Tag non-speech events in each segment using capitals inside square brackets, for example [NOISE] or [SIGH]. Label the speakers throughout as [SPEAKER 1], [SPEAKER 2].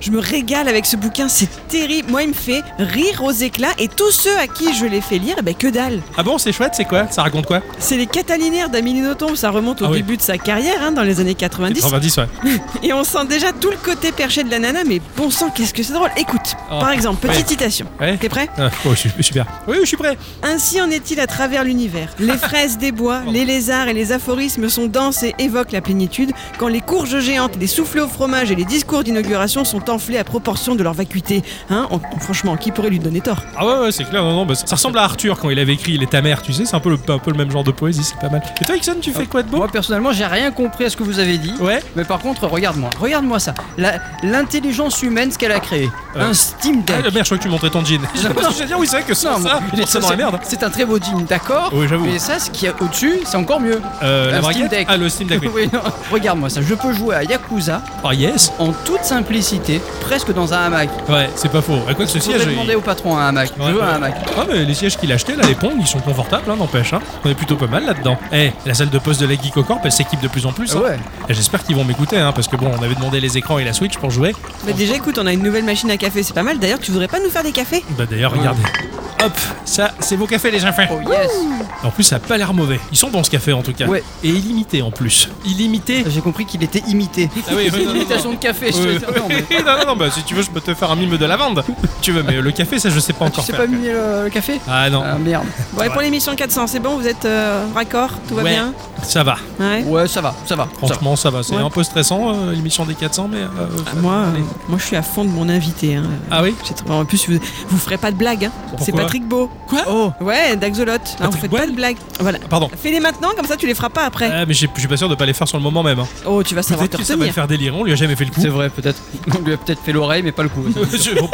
[SPEAKER 1] Je me régale avec ce bouquin, c'est terrible. Moi, il me fait rire aux éclats et tous ceux à qui je l'ai fait lire, eh ben que dalle.
[SPEAKER 2] Ah bon, c'est chouette, c'est quoi Ça raconte quoi
[SPEAKER 1] C'est les Catalinaires d'Amélie Tombe, ça remonte au
[SPEAKER 2] Ah oui.
[SPEAKER 1] début de sa carrière, hein, dans les années 90.
[SPEAKER 2] 90, ouais.
[SPEAKER 1] Et on sent déjà tout le côté perché de la nana, mais bon sang, qu'est-ce que c'est drôle. Écoute,
[SPEAKER 2] Oh.
[SPEAKER 1] par exemple, petite citation.
[SPEAKER 2] Ouais.
[SPEAKER 1] T'es prêt
[SPEAKER 2] Ah, oh, je suis- je suis super. Oui, je suis prêt.
[SPEAKER 1] Ainsi en est-il à travers l'univers. Les fraises des bois,
[SPEAKER 2] Oh.
[SPEAKER 1] les lézards et les aphorismes sont denses et évoquent la plénitude, quand les courges géantes, les soufflets au fromage et les discours d'inauguration sont enflés à proportion de leur vacuité. Hein on- on- Franchement, qui pourrait lui donner tort
[SPEAKER 2] Ah ouais, ouais, c'est clair. Non, non, bah, ça, ça ressemble à Arthur quand il avait écrit Il est ta mère, tu sais, c'est un peu, le, un peu le même genre de poésie, c'est pas mal. Et toi, Ixon, tu fais quoi de beau
[SPEAKER 3] Moi personnellement, j'ai rien compris à ce que vous avez dit.
[SPEAKER 2] Ouais.
[SPEAKER 3] Mais par contre, regarde-moi, regarde-moi ça. La- L'intelligence humaine, ce qu'elle a créé.
[SPEAKER 2] Euh.
[SPEAKER 3] Un Steam
[SPEAKER 2] Ah,
[SPEAKER 3] Deck.
[SPEAKER 2] la merde, je crois que tu montrais
[SPEAKER 3] [LAUGHS]
[SPEAKER 2] ton jean. Parce que J'allais dire, oui, c'est vrai que sans
[SPEAKER 3] Non,
[SPEAKER 2] ça,
[SPEAKER 3] mais-
[SPEAKER 2] on serait dans la
[SPEAKER 3] c'est- [LAUGHS]
[SPEAKER 2] merde.
[SPEAKER 3] C'est un très beau jean, d'accord
[SPEAKER 2] Oui, j'avoue.
[SPEAKER 3] Mais ça, ce qu'il y a au-dessus, c'est encore mieux.
[SPEAKER 2] Euh, la
[SPEAKER 3] un Steam
[SPEAKER 2] braquette
[SPEAKER 3] Deck.
[SPEAKER 2] Ah, le Steam Deck, oui.
[SPEAKER 3] [LAUGHS] Oui, non. Regarde-moi ça, je peux jouer à Yakuza
[SPEAKER 2] Oh yes
[SPEAKER 3] en toute simplicité, presque dans un hamac.
[SPEAKER 2] Ouais, c'est pas faux. À quoi que ce
[SPEAKER 3] Je
[SPEAKER 2] siège.
[SPEAKER 3] vais
[SPEAKER 2] il-
[SPEAKER 3] demander au patron un hamac.
[SPEAKER 2] Ouais,
[SPEAKER 3] je veux
[SPEAKER 2] ouais.
[SPEAKER 3] un hamac.
[SPEAKER 2] Ah, mais les sièges qu'il a achetés, là, les ponts, ils sont confortables, hein, n'empêche. hein. On est plutôt pas mal là-dedans. Eh, la salle de poste de la Geek au Corp, elle s'équipe de plus en plus. hein.
[SPEAKER 3] Ouais.
[SPEAKER 2] Et J'espère qu'ils vont m'écouter, hein, parce que bon, on avait demandé les écrans et la Switch pour jouer.
[SPEAKER 1] Bah déjà, écoute, on a une nouvelle machine à café, c'est pas mal. D'ailleurs, tu voudrais pas nous faire des cafés
[SPEAKER 2] Bah d'ailleurs, regardez. Hop, ça, c'est vos cafés, les enfants.
[SPEAKER 3] Oh yes
[SPEAKER 2] En plus, ça a pas l'air mauvais. Ils sont bons ce café en tout cas.
[SPEAKER 3] Ouais.
[SPEAKER 2] Et illimité en plus. Illimité.
[SPEAKER 3] J'ai compris qu'il était imité.
[SPEAKER 2] Ah oui, oui, non, non,
[SPEAKER 3] [LAUGHS] Imitation de café, je
[SPEAKER 2] Euh,
[SPEAKER 3] te jure. Non, mais-
[SPEAKER 2] [LAUGHS] non, non, non, bah si tu veux, je peux te faire un mime de lavande. tu veux, mais le café, ça, je sais pas
[SPEAKER 3] Ah, Tu
[SPEAKER 2] encore
[SPEAKER 3] sais
[SPEAKER 2] faire.
[SPEAKER 3] pas mimer le, le café
[SPEAKER 2] ah non,
[SPEAKER 3] Ah merde.
[SPEAKER 1] Bon, et pour l'émission 400, c'est bon Vous êtes euh, raccord Tout va
[SPEAKER 2] Ouais.
[SPEAKER 1] bien
[SPEAKER 2] ça va.
[SPEAKER 1] Ouais.
[SPEAKER 3] Ouais, ça va, ça va. Ça va.
[SPEAKER 2] Franchement, ça va. C'est
[SPEAKER 1] Ouais.
[SPEAKER 2] un peu stressant, euh, l'émission des 400, mais. euh,
[SPEAKER 3] Ah,
[SPEAKER 2] ça-
[SPEAKER 1] Moi, euh,
[SPEAKER 2] allez.
[SPEAKER 1] moi, je suis à fond de mon invité. Hein.
[SPEAKER 2] Ah oui
[SPEAKER 1] J'ai trouvé- En plus, vous, vous ferez pas de blague. Hein. C'est
[SPEAKER 2] Pourquoi
[SPEAKER 1] Patrick Beau.
[SPEAKER 2] Quoi
[SPEAKER 1] Oh Ouais, d'Axolote. Hein, vous
[SPEAKER 2] Patrick
[SPEAKER 1] faites
[SPEAKER 2] Beau
[SPEAKER 1] pas de blague. Voilà.
[SPEAKER 2] Ah, Pardon.
[SPEAKER 1] Fais-les maintenant, comme ça tu les feras pas après.
[SPEAKER 2] Ah, mais j'ai- je suis pas sûr de pas les faire sur le moment même. hein.
[SPEAKER 1] Oh, tu vas savoir te
[SPEAKER 2] Peut-être que ça va le
[SPEAKER 1] retenir.
[SPEAKER 2] faire délirer. On lui a jamais fait le coup.
[SPEAKER 3] C'est vrai, peut-être. On lui a peut-être fait l'oreille, mais pas
[SPEAKER 2] [LAUGHS]
[SPEAKER 3] le cou.
[SPEAKER 2] Je- pro-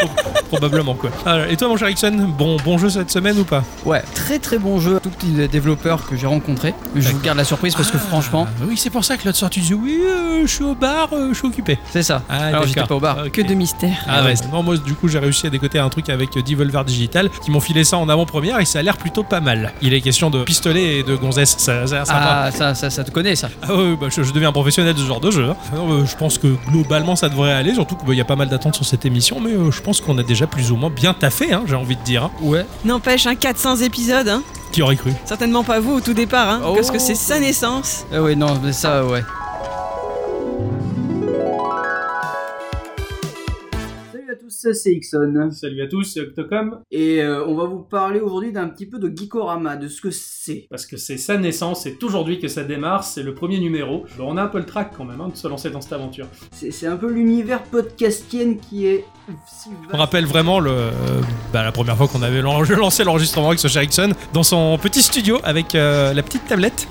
[SPEAKER 2] Probablement quoi. Alors, et toi, mon cher Ixon, bon, bon jeu cette semaine ou pas
[SPEAKER 3] Ouais, très très bon jeu. Tout petit développeur que j'ai rencontré. Je vous garde la surprise parce que franchement,
[SPEAKER 2] Ah, oui, c'est pour ça que l'autre sortie dit oui, euh, je suis au bar, euh, je suis occupé.
[SPEAKER 3] c'est ça.
[SPEAKER 2] Ah,
[SPEAKER 3] Alors j'étais
[SPEAKER 2] d'accord.
[SPEAKER 3] pas au bar.
[SPEAKER 2] Ok.
[SPEAKER 1] Que de mystère.
[SPEAKER 2] Ah ouais, non, moi du coup j'ai réussi à décoter un truc avec euh, Devolver Digital qui m'ont filé ça en avant-première et ça a l'air plutôt pas mal. Il est question de pistolet et de gonzesse, ça, ça, ça va.
[SPEAKER 3] Ah, ça, ça, ça te connaît ça.
[SPEAKER 2] Ah ouais, bah, je, je deviens un professionnel de ce genre de jeu. hein. Non, euh, je pense que globalement ça devrait aller, surtout qu'il y a pas mal d'attentes sur cette émission, mais euh, je pense qu'on a déjà plus ou moins bien taffé, hein, j'ai envie de dire. hein.
[SPEAKER 3] Ouais.
[SPEAKER 1] N'empêche, hein, 400 épisodes. Hein.
[SPEAKER 2] Qui aurait cru
[SPEAKER 1] Certainement pas vous au tout départ, hein,
[SPEAKER 3] Oh.
[SPEAKER 1] parce que c'est sa naissance.
[SPEAKER 3] Ah ouais, non, mais ça, ouais. Salut à tous, c'est Ixon.
[SPEAKER 2] Salut à tous, c'est Octocom,
[SPEAKER 3] Et euh, on va vous parler aujourd'hui d'un petit peu de Geekorama, de ce que c'est.
[SPEAKER 2] parce que c'est sa naissance, c'est aujourd'hui que ça démarre, c'est le premier numéro. on a un peu le track quand même hein, de se lancer dans cette aventure.
[SPEAKER 3] C'est un peu l'univers podcastienne qui est si
[SPEAKER 2] On rappelle vraiment le, euh, bah, la première fois qu'on avait lan- [LAUGHS] lancé l'enregistrement avec ce cher Ixon dans son petit studio avec euh, la petite tablette.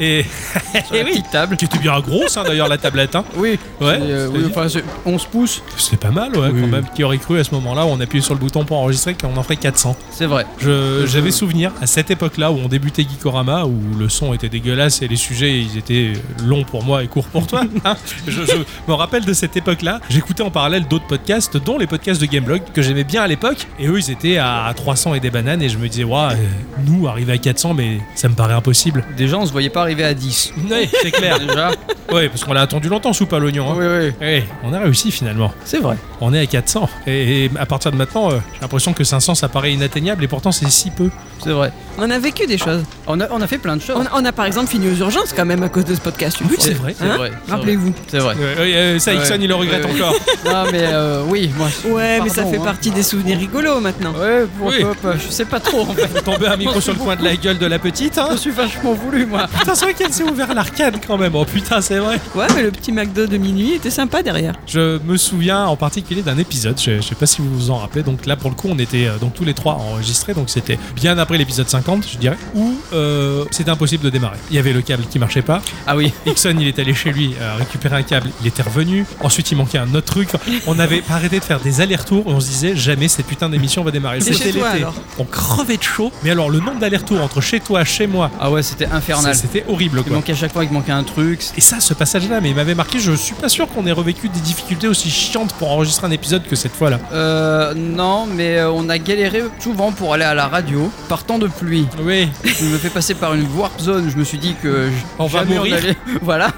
[SPEAKER 2] Et, [LAUGHS]
[SPEAKER 3] Eh
[SPEAKER 2] et eh oui,
[SPEAKER 3] table.
[SPEAKER 2] qui était bien grosse hein, d'ailleurs la tablette. hein.
[SPEAKER 3] Oui,
[SPEAKER 2] Ouais,
[SPEAKER 3] c'est, euh, oui,
[SPEAKER 2] c'est-à-dire
[SPEAKER 3] enfin, c'est 11 pouces,
[SPEAKER 2] c'est pas mal ouais,
[SPEAKER 3] Oui,
[SPEAKER 2] quand
[SPEAKER 3] oui.
[SPEAKER 2] même. Qui aurait cru à ce moment-là où on appuyait sur le bouton pour enregistrer qu'on en ferait 400
[SPEAKER 3] c'est vrai.
[SPEAKER 2] Je-
[SPEAKER 3] Je-
[SPEAKER 2] J'avais souvenir à cette époque-là où on débutait Geekorama, où le son était dégueulasse et les sujets ils étaient longs pour moi et courts pour toi. hein. je, je me rappelle de cette époque-là. J'écoutais en parallèle d'autres podcasts, dont les podcasts de Gameblog que j'aimais bien à l'époque. Et eux ils étaient à 300 et des bananes et je me disais, waouh, euh, nous arriver à 400, mais ça me paraît impossible.
[SPEAKER 3] Déjà, on se voyait pas arriver à 10.
[SPEAKER 2] Oui, c'est clair.
[SPEAKER 3] Déjà,
[SPEAKER 2] ouais, parce qu'on l'a attendu longtemps sous pas l'oignon. hein.
[SPEAKER 3] [LAUGHS] oui, oui,
[SPEAKER 2] Ouais, on a réussi finalement.
[SPEAKER 3] c'est vrai.
[SPEAKER 2] On est à 400. Et, et à partir de maintenant, euh, j'ai l'impression que 500 ça paraît inatteignable et pourtant c'est si peu.
[SPEAKER 3] C'est vrai.
[SPEAKER 1] On a vécu des choses.
[SPEAKER 3] On a, on a fait plein de choses.
[SPEAKER 1] On, on a par exemple fini aux urgences quand même à cause de ce podcast. une
[SPEAKER 2] Oui,
[SPEAKER 1] fois.
[SPEAKER 2] c'est vrai.
[SPEAKER 3] C'est
[SPEAKER 1] Hein
[SPEAKER 3] vrai. c'est
[SPEAKER 1] Rappelez-vous.
[SPEAKER 3] vrai, C'est vrai.
[SPEAKER 2] Ouais, ouais, euh, ça,
[SPEAKER 3] Ouais.
[SPEAKER 2] Ixon, il le regrette
[SPEAKER 3] Ouais,
[SPEAKER 2] [LAUGHS]
[SPEAKER 3] ouais.
[SPEAKER 2] encore.
[SPEAKER 3] [LAUGHS] Non, mais euh, oui, moi. je-
[SPEAKER 1] Ouais, mais ça
[SPEAKER 3] pardon,
[SPEAKER 1] fait
[SPEAKER 3] hein.
[SPEAKER 1] partie des souvenirs rigolos maintenant.
[SPEAKER 3] Ouais, pour
[SPEAKER 2] Oui.
[SPEAKER 3] hop, hop, je sais pas trop en fait.
[SPEAKER 2] Tomber un micro sur le coin de la gueule de la petite, hein
[SPEAKER 3] Je suis vachement voulu, moi.
[SPEAKER 2] Putain, c'est vrai qu'elle s'est ouvert l'arcade quand même. Oh putain, c'est vrai.
[SPEAKER 3] Euh.
[SPEAKER 1] Ouais, mais le petit McDo de minuit était sympa derrière.
[SPEAKER 2] Je me souviens en particulier d'un épisode, je, je sais pas si vous vous en rappelez. Donc là, pour le coup, on était euh, donc tous les trois enregistrés. Donc c'était bien après l'épisode 50, je dirais, où euh, c'était impossible de démarrer. Il y avait le câble qui marchait pas.
[SPEAKER 3] Ah oui.
[SPEAKER 2] Ixon, il est allé chez lui euh, récupérer un câble, il était revenu. Ensuite, il manquait un autre truc. Enfin, on avait pas arrêté de faire des allers-retours et on se disait jamais cette putain d'émission va démarrer.
[SPEAKER 1] C'est
[SPEAKER 2] C'était
[SPEAKER 1] chez toi,
[SPEAKER 2] l'été.
[SPEAKER 1] alors.
[SPEAKER 2] On crevait de chaud. Mais alors, le nombre d'allers-retours entre chez toi, chez moi,
[SPEAKER 3] Ah ouais, c'était
[SPEAKER 2] Ça,
[SPEAKER 3] infernal.
[SPEAKER 2] C'était c'était horrible
[SPEAKER 3] Il
[SPEAKER 2] quoi.
[SPEAKER 3] manquait à chaque fois, il manquait un truc.
[SPEAKER 2] Et ça, ce passage-là, mais il m'avait marqué. Je suis pas sûr qu'on ait revécu des difficultés aussi chiantes pour enregistrer un épisode que cette fois-là.
[SPEAKER 3] Euh, non, mais euh, on a galéré souvent pour aller à la radio par temps de pluie.
[SPEAKER 2] Oui,
[SPEAKER 3] Je me fais passer par une warp zone. Je me suis dit que je-
[SPEAKER 2] On va
[SPEAKER 3] jamais
[SPEAKER 2] mourir.
[SPEAKER 3] allait- [LAUGHS] Voilà.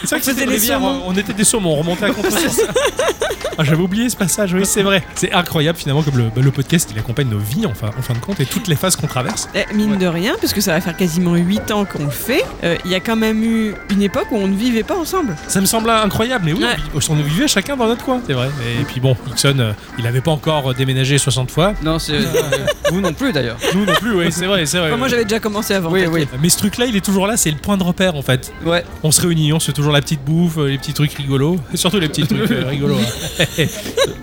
[SPEAKER 2] c'est ça que
[SPEAKER 1] faisait
[SPEAKER 2] c'était une
[SPEAKER 1] les
[SPEAKER 2] rivière,
[SPEAKER 1] saumons.
[SPEAKER 2] On était des saumons, on remontait à contre
[SPEAKER 1] [LAUGHS]
[SPEAKER 2] Ah, j'avais oublié ce passage, oui, c'est vrai. C'est incroyable finalement comme le, bah, le podcast il accompagne nos vies enfin, en fin de compte et toutes les phases qu'on traverse.
[SPEAKER 1] Eh, mine de rien, parce que ça va faire quasiment 8 ans qu'on le fait, euh, il y a quand même eu une époque où on ne vivait pas ensemble.
[SPEAKER 2] Ça me semble incroyable, mais oui,
[SPEAKER 1] Ouais.
[SPEAKER 2] on vivait chacun dans notre coin, c'est vrai. Et puis bon, Ixon, euh, il avait pas encore euh, déménagé 60 fois.
[SPEAKER 3] Non, c'est euh, vous non plus d'ailleurs.
[SPEAKER 2] Nous non plus, oui, c'est vrai, c'est vrai.
[SPEAKER 1] Enfin, moi j'avais déjà commencé avant.
[SPEAKER 3] Oui,
[SPEAKER 1] t'inquiète.
[SPEAKER 3] oui.
[SPEAKER 2] Mais ce truc-là, il est toujours là, c'est le point de repère en fait.
[SPEAKER 3] Ouais.
[SPEAKER 2] On se réunit, on se fait toujours la petite bouffe, euh, les petits trucs rigolos, [LAUGHS] et surtout les petits trucs euh, rigolos. hein.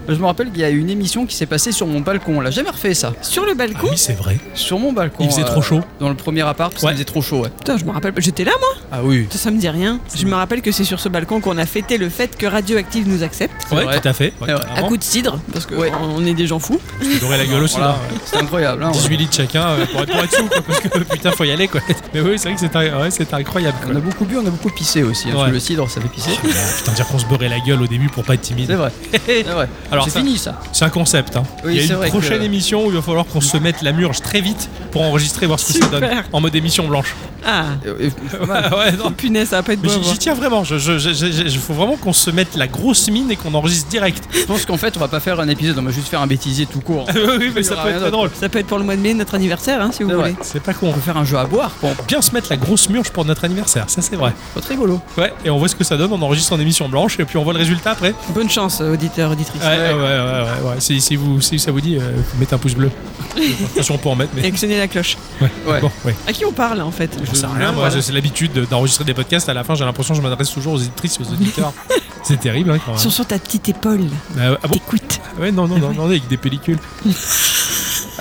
[SPEAKER 3] Je me rappelle qu'il y a eu une émission qui s'est passée sur mon balcon. On l'a jamais refait ça.
[SPEAKER 1] Sur le
[SPEAKER 2] Ah
[SPEAKER 1] balcon
[SPEAKER 2] oui, c'est vrai.
[SPEAKER 3] Sur mon balcon. euh,
[SPEAKER 2] Il faisait trop chaud.
[SPEAKER 3] Dans le premier appart, parce
[SPEAKER 2] Ouais.
[SPEAKER 3] qu'il faisait trop chaud. Ouais.
[SPEAKER 1] Putain, je me rappelle, pas. j'étais là moi
[SPEAKER 3] Ah oui.
[SPEAKER 1] Ça, ça me dit rien. Je me rappelle que c'est sur ce balcon qu'on a fêté le fait que Radioactive nous accepte.
[SPEAKER 3] C'est
[SPEAKER 2] Ouais, Ah,
[SPEAKER 3] vrai.
[SPEAKER 2] tout à fait.
[SPEAKER 3] Ouais, ouais.
[SPEAKER 1] À coup de cidre, parce que
[SPEAKER 3] Ah Ouais.
[SPEAKER 1] on est des gens fous.
[SPEAKER 2] J'aurais la gueule aussi.
[SPEAKER 3] Voilà.
[SPEAKER 2] là.
[SPEAKER 3] C'est incroyable. hein.
[SPEAKER 2] 18 litres chacun euh, pour être, pour être sous, quoi, parce que [LAUGHS] putain, faut y aller quoi. Mais oui, c'est vrai que c'est un- ouais, c'est incroyable quoi.
[SPEAKER 3] On a beaucoup bu, on a beaucoup pissé aussi. hein, parce
[SPEAKER 2] Ouais.
[SPEAKER 3] que le cidre, ça fait pisser.
[SPEAKER 2] Putain, dire qu'on se beurrait la gueule au début pour pas être
[SPEAKER 3] C'est
[SPEAKER 2] timide.
[SPEAKER 3] vrai.
[SPEAKER 2] [LAUGHS]
[SPEAKER 3] C'est vrai.
[SPEAKER 2] Alors,
[SPEAKER 3] c'est
[SPEAKER 2] ça-
[SPEAKER 3] fini ça.
[SPEAKER 2] C'est un concept. Hein.
[SPEAKER 3] Oui,
[SPEAKER 2] il y
[SPEAKER 3] c'est
[SPEAKER 2] a une
[SPEAKER 3] vrai
[SPEAKER 2] prochaine
[SPEAKER 3] que-
[SPEAKER 2] émission où il va falloir qu'on se mette la murge très vite pour enregistrer, voir ce que ça
[SPEAKER 1] Super.
[SPEAKER 2] donne. En mode émission blanche.
[SPEAKER 1] Ah, oh,
[SPEAKER 3] Euh,
[SPEAKER 2] [LAUGHS]
[SPEAKER 3] euh, pas mal.
[SPEAKER 2] ouais, non.
[SPEAKER 1] punaise, ça va pas être
[SPEAKER 2] Mais
[SPEAKER 1] beau. à
[SPEAKER 2] j'y-
[SPEAKER 1] voir.
[SPEAKER 2] j'y tiens vraiment. Il je, je- je- je- faut vraiment qu'on se mette la grosse mine et qu'on enregistre direct.
[SPEAKER 3] Je pense qu'en fait, on va pas faire un épisode, on va juste faire un bêtisier tout court. hein.
[SPEAKER 2] Ah oui, mais ça
[SPEAKER 3] aura
[SPEAKER 2] peut
[SPEAKER 3] rien
[SPEAKER 2] être très
[SPEAKER 3] d'autre.
[SPEAKER 2] drôle.
[SPEAKER 1] Ça peut être pour le mois de mai, notre anniversaire, hein, si vous
[SPEAKER 3] C'est
[SPEAKER 1] voulez.
[SPEAKER 2] C'est pas con.
[SPEAKER 3] On peut faire un jeu à boire, bon,
[SPEAKER 2] Bien se mettre la grosse murge pour notre anniversaire, ça c'est vrai.
[SPEAKER 3] pas très rigolo.
[SPEAKER 2] Ouais, et on voit ce que ça donne, on enregistre en émission blanche et puis on voit le résultat après.
[SPEAKER 1] Bonne chance, auditeurs, auditrices.
[SPEAKER 2] Ouais, ouais, ouais, ouais. ouais. Si, si vous, si ça vous dit, euh, mettez un pouce bleu.
[SPEAKER 1] [LAUGHS]
[SPEAKER 2] Attention, on peut en mettre, mais.
[SPEAKER 1] Et actionnez la cloche.
[SPEAKER 2] [LAUGHS] Ouais.
[SPEAKER 3] Ouais.
[SPEAKER 2] Bon, ouais.
[SPEAKER 1] À qui on parle, là, en fait
[SPEAKER 2] J'en sais rien, moi,
[SPEAKER 3] voilà.
[SPEAKER 2] c'est l'habitude de- d'enregistrer des podcasts. À la fin, j'ai l'impression que je m'adresse toujours aux éditrices et aux auditeurs. [LAUGHS] c'est terrible, hein, quand
[SPEAKER 1] Ils
[SPEAKER 2] même.
[SPEAKER 1] sont sur ta petite épaule,
[SPEAKER 2] Euh, ah bon
[SPEAKER 1] t'écoutes.
[SPEAKER 2] Ouais, non, [LAUGHS] non, non, non, avec des pellicules.
[SPEAKER 3] Ah,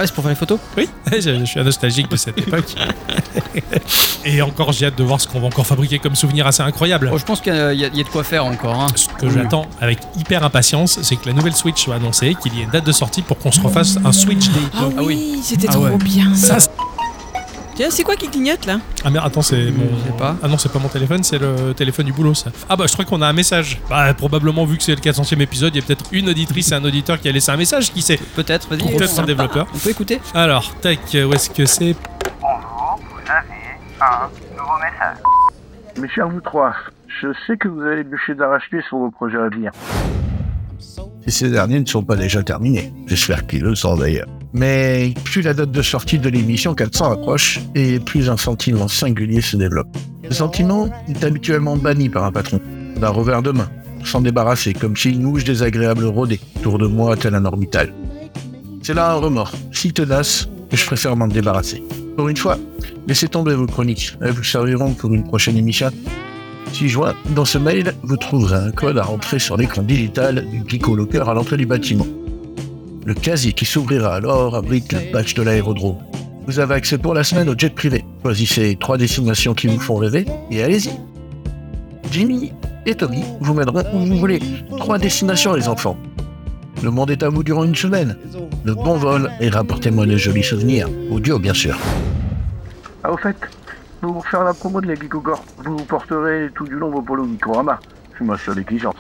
[SPEAKER 3] c'est pour faire les photos
[SPEAKER 2] Oui, [LAUGHS] je, je suis un nostalgique de cette époque. [LAUGHS] et encore, j'ai hâte de voir ce qu'on va encore fabriquer comme souvenir assez incroyable.
[SPEAKER 3] Oh, Je pense qu'il y, a- il y a il y a de quoi faire encore. hein.
[SPEAKER 2] Ce que j'attends avec hyper impatience, c'est que la nouvelle Switch soit annoncée, qu'il y ait une date de sortie pour qu'on se refasse un Switch Day.
[SPEAKER 1] Ah,
[SPEAKER 3] Ah
[SPEAKER 1] oui, c'était
[SPEAKER 3] Ah
[SPEAKER 1] trop
[SPEAKER 3] ouais.
[SPEAKER 1] bien.
[SPEAKER 2] Ça, c'est-
[SPEAKER 1] Tiens, c'est quoi qui clignote, là
[SPEAKER 2] ah merde, attends, c'est mon.
[SPEAKER 3] Je sais pas.
[SPEAKER 2] Ah non, c'est pas mon téléphone, c'est le téléphone du boulot, ça. Ah bah, je crois qu'on a un message. Bah, probablement, vu que c'est le 400ème épisode, il y a peut-être une auditrice et un auditeur qui a laissé un message, qui sait.
[SPEAKER 3] Peut-être, vas-y.
[SPEAKER 2] Peut-être
[SPEAKER 3] on-
[SPEAKER 2] un développeur.
[SPEAKER 3] On peut écouter
[SPEAKER 2] Alors, tac, euh, où est-ce que c'est
[SPEAKER 4] Bonjour, vous avez un nouveau message.
[SPEAKER 5] Mes chers vous trois, je sais que vous allez bûcher d'arrache-pied sur vos projets à venir.
[SPEAKER 6] si ces derniers ne sont pas déjà terminés. J'espère qu'ils le sont d'ailleurs. Mais plus la date de sortie de l'émission 400 approche, et plus un sentiment singulier se développe. Ce sentiment est habituellement banni par un patron, d'un revers de main, pour s'en débarrasser, comme chez une mouche désagréable rôdée, autour de moi tel un orbital. C'est là un remords, si tenace, que je préfère m'en débarrasser. Pour une fois, laissez tomber vos chroniques, elles vous serviront pour une prochaine émission. Si joint, dans ce mail, vous trouverez un code à rentrer sur l'écran digital du Geekolocker à l'entrée du bâtiment. Le casier qui s'ouvrira alors abrite le badge de l'aérodrome. Vous avez accès pour la semaine au jet privé. Choisissez trois destinations qui vous font rêver et allez-y. Jimmy et Tommy vous mèneront où vous voulez. Trois destinations, les enfants. Le monde est à vous durant une semaine. Le bon vol et rapportez-moi de jolis souvenirs. Audio, bien sûr.
[SPEAKER 5] Ah, au fait, pour vous faire la promo de la Geekogore, vous porterez tout du long vos polos Geekorama. C'est ma seule exigence.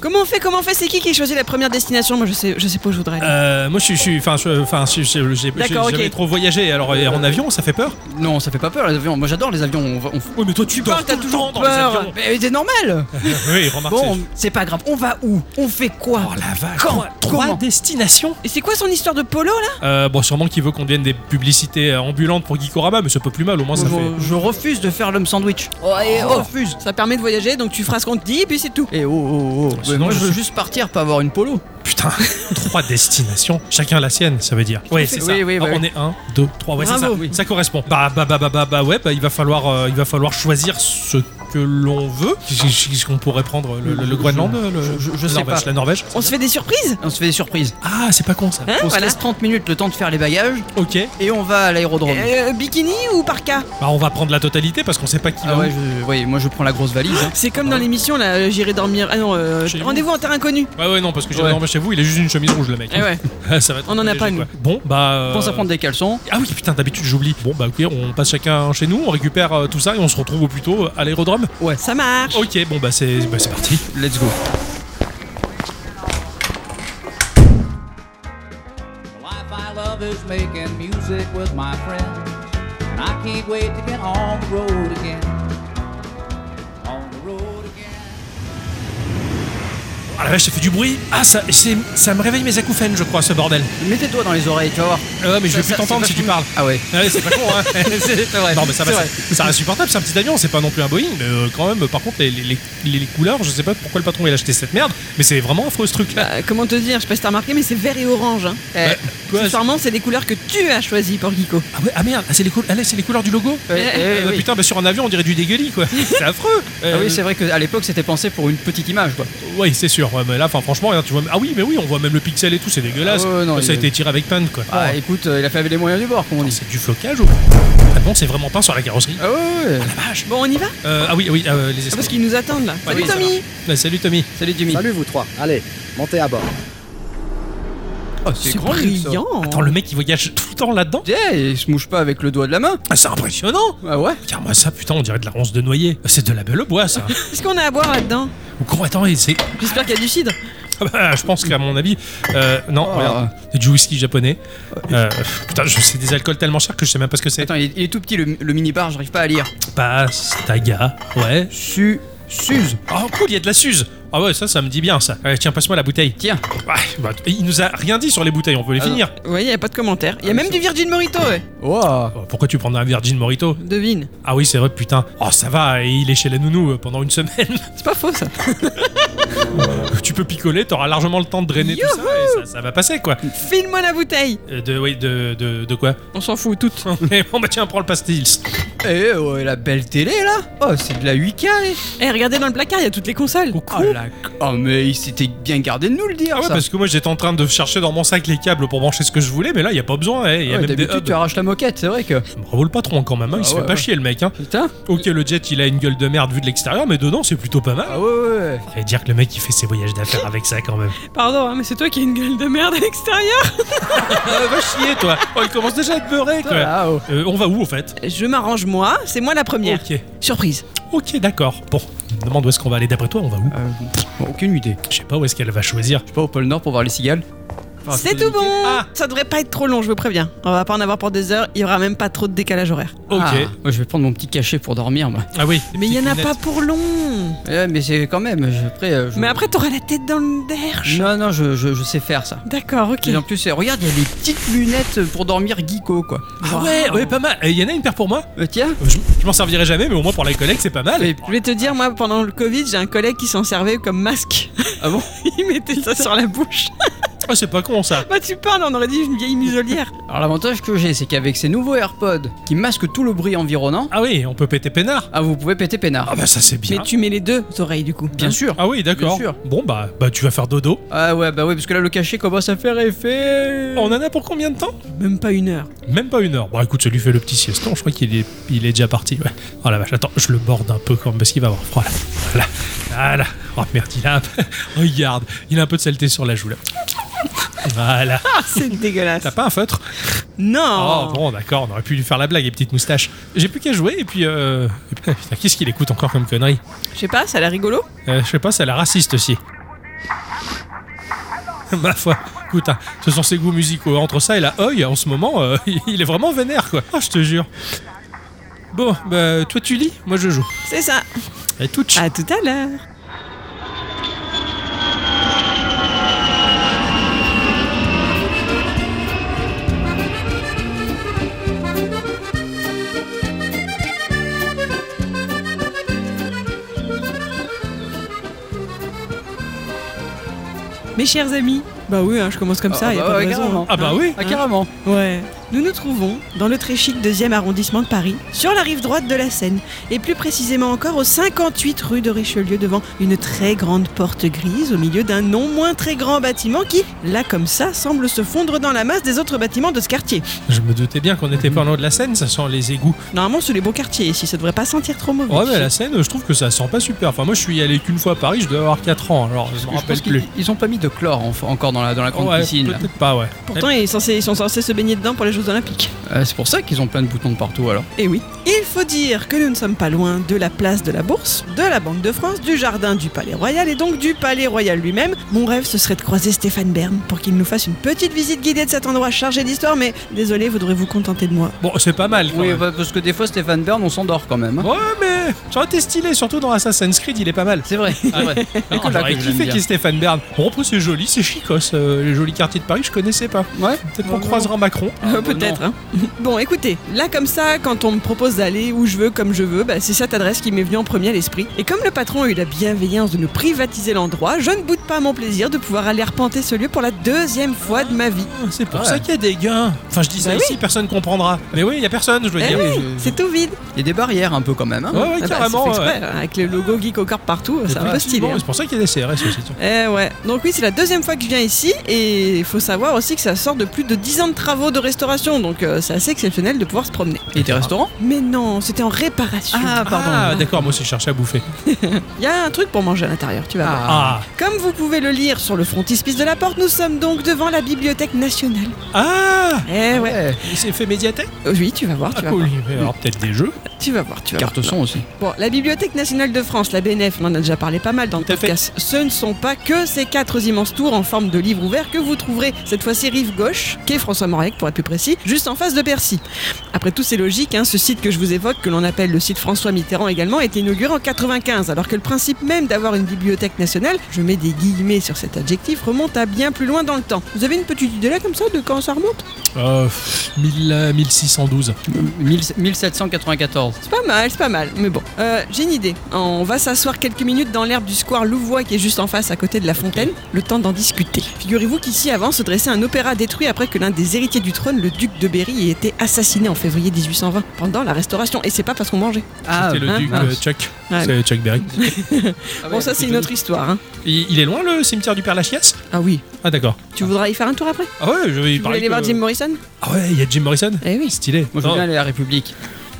[SPEAKER 1] Comment on fait Comment on fait C'est qui qui choisit la première destination Moi, je sais, je sais pas où je voudrais aller.
[SPEAKER 2] Euh, Moi, je suis- je suis. Enfin, je- enfin, je- je- j'ai j'ai
[SPEAKER 1] D'accord,
[SPEAKER 2] jamais
[SPEAKER 1] ok.
[SPEAKER 2] trop voyagé. Alors, et en avion, ça fait peur
[SPEAKER 3] Non, ça fait pas peur les avions. Moi j'adore les avions. On, va- on...
[SPEAKER 2] Oui, mais toi, tu
[SPEAKER 1] parles, t'as toujours peur.
[SPEAKER 3] Mais mais c'est normal
[SPEAKER 2] Oui, remarque.
[SPEAKER 3] Bon,
[SPEAKER 2] c'est-
[SPEAKER 3] on- c'est pas grave. On va où On fait quoi
[SPEAKER 2] Oh la vache.
[SPEAKER 3] Quand
[SPEAKER 2] Trois
[SPEAKER 3] Comment
[SPEAKER 2] destinations
[SPEAKER 1] Et c'est quoi son histoire de polo, là
[SPEAKER 2] Euh, Bon, sûrement qu'il veut qu'on devienne des publicités euh, ambulantes pour Geekorama, mais c'est pas plus mal, au moins ça
[SPEAKER 3] je,
[SPEAKER 2] fait.
[SPEAKER 3] je refuse de faire l'homme sandwich.
[SPEAKER 1] oh, et
[SPEAKER 3] Oh.
[SPEAKER 1] refuse. Ça permet de voyager, donc tu feras ce qu'on te dit, et puis c'est tout.
[SPEAKER 3] Et oh oh oh.
[SPEAKER 2] Sinon,
[SPEAKER 3] Mais moi
[SPEAKER 2] je
[SPEAKER 3] je veux
[SPEAKER 2] suis-
[SPEAKER 3] juste partir, pas avoir une polo.
[SPEAKER 2] Putain, [LAUGHS] trois destinations, chacun la sienne, ça veut dire. Oui, c'est ça.
[SPEAKER 3] Oui, oui,
[SPEAKER 2] Ah,
[SPEAKER 3] bah
[SPEAKER 2] on
[SPEAKER 3] oui.
[SPEAKER 2] est un, deux, trois. Ouais, c'est ça.
[SPEAKER 3] Bravo.
[SPEAKER 2] Ça correspond. Bah, bah, bah, bah, bah, bah, ouais. Bah, il va falloir, euh, il va falloir choisir ce que l'on veut. Est-ce qu'on pourrait prendre le, le- le Groenland le-
[SPEAKER 3] je- je- je
[SPEAKER 2] la
[SPEAKER 3] sais
[SPEAKER 2] Norvège,
[SPEAKER 3] pas.
[SPEAKER 2] La Norvège
[SPEAKER 1] On se fait des surprises
[SPEAKER 3] On se fait des surprises.
[SPEAKER 2] Ah, c'est pas con ça.
[SPEAKER 1] Hein,
[SPEAKER 3] on
[SPEAKER 1] voilà.
[SPEAKER 3] se laisse 30 minutes le temps de faire les bagages
[SPEAKER 2] Ok,
[SPEAKER 3] et on va à l'aérodrome.
[SPEAKER 1] Euh, bikini ou parka
[SPEAKER 2] bah on va prendre la totalité parce qu'on sait pas qui
[SPEAKER 3] Ah
[SPEAKER 2] va.
[SPEAKER 3] ouais,
[SPEAKER 2] où.
[SPEAKER 3] je- ouais, moi je prends la grosse valise. hein.
[SPEAKER 1] C'est comme dans l'émission là, euh, j'irai dormir. Ah non, euh,
[SPEAKER 2] Chez vous.
[SPEAKER 1] rendez-vous en terre inconnue.
[SPEAKER 2] Ah Ouais, ouais, non, parce que j'ai
[SPEAKER 3] Ouais.
[SPEAKER 2] dormi chez vous, il a juste une chemise rouge le mec.
[SPEAKER 1] Eh ouais.
[SPEAKER 2] [LAUGHS] ça va être
[SPEAKER 1] On en a
[SPEAKER 2] léger,
[SPEAKER 1] pas, nous.
[SPEAKER 2] quoi. Bon, bah. euh,
[SPEAKER 3] Je Pense à prendre des caleçons.
[SPEAKER 2] Ah oui, putain, d'habitude j'oublie. Bon, bah ok, on passe chacun chez nous, on récupère euh, tout ça et on se retrouve au plus tôt à l'aérodrome.
[SPEAKER 1] Ça marche.
[SPEAKER 2] Ok, bon, bah c'est bah, c'est parti.
[SPEAKER 3] Let's go.
[SPEAKER 7] The life I love is making music with my friends. And I can't wait to get on the road again. On the road again.
[SPEAKER 2] Ah la vache, ça fait du bruit. Ah, ça, c'est- ça me réveille mes acouphènes, je crois, ce bordel.
[SPEAKER 3] Mettez-toi dans les oreilles, tu vas voir.
[SPEAKER 2] Ah ouais, mais je
[SPEAKER 3] Ça-
[SPEAKER 2] vais plus
[SPEAKER 3] ça-
[SPEAKER 2] t'entendre
[SPEAKER 3] c'est
[SPEAKER 2] si tu
[SPEAKER 3] vachement-
[SPEAKER 2] parles.
[SPEAKER 3] Ah ouais.
[SPEAKER 2] Ah ouais, c'est pas con, hein.
[SPEAKER 3] C'est vrai.
[SPEAKER 2] Non, mais ça va,
[SPEAKER 3] C'est vrai.
[SPEAKER 2] ça, ça reste supportable, c'est un petit avion, c'est pas non plus un Boeing, mais euh, quand même, par contre, les, les- les- les couleurs, je sais pas pourquoi le patron il a acheté cette merde, mais c'est vraiment affreux ce truc là.
[SPEAKER 1] Bah, comment te dire, je sais pas si t'as remarqué, mais c'est vert et orange. Hein.
[SPEAKER 3] Eh,
[SPEAKER 2] Quoi, c'est-
[SPEAKER 1] Accessoirement, c'est des couleurs que tu as choisies pour Geeko.
[SPEAKER 2] ah, ouais, ah merde, ah, c'est les, cou- ah, là, c'est les couleurs du logo
[SPEAKER 3] [LAUGHS] eh, eh,
[SPEAKER 2] Ah,
[SPEAKER 3] oui.
[SPEAKER 2] Putain, bah, sur un avion, on dirait du dégueulis quoi,
[SPEAKER 3] [LAUGHS]
[SPEAKER 2] c'est affreux
[SPEAKER 3] Ah
[SPEAKER 2] Euh,
[SPEAKER 3] oui, c'est vrai qu'à l'époque c'était pensé pour une petite image quoi.
[SPEAKER 2] Oui, c'est sûr, ouais, mais là, enfin, franchement, regarde, tu vois. Ah oui, mais oui, on voit même le pixel et tout, c'est dégueulasse.
[SPEAKER 3] Ah ouais, ouais, non,
[SPEAKER 2] ça a
[SPEAKER 3] il-
[SPEAKER 2] été tiré avec peine quoi.
[SPEAKER 3] Ah, écoute, euh, il a fait avec les moyens du bord, comme on dit.
[SPEAKER 2] C'est du flocage ou Ah bon, c'est vraiment peint sur la carrosserie
[SPEAKER 3] Ah ouais, ouais, ouais.
[SPEAKER 2] Vache.
[SPEAKER 1] Bon, on y va
[SPEAKER 2] Euh, Ah oui, oui, euh, les escrocs.
[SPEAKER 1] Parce qu'ils nous attendent là. Salut
[SPEAKER 2] oui, ça
[SPEAKER 1] Tommy
[SPEAKER 2] Ah, Salut Tommy.
[SPEAKER 3] Salut Jimmy.
[SPEAKER 8] Salut vous trois, allez, montez à bord.
[SPEAKER 3] Oh,
[SPEAKER 1] C'est
[SPEAKER 3] grand, lui, ça.
[SPEAKER 1] brillant
[SPEAKER 2] Attends, le mec, il voyage tout le temps là-dedans
[SPEAKER 3] Eh, il se mouche pas avec le doigt de la main.
[SPEAKER 2] Ah, c'est impressionnant
[SPEAKER 3] Ah ouais.
[SPEAKER 2] Regarde-moi ça, putain, on dirait de la ronce de noyer. C'est de la belle bois, ça.
[SPEAKER 1] Qu'est-ce qu'on a à boire là-dedans
[SPEAKER 2] Ou con, attends, et c'est.
[SPEAKER 1] J'espère qu'il y a du cidre.
[SPEAKER 2] Ah bah, je pense qu'à mon avis. euh, non,
[SPEAKER 3] Oh.
[SPEAKER 2] regarde. C'est du whisky japonais. Euh, putain, je sais des alcools tellement chers que je sais même pas ce que c'est.
[SPEAKER 3] Attends, il est, il est tout petit le, le mini bar, j'arrive pas à lire.
[SPEAKER 2] Pastaga, ouais.
[SPEAKER 3] Su, Suze.
[SPEAKER 2] Oh, cool, il y a de la suze. Ah ouais, ça, ça me dit bien, ça. Ouais, tiens, passe-moi la bouteille.
[SPEAKER 3] Tiens,
[SPEAKER 2] Ouais, bah, il nous a rien dit sur les bouteilles, on peut les
[SPEAKER 3] Ah
[SPEAKER 2] finir.
[SPEAKER 1] Vous voyez, y a pas de commentaire.
[SPEAKER 2] Ah,
[SPEAKER 1] Y a même du Virgin Morito, ouais.
[SPEAKER 3] oh,
[SPEAKER 2] Oh, Pourquoi tu prends un Virgin Morito
[SPEAKER 1] Devine.
[SPEAKER 2] Ah oui, c'est vrai, putain. Oh, ça va, il est chez la nounou euh, pendant une semaine. [LAUGHS]
[SPEAKER 1] C'est pas faux ça.
[SPEAKER 2] tu peux picoler, t'auras largement le temps de drainer tout ça et ça, ça va passer, quoi.
[SPEAKER 1] File-moi la bouteille.
[SPEAKER 2] Euh, De, oui, de, de, de quoi [LAUGHS]
[SPEAKER 1] On s'en fout toutes.
[SPEAKER 2] Mais bon, bah tiens, prends le pastilles.
[SPEAKER 3] Eh oh, et la belle télé là Oh, c'est de la 8K eh.
[SPEAKER 1] Eh, regardez dans le placard, y a toutes les consoles.
[SPEAKER 3] Oh, la- oh, mais il s'était bien gardé de nous le dire
[SPEAKER 2] Ah ouais,
[SPEAKER 3] ça.
[SPEAKER 2] parce que moi j'étais en train de chercher dans mon sac les câbles pour brancher ce que je voulais, mais là y a pas besoin, hein, y a
[SPEAKER 3] Ah Ouais,
[SPEAKER 2] même des
[SPEAKER 3] D'habitude,
[SPEAKER 2] hubs.
[SPEAKER 3] tu arraches la moquette, c'est vrai que.
[SPEAKER 2] Bravo le patron quand même, hein, il
[SPEAKER 3] Ah
[SPEAKER 2] se
[SPEAKER 3] ouais,
[SPEAKER 2] fait pas
[SPEAKER 3] ouais.
[SPEAKER 2] chier le mec. Hein.
[SPEAKER 3] Putain
[SPEAKER 2] Ok, le jet il a une gueule de merde vu de l'extérieur, mais dedans c'est plutôt pas mal.
[SPEAKER 3] Ah ouais, ouais, ouais.
[SPEAKER 2] Et dire que le mec il fait ses voyages d'affaires avec ça quand même.
[SPEAKER 1] Pardon, hein, mais c'est toi qui as une gueule de merde à l'extérieur.
[SPEAKER 2] Ah, va chier toi Oh, il commence déjà à te beurrer quoi
[SPEAKER 3] Ah, oh.
[SPEAKER 2] Euh, On va où au fait
[SPEAKER 1] Je m'arrange moi, c'est moi la première.
[SPEAKER 2] Ok,
[SPEAKER 1] Surprise.
[SPEAKER 2] ok d'accord. Bon, je me demande où est-ce qu'on va aller d'après toi, on va où
[SPEAKER 3] Euh, bon, aucune idée.
[SPEAKER 2] Je sais pas où est-ce qu'elle va choisir.
[SPEAKER 3] Je sais pas, au pôle Nord pour voir les cigales. Enfin,
[SPEAKER 1] c'est
[SPEAKER 3] plutôt
[SPEAKER 1] tout bon.
[SPEAKER 2] Ah.
[SPEAKER 1] Ça devrait pas être trop long, je vous préviens. On va pas en avoir pour des heures, il y aura même pas trop de décalage horaire.
[SPEAKER 2] Ok.
[SPEAKER 3] Ah,
[SPEAKER 2] Ah,
[SPEAKER 3] moi, je vais prendre mon petit cachet pour dormir, moi.
[SPEAKER 2] oui.
[SPEAKER 1] Mais il y en a pas pour long.
[SPEAKER 2] Mmh.
[SPEAKER 3] Eh, mais c'est quand même. je- après, euh, je-
[SPEAKER 1] Mais après t'auras la tête dans le derche.
[SPEAKER 3] Non, non, je, je- je sais faire
[SPEAKER 2] Mmh.
[SPEAKER 3] ça.
[SPEAKER 1] D'accord, ok.
[SPEAKER 3] Et en plus, eh, regarde, il y a des petites lunettes pour dormir geeko, quoi.
[SPEAKER 2] Ah ouais, ouais, pas mal. Il y en a une paire pour moi
[SPEAKER 3] Euh, tiens,
[SPEAKER 2] Euh, Je, je m'en servirai jamais, Ah, mais au moins pour la collecte, c'est pas mal.
[SPEAKER 3] Et-
[SPEAKER 1] Je vais te dire, moi, pendant le Covid, j'ai un collègue qui s'en servait comme masque. [LAUGHS]
[SPEAKER 3] Ah bon
[SPEAKER 1] Il mettait ça sur la bouche.
[SPEAKER 2] Ah, c'est pas con ça.
[SPEAKER 1] Bah, tu parles, on aurait dit une vieille muselière.
[SPEAKER 3] alors l'avantage que j'ai, c'est qu'avec ces nouveaux AirPods qui masquent tout le bruit environnant,
[SPEAKER 2] Ah oui, on peut péter peinard.
[SPEAKER 3] ah, vous pouvez péter peinard.
[SPEAKER 2] Ah bah ça c'est bien.
[SPEAKER 1] Mais tu mets les deux oreilles, du coup. Hein
[SPEAKER 3] Bien sûr.
[SPEAKER 2] Ah oui, d'accord.
[SPEAKER 3] Bien sûr.
[SPEAKER 2] Bon bah bah tu vas faire dodo.
[SPEAKER 3] Ah ouais, bah ouais, parce que là, le cachet commence à faire effet.
[SPEAKER 2] On en a pour combien de temps
[SPEAKER 1] Même pas une heure.
[SPEAKER 2] Même pas une heure. Bon écoute, ça lui fait le petit sieston. Je crois qu'il est il est déjà parti. Ouais. Oh la vache, attends, je le borde un peu quand même parce qu'il va avoir froid là. Voilà. Voilà. Oh merde, il a un peu... [LAUGHS] regarde, il a un peu de saleté sur la joue là. Voilà.
[SPEAKER 1] Ah, [LAUGHS] c'est dégueulasse.
[SPEAKER 2] T'as pas un feutre
[SPEAKER 1] Non
[SPEAKER 2] Oh bon, d'accord, on aurait pu lui faire la blague, les petites moustaches. J'ai plus qu'à jouer et puis euh... [LAUGHS] et puis- putain, qu'est-ce qu'il écoute encore comme connerie
[SPEAKER 1] Je sais pas, ça a l'air rigolo.
[SPEAKER 2] Euh, je sais pas, c'est la raciste aussi. [LAUGHS] Ma foi, écoute, hein, ce sont ses goûts musicaux. Entre ça et la Oi, en ce moment, euh, [LAUGHS] il est vraiment vénère, quoi. Ah, je te jure. Bon, bah, toi tu lis, moi je joue.
[SPEAKER 1] C'est ça.
[SPEAKER 2] Et touch.
[SPEAKER 1] À tout à l'heure. Mes chers amis, bah oui, hein, je commence comme ça,
[SPEAKER 3] Ah
[SPEAKER 1] y a
[SPEAKER 3] bah
[SPEAKER 1] pas
[SPEAKER 3] ouais,
[SPEAKER 1] de raison.
[SPEAKER 3] carrément.
[SPEAKER 2] Ah bah oui.
[SPEAKER 1] hein,
[SPEAKER 2] bah
[SPEAKER 3] Ah, carrément.
[SPEAKER 1] Ouais. Nous nous trouvons dans le très chic deuxième arrondissement de Paris, sur la rive droite de la Seine, et plus précisément encore au 58 rue de Richelieu, devant une très grande porte grise au milieu d'un non moins très grand bâtiment qui, là comme ça, semble se fondre dans la masse des autres bâtiments de ce quartier.
[SPEAKER 2] Je me doutais bien qu'on était pas loin de la Seine, ça sent les égouts.
[SPEAKER 1] Normalement, c'est les beaux quartiers ici, ça devrait pas sentir trop mauvais.
[SPEAKER 2] Ouais, mais la Seine, je trouve que ça sent pas super. Enfin, moi, je suis allé qu'une fois à Paris, je dois avoir 4 ans, alors je me
[SPEAKER 3] Je
[SPEAKER 2] rappelle
[SPEAKER 3] pense
[SPEAKER 2] plus.
[SPEAKER 3] qu'ils ils ont pas mis de chlore en- encore dans la, dans la grande
[SPEAKER 2] Ouais,
[SPEAKER 3] piscine. là.
[SPEAKER 2] peut-être pas, ouais.
[SPEAKER 1] Pourtant, ils sont, censés, ils sont censés se baigner dedans pour les Jeux Olympiques.
[SPEAKER 3] Euh, c'est pour ça qu'ils ont plein de boutons de partout alors.
[SPEAKER 2] Eh
[SPEAKER 1] Et oui, il faut dire que nous ne sommes pas loin de la place de la Bourse, de la Banque de France, du jardin du Palais Royal et donc du Palais Royal lui-même. Mon rêve, ce serait de croiser Stéphane Bern pour qu'il nous fasse une petite visite guidée de cet endroit chargé d'histoire, mais désolé, voudrez vous contenter de moi.
[SPEAKER 2] Bon, c'est pas mal quand
[SPEAKER 3] Oui,
[SPEAKER 2] même.
[SPEAKER 3] bah, parce que des fois, Stéphane Bern, on s'endort quand même. hein.
[SPEAKER 2] Ouais, mais ça aurait été stylé, surtout dans Assassin's Creed, il est pas mal.
[SPEAKER 3] C'est vrai. bah, c'est [LAUGHS] vrai.
[SPEAKER 2] Ah,
[SPEAKER 3] Nicolas
[SPEAKER 2] J'aurais
[SPEAKER 3] que j'aime
[SPEAKER 2] kiffé
[SPEAKER 3] bien.
[SPEAKER 2] qu'il y ait Stéphane Bern. Bon, après, c'est joli, c'est chicos, euh, les jolis quartiers de Paris, je connaissais pas.
[SPEAKER 3] Ouais.
[SPEAKER 2] Peut-être qu'on croisera Macron.
[SPEAKER 1] Euh,
[SPEAKER 3] bah
[SPEAKER 1] Peut-être. hein. [LAUGHS] Bon, écoutez, là comme ça, quand on me propose d'aller où je veux, comme je veux, bah, c'est cette adresse qui m'est venue en premier à l'esprit. Et comme le patron a eu la bienveillance de nous privatiser l'endroit, je ne boude pas mon plaisir de pouvoir aller arpenter ce lieu pour la deuxième fois de ma vie.
[SPEAKER 2] Ah, C'est pour
[SPEAKER 3] Ouais.
[SPEAKER 2] ça qu'il y a des gains. Enfin, je dis ça
[SPEAKER 1] Bah oui.
[SPEAKER 2] ici, personne comprendra. Mais oui, il y a personne, je veux
[SPEAKER 1] Eh
[SPEAKER 2] dire.
[SPEAKER 1] oui, c'est tout vide.
[SPEAKER 3] Il y a des barrières un peu quand même. hein.
[SPEAKER 2] Ouais, ouais,
[SPEAKER 1] Ah bah,
[SPEAKER 2] carrément.
[SPEAKER 1] c'est fait
[SPEAKER 2] ouais.
[SPEAKER 1] exprès, hein, avec le logo Geek au corps partout, c'est un peu stylé.
[SPEAKER 2] Effectivement,
[SPEAKER 1] hein.
[SPEAKER 2] C'est pour ça qu'il y a des CRS aussi. tiens.
[SPEAKER 1] Eh ouais. Donc oui, c'est la deuxième fois que je viens ici et il faut savoir aussi que ça sort de plus de 10 ans de travaux de restauration, donc euh, c'est assez exceptionnel de pouvoir se promener.
[SPEAKER 3] Et des restaurants
[SPEAKER 1] Mais non, c'était en réparation.
[SPEAKER 3] Ah, pardon.
[SPEAKER 2] Ah, d'accord, moi aussi, je cherchais à bouffer.
[SPEAKER 1] Il y a un truc pour manger à l'intérieur, tu vas voir.
[SPEAKER 2] Ah,
[SPEAKER 1] Comme vous pouvez le lire sur le frontispice de la porte, nous sommes donc devant la Bibliothèque nationale.
[SPEAKER 2] ah,
[SPEAKER 1] Eh ouais.
[SPEAKER 2] Il s'est fait médiathèque
[SPEAKER 1] Euh, Oui, tu vas voir,
[SPEAKER 2] Ah,
[SPEAKER 1] tu vas
[SPEAKER 2] cool.
[SPEAKER 1] voir.
[SPEAKER 2] Il va y avoir peut-être des jeux.
[SPEAKER 1] Tu vas voir, tu vas voir.
[SPEAKER 3] Carte son aussi.
[SPEAKER 1] Bon, la Bibliothèque nationale de France, la BNF, on en a déjà parlé pas mal dans le
[SPEAKER 2] Tout à fait.
[SPEAKER 1] podcast. Ce ne sont pas que ces quatre immenses tours en forme de livre ouvert que vous trouverez cette fois-ci rive gauche, qu'est François Mauriac pour être plus précis, juste en face de Percy. Après tout, c'est logique, hein, ce site que je vous évoque, que l'on appelle le site François Mitterrand également, a été inauguré en 95, alors que le principe même d'avoir une bibliothèque nationale, je mets des guillemets sur cet adjectif, remonte à bien plus loin dans le temps. Vous avez une petite idée là comme ça de quand ça remonte
[SPEAKER 2] Euh, pff, 1000, euh, 1612.
[SPEAKER 1] Ah,
[SPEAKER 3] 1794.
[SPEAKER 1] C'est pas mal, c'est pas mal, mais bon. Euh, J'ai une idée. On va s'asseoir quelques minutes dans l'herbe du square Louvois qui est juste en face à côté de la fontaine, le temps d'en discuter. Figurez-vous qu'ici avant se dressait un opéra détruit après que l'un des héritiers du trône, le duc de Berry, ait été assassiné en février 1820 pendant la restauration. Et c'est pas parce qu'on mangeait.
[SPEAKER 2] C'était le
[SPEAKER 1] hein,
[SPEAKER 2] duc
[SPEAKER 1] mince.
[SPEAKER 2] euh, Chuck.
[SPEAKER 1] Ouais.
[SPEAKER 2] C'est Chuck Berry.
[SPEAKER 1] bon, ça c'est une autre histoire. hein.
[SPEAKER 2] Il, il est loin le cimetière du Père Lachias
[SPEAKER 1] Ah oui.
[SPEAKER 2] Ah, d'accord.
[SPEAKER 1] Tu voudras y faire un tour après
[SPEAKER 2] Ah ouais, je vais y
[SPEAKER 1] Tu voulais
[SPEAKER 2] parler.
[SPEAKER 1] aller
[SPEAKER 2] que-
[SPEAKER 1] voir Jim Morrison
[SPEAKER 2] Ah ouais, il y a Jim Morrison
[SPEAKER 1] Eh oui.
[SPEAKER 2] Stylé.
[SPEAKER 3] Moi, je veux
[SPEAKER 2] Non,
[SPEAKER 3] bien aller à la République.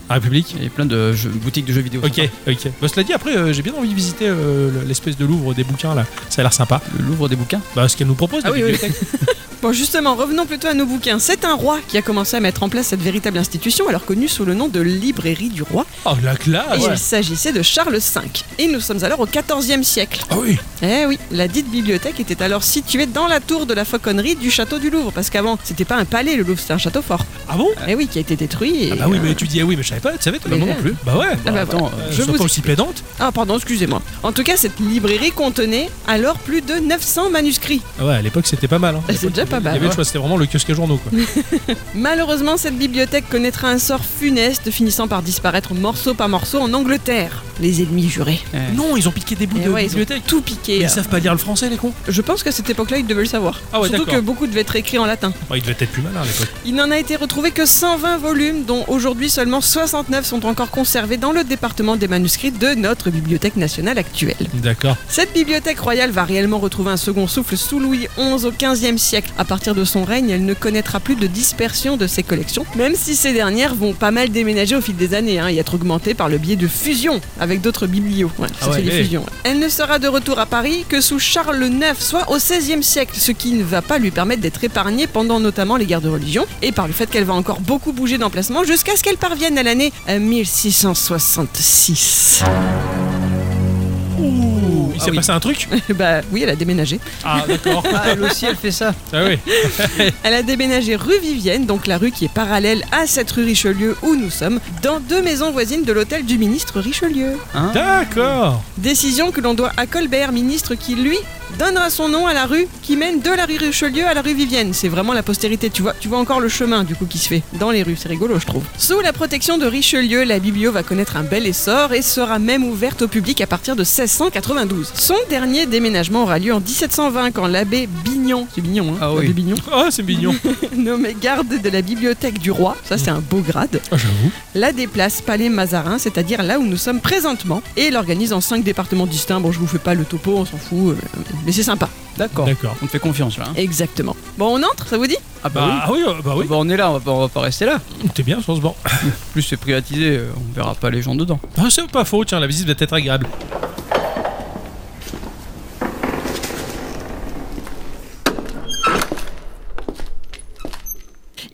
[SPEAKER 2] à République
[SPEAKER 3] Il y a plein de jeux- boutiques de jeux vidéo.
[SPEAKER 2] Ok,
[SPEAKER 3] sympas.
[SPEAKER 2] ok. Bah, cela dit, après, euh, j'ai bien envie de visiter euh, le- l'espèce de Louvre des bouquins là. Ça a l'air sympa.
[SPEAKER 3] Le Louvre des bouquins.
[SPEAKER 2] Bah, ce qu'elle nous propose, la
[SPEAKER 3] Ah oui, oui.
[SPEAKER 2] bibliothèque.
[SPEAKER 1] [LAUGHS] Bon, justement, revenons plutôt à nos bouquins. C'est un roi qui a commencé à mettre en place cette véritable institution, alors connue sous le nom de librairie du roi.
[SPEAKER 2] Oh, la
[SPEAKER 1] et
[SPEAKER 2] classe
[SPEAKER 1] il s'agissait de Charles V. Et nous sommes alors au XIVe siècle.
[SPEAKER 2] Ah oui
[SPEAKER 1] Eh oui, la dite bibliothèque était alors située dans la tour de la Fauconnerie du château du Louvre, parce qu'avant, c'était pas un palais le Louvre, c'était un château fort.
[SPEAKER 2] Ah bon
[SPEAKER 1] Eh oui, qui a été détruit. et- euh,
[SPEAKER 2] Ah bah oui, mais tu dis ah oui, mais je savais pas, tu savais toi
[SPEAKER 1] Mais
[SPEAKER 2] Bah, moi
[SPEAKER 1] là-
[SPEAKER 2] non plus. Bah ouais.
[SPEAKER 1] Ah bah
[SPEAKER 3] Attends,
[SPEAKER 1] voilà.
[SPEAKER 2] Euh,
[SPEAKER 1] je
[SPEAKER 2] sois
[SPEAKER 1] vous
[SPEAKER 2] pas aussi pédante.
[SPEAKER 1] Ah pardon, excusez-moi. En tout cas, cette librairie contenait alors plus de 900 manuscrits.
[SPEAKER 2] Ah ouais, à l'époque c'était pas mal. Hein.
[SPEAKER 1] Bah, C'est déjà pas
[SPEAKER 2] Il y
[SPEAKER 1] mal.
[SPEAKER 2] avait le choix, c'était vraiment le kiosque à journaux quoi.
[SPEAKER 1] Malheureusement, cette bibliothèque connaîtra un sort funeste, finissant par disparaître morceau par morceau en Angleterre. Les ennemis jurés.
[SPEAKER 2] non, ils ont piqué des bouts
[SPEAKER 1] Eh
[SPEAKER 2] de
[SPEAKER 1] ouais, ils ont
[SPEAKER 2] bibliothèque.
[SPEAKER 1] tout
[SPEAKER 2] Mais
[SPEAKER 1] piqué. euh.
[SPEAKER 2] Ils savent pas lire le français les cons.
[SPEAKER 1] Je pense qu'à cette époque-là, ils devaient le savoir.
[SPEAKER 2] Ah ouais,
[SPEAKER 1] Surtout
[SPEAKER 2] d'accord.
[SPEAKER 1] que beaucoup devaient être écrits en latin.
[SPEAKER 2] Oh, ils devaient être plus malins à l'époque.
[SPEAKER 1] Il n'en a été retrouvé que 120 volumes, dont aujourd'hui seulement 69 sont encore conservés dans le département des manuscrits de notre bibliothèque nationale actuelle.
[SPEAKER 2] D'accord.
[SPEAKER 1] Cette bibliothèque royale va réellement retrouver un second souffle sous Louis XI au XVe siècle. À partir de son règne, elle ne connaîtra plus de dispersion de ses collections, même si ces dernières vont pas mal déménager au fil des années hein, et être augmentées par le biais de fusions avec d'autres biblios. Ouais, ça
[SPEAKER 2] Ah ouais,
[SPEAKER 1] fait des
[SPEAKER 2] mais-
[SPEAKER 1] fusions, ouais. Elle ne sera de retour à Paris que sous Charles IX, soit au XVIe siècle, ce qui ne va pas lui permettre d'être épargnée pendant notamment les guerres de religion et par le fait qu'elle va encore beaucoup bouger d'emplacement jusqu'à ce qu'elle parvienne à l'année euh, 1666.
[SPEAKER 2] il
[SPEAKER 3] ah
[SPEAKER 2] s'est
[SPEAKER 3] oui.
[SPEAKER 2] passé un
[SPEAKER 1] [LAUGHS]
[SPEAKER 2] truc
[SPEAKER 1] [LAUGHS] bah oui, elle a déménagé.
[SPEAKER 2] Ah d'accord. [LAUGHS]
[SPEAKER 3] Ah, elle aussi, elle fait ça.
[SPEAKER 2] ah oui.
[SPEAKER 1] Elle a déménagé rue Vivienne, donc la rue qui est parallèle à cette rue Richelieu où nous sommes, dans deux maisons voisines de l'hôtel du ministre Richelieu.
[SPEAKER 3] Hein
[SPEAKER 2] D'accord.
[SPEAKER 1] Décision que l'on doit à Colbert, ministre qui, lui, donnera son nom à la rue qui mène de la rue Richelieu à la rue Vivienne. C'est vraiment la postérité, tu vois, tu vois encore le chemin du coup qui se fait dans les rues, c'est rigolo je trouve. Sous la protection de Richelieu, la biblio va connaître un bel essor et sera même ouverte au public à partir de 16 1692. Son dernier déménagement aura lieu en 1720 quand l'abbé Bignon, c'est Bignon, hein,
[SPEAKER 3] Ah oui.
[SPEAKER 1] l'abbé Bignon,
[SPEAKER 2] Oh, c'est
[SPEAKER 1] [LAUGHS]
[SPEAKER 2] mignon.
[SPEAKER 1] nommé garde de la bibliothèque du roi, ça c'est un beau grade,
[SPEAKER 2] Ah, J'avoue.
[SPEAKER 1] la déplace Palais Mazarin, c'est-à-dire là où nous sommes présentement, et l'organise en cinq départements distincts. Bon, je vous fais pas le topo, on s'en fout, euh, mais c'est sympa.
[SPEAKER 3] D'accord.
[SPEAKER 2] D'accord.
[SPEAKER 3] On te fait confiance là. hein.
[SPEAKER 1] Exactement. Bon, on entre, ça vous dit
[SPEAKER 3] Ah
[SPEAKER 2] Bah oui, euh, bah oui.
[SPEAKER 3] Bah, on est là, on va pas, on va pas rester là.
[SPEAKER 2] T'es bien sur ce banc.
[SPEAKER 3] En plus c'est privatisé, euh, on verra pas les gens dedans.
[SPEAKER 2] Ah, c'est pas faux, tiens, la visite va être agréable.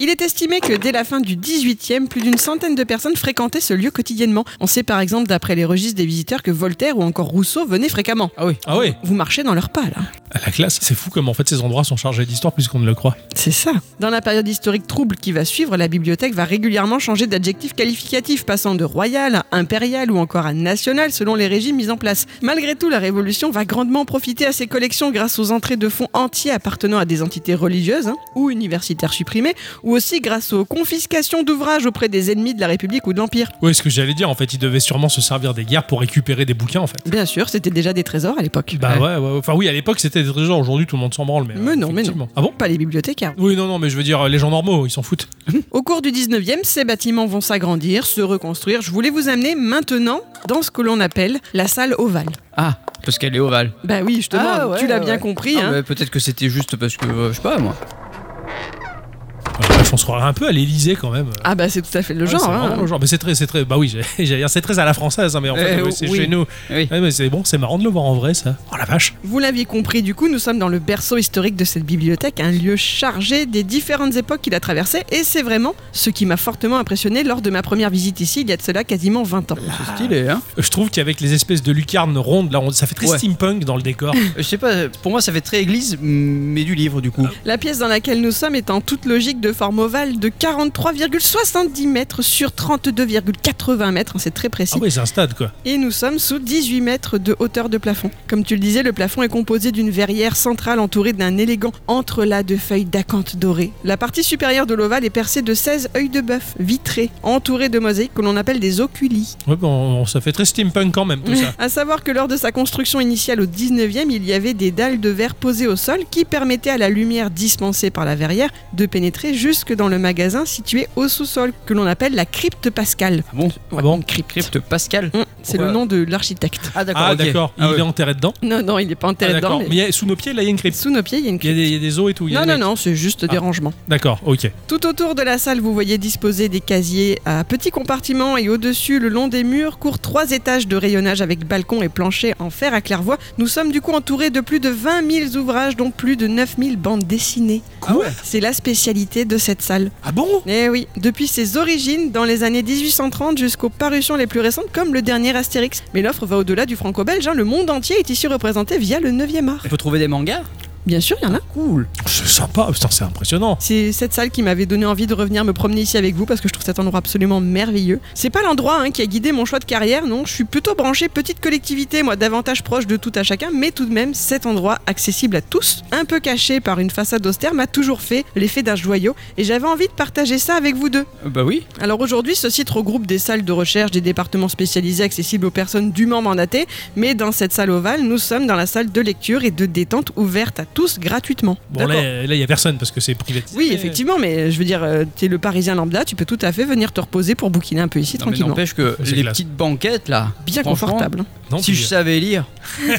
[SPEAKER 1] Il est estimé que dès la fin du 18e, plus d'une centaine de personnes fréquentaient ce lieu quotidiennement. On sait par exemple, d'après les registres des visiteurs, que Voltaire ou encore Rousseau venaient fréquemment.
[SPEAKER 3] Ah oui.
[SPEAKER 2] Ah ouais,
[SPEAKER 1] Vous marchez dans leurs hein. pas là.
[SPEAKER 2] à la classe, c'est fou comme en fait ces endroits sont chargés d'histoire plus qu'on ne le croit.
[SPEAKER 1] C'est ça. Dans la période historique trouble qui va suivre, la bibliothèque va régulièrement changer d'adjectif qualificatif, passant de royal à impérial ou encore à national selon les régimes mis en place. Malgré tout, la Révolution va grandement profiter à ses collections grâce aux entrées de fonds entiers appartenant à des entités religieuses hein, ou universitaires supprimées, ou aussi grâce aux confiscations d'ouvrages auprès des ennemis de la République ou de l'Empire.
[SPEAKER 2] Ouais, ce que j'allais dire, en fait, ils devaient sûrement se servir des guerres pour récupérer des bouquins, en fait.
[SPEAKER 1] Bien sûr, c'était déjà des trésors à l'époque.
[SPEAKER 2] Bah ouais, ouais, ouais. Enfin, oui, à l'époque, c'était des trésors. Aujourd'hui, tout le monde s'en branle. Mais,
[SPEAKER 1] Mais
[SPEAKER 2] euh,
[SPEAKER 1] non, mais non.
[SPEAKER 2] effectivement. Ah bon
[SPEAKER 1] Pas les bibliothécaires.
[SPEAKER 2] Oui, non, non, mais je veux dire, euh, les gens normaux, ils s'en foutent.
[SPEAKER 1] Au cours du 19e, ces bâtiments vont s'agrandir, se reconstruire. Je voulais vous amener maintenant dans ce que l'on appelle la salle ovale.
[SPEAKER 3] Ah, parce qu'elle est ovale.
[SPEAKER 1] Bah oui, je te
[SPEAKER 3] Ah,
[SPEAKER 1] demande,
[SPEAKER 3] ouais,
[SPEAKER 1] tu l'as
[SPEAKER 3] ouais.
[SPEAKER 1] bien compris.
[SPEAKER 3] Ah,
[SPEAKER 1] hein.
[SPEAKER 3] mais peut-être que c'était juste parce que euh, je sais pas moi.
[SPEAKER 2] Ouais, bref, Euh, on se croirait un peu à l'Elysée quand même.
[SPEAKER 1] Ah bah c'est tout à fait le
[SPEAKER 2] Ouais,
[SPEAKER 1] genre.
[SPEAKER 2] c'est
[SPEAKER 1] hein.
[SPEAKER 2] vraiment le genre. Mais c'est très, c'est très. Bah oui, j'ai- [LAUGHS] j'allais dire, c'est très à la française, hein, mais en
[SPEAKER 3] Eh,
[SPEAKER 2] fait,
[SPEAKER 3] oh,
[SPEAKER 2] ouais, c'est
[SPEAKER 3] oui.
[SPEAKER 2] chez nous.
[SPEAKER 3] Oui.
[SPEAKER 2] Ouais, mais c'est bon, c'est marrant de le voir en vrai, ça. Oh la vache.
[SPEAKER 1] Vous l'aviez compris, du coup, nous sommes dans le berceau historique de cette bibliothèque, un lieu chargé des différentes époques qu'il a traversées, et c'est vraiment ce qui m'a fortement impressionné lors de ma première visite ici, il y a de cela quasiment 20 ans.
[SPEAKER 3] C'est stylé hein.
[SPEAKER 2] Je trouve qu'avec les espèces de lucarnes rondes, là, on- ça fait très
[SPEAKER 3] Ouais.
[SPEAKER 2] steampunk dans le décor.
[SPEAKER 3] Je sais pas, pour moi ça fait très église, mais du livre du coup.
[SPEAKER 1] La pièce dans laquelle nous sommes est en toute logique de forme ovale de 43,70 mètres sur 32,80 mètres, hein, c'est très précis.
[SPEAKER 2] ah ouais, c'est un stade, quoi.
[SPEAKER 1] Et nous sommes sous 18 mètres de hauteur de plafond. Comme tu le disais, le plafond est composé d'une verrière centrale entourée d'un élégant entrelac de feuilles d'acanthe dorées. La partie supérieure de l'ovale est percée de 16 œils de bœuf vitrés, entourés de mosaïques que l'on appelle des oculi.
[SPEAKER 2] Ouais, bon, ça fait très steampunk quand même, tout
[SPEAKER 1] [LAUGHS]
[SPEAKER 2] ça.
[SPEAKER 1] À savoir que lors de sa construction initiale au 19e, il y avait des dalles de verre posées au sol qui permettaient à la lumière dispensée par la verrière de pénétrer jusque dans le magasin situé au sous-sol, que l'on appelle la crypte pascale.
[SPEAKER 3] Ah bon
[SPEAKER 2] Ah bon
[SPEAKER 1] crypte.
[SPEAKER 3] Crypte Pascal
[SPEAKER 1] Hum, C'est le
[SPEAKER 3] Pourquoi
[SPEAKER 1] nom de l'architecte.
[SPEAKER 3] Ah d'accord.
[SPEAKER 2] Ah,
[SPEAKER 3] ok.
[SPEAKER 2] d'accord.
[SPEAKER 3] Ah
[SPEAKER 2] il
[SPEAKER 3] ouais.
[SPEAKER 2] est enterré dedans.
[SPEAKER 1] Non, non, il n'est pas
[SPEAKER 2] Ah,
[SPEAKER 1] enterré dedans,
[SPEAKER 2] d'accord.
[SPEAKER 1] mais-
[SPEAKER 2] Mais il y a- sous nos pieds, là, il y a une crypte.
[SPEAKER 1] Sous nos pieds, il y a une
[SPEAKER 2] Il y, a
[SPEAKER 1] crypte.
[SPEAKER 2] des- il y a des os et tout. il y a
[SPEAKER 1] Non,
[SPEAKER 2] des
[SPEAKER 1] non,
[SPEAKER 2] mecs.
[SPEAKER 1] non, c'est juste des
[SPEAKER 2] Ah.
[SPEAKER 1] rangements.
[SPEAKER 2] D'accord, ok.
[SPEAKER 1] Tout autour de la salle, vous voyez disposer des casiers à petits compartiments et au-dessus, le long des murs, courent trois étages de rayonnage avec balcon et plancher en fer à claire-voie. Nous sommes du coup entourés de plus de 20 000 ouvrages, dont plus de 9 000 bandes dessinées.
[SPEAKER 3] Ah
[SPEAKER 2] Quoi
[SPEAKER 1] C'est la spécialité de cette salle.
[SPEAKER 2] Ah bon
[SPEAKER 1] Eh oui, depuis ses origines, dans les années 1830 jusqu'aux parutions les plus récentes, comme le dernier Astérix. Mais l'offre va au-delà du franco-belge, hein. le monde entier est ici représenté via le 9e art.
[SPEAKER 3] On peut trouver des mangas
[SPEAKER 1] Bien sûr, il y en a.
[SPEAKER 3] Cool.
[SPEAKER 2] C'est sympa, putain, c'est impressionnant.
[SPEAKER 1] C'est cette salle qui m'avait donné envie de revenir me promener ici avec vous parce que je trouve cet endroit absolument merveilleux. C'est pas l'endroit hein, qui a guidé mon choix de carrière, non. Je suis plutôt branché petite collectivité, moi, davantage proche de tout à chacun, mais tout de même, cet endroit accessible à tous, un peu caché par une façade austère, m'a toujours fait l'effet d'un joyau et j'avais envie de partager ça avec vous deux.
[SPEAKER 3] Euh, Bah oui.
[SPEAKER 1] Alors aujourd'hui, ce site regroupe des salles de recherche, des départements spécialisés accessibles aux personnes dûment mandatées, mais dans cette salle ovale, nous sommes dans la salle de lecture et de détente ouverte à tous gratuitement.
[SPEAKER 2] Bon, là, là, il y a personne parce que c'est privatisé.
[SPEAKER 1] Oui, effectivement, mais je veux dire, euh, t'es le parisien lambda, tu peux tout à fait venir te reposer pour bouquiner un peu ici
[SPEAKER 3] Non, mais
[SPEAKER 1] tranquillement.
[SPEAKER 3] n'empêche que
[SPEAKER 2] C'est
[SPEAKER 3] les
[SPEAKER 2] classe.
[SPEAKER 3] petites banquettes là,
[SPEAKER 1] Bien
[SPEAKER 3] franchement,
[SPEAKER 1] confortable. hein.
[SPEAKER 2] Non,
[SPEAKER 3] Si
[SPEAKER 2] puis,
[SPEAKER 3] je savais lire,
[SPEAKER 2] euh,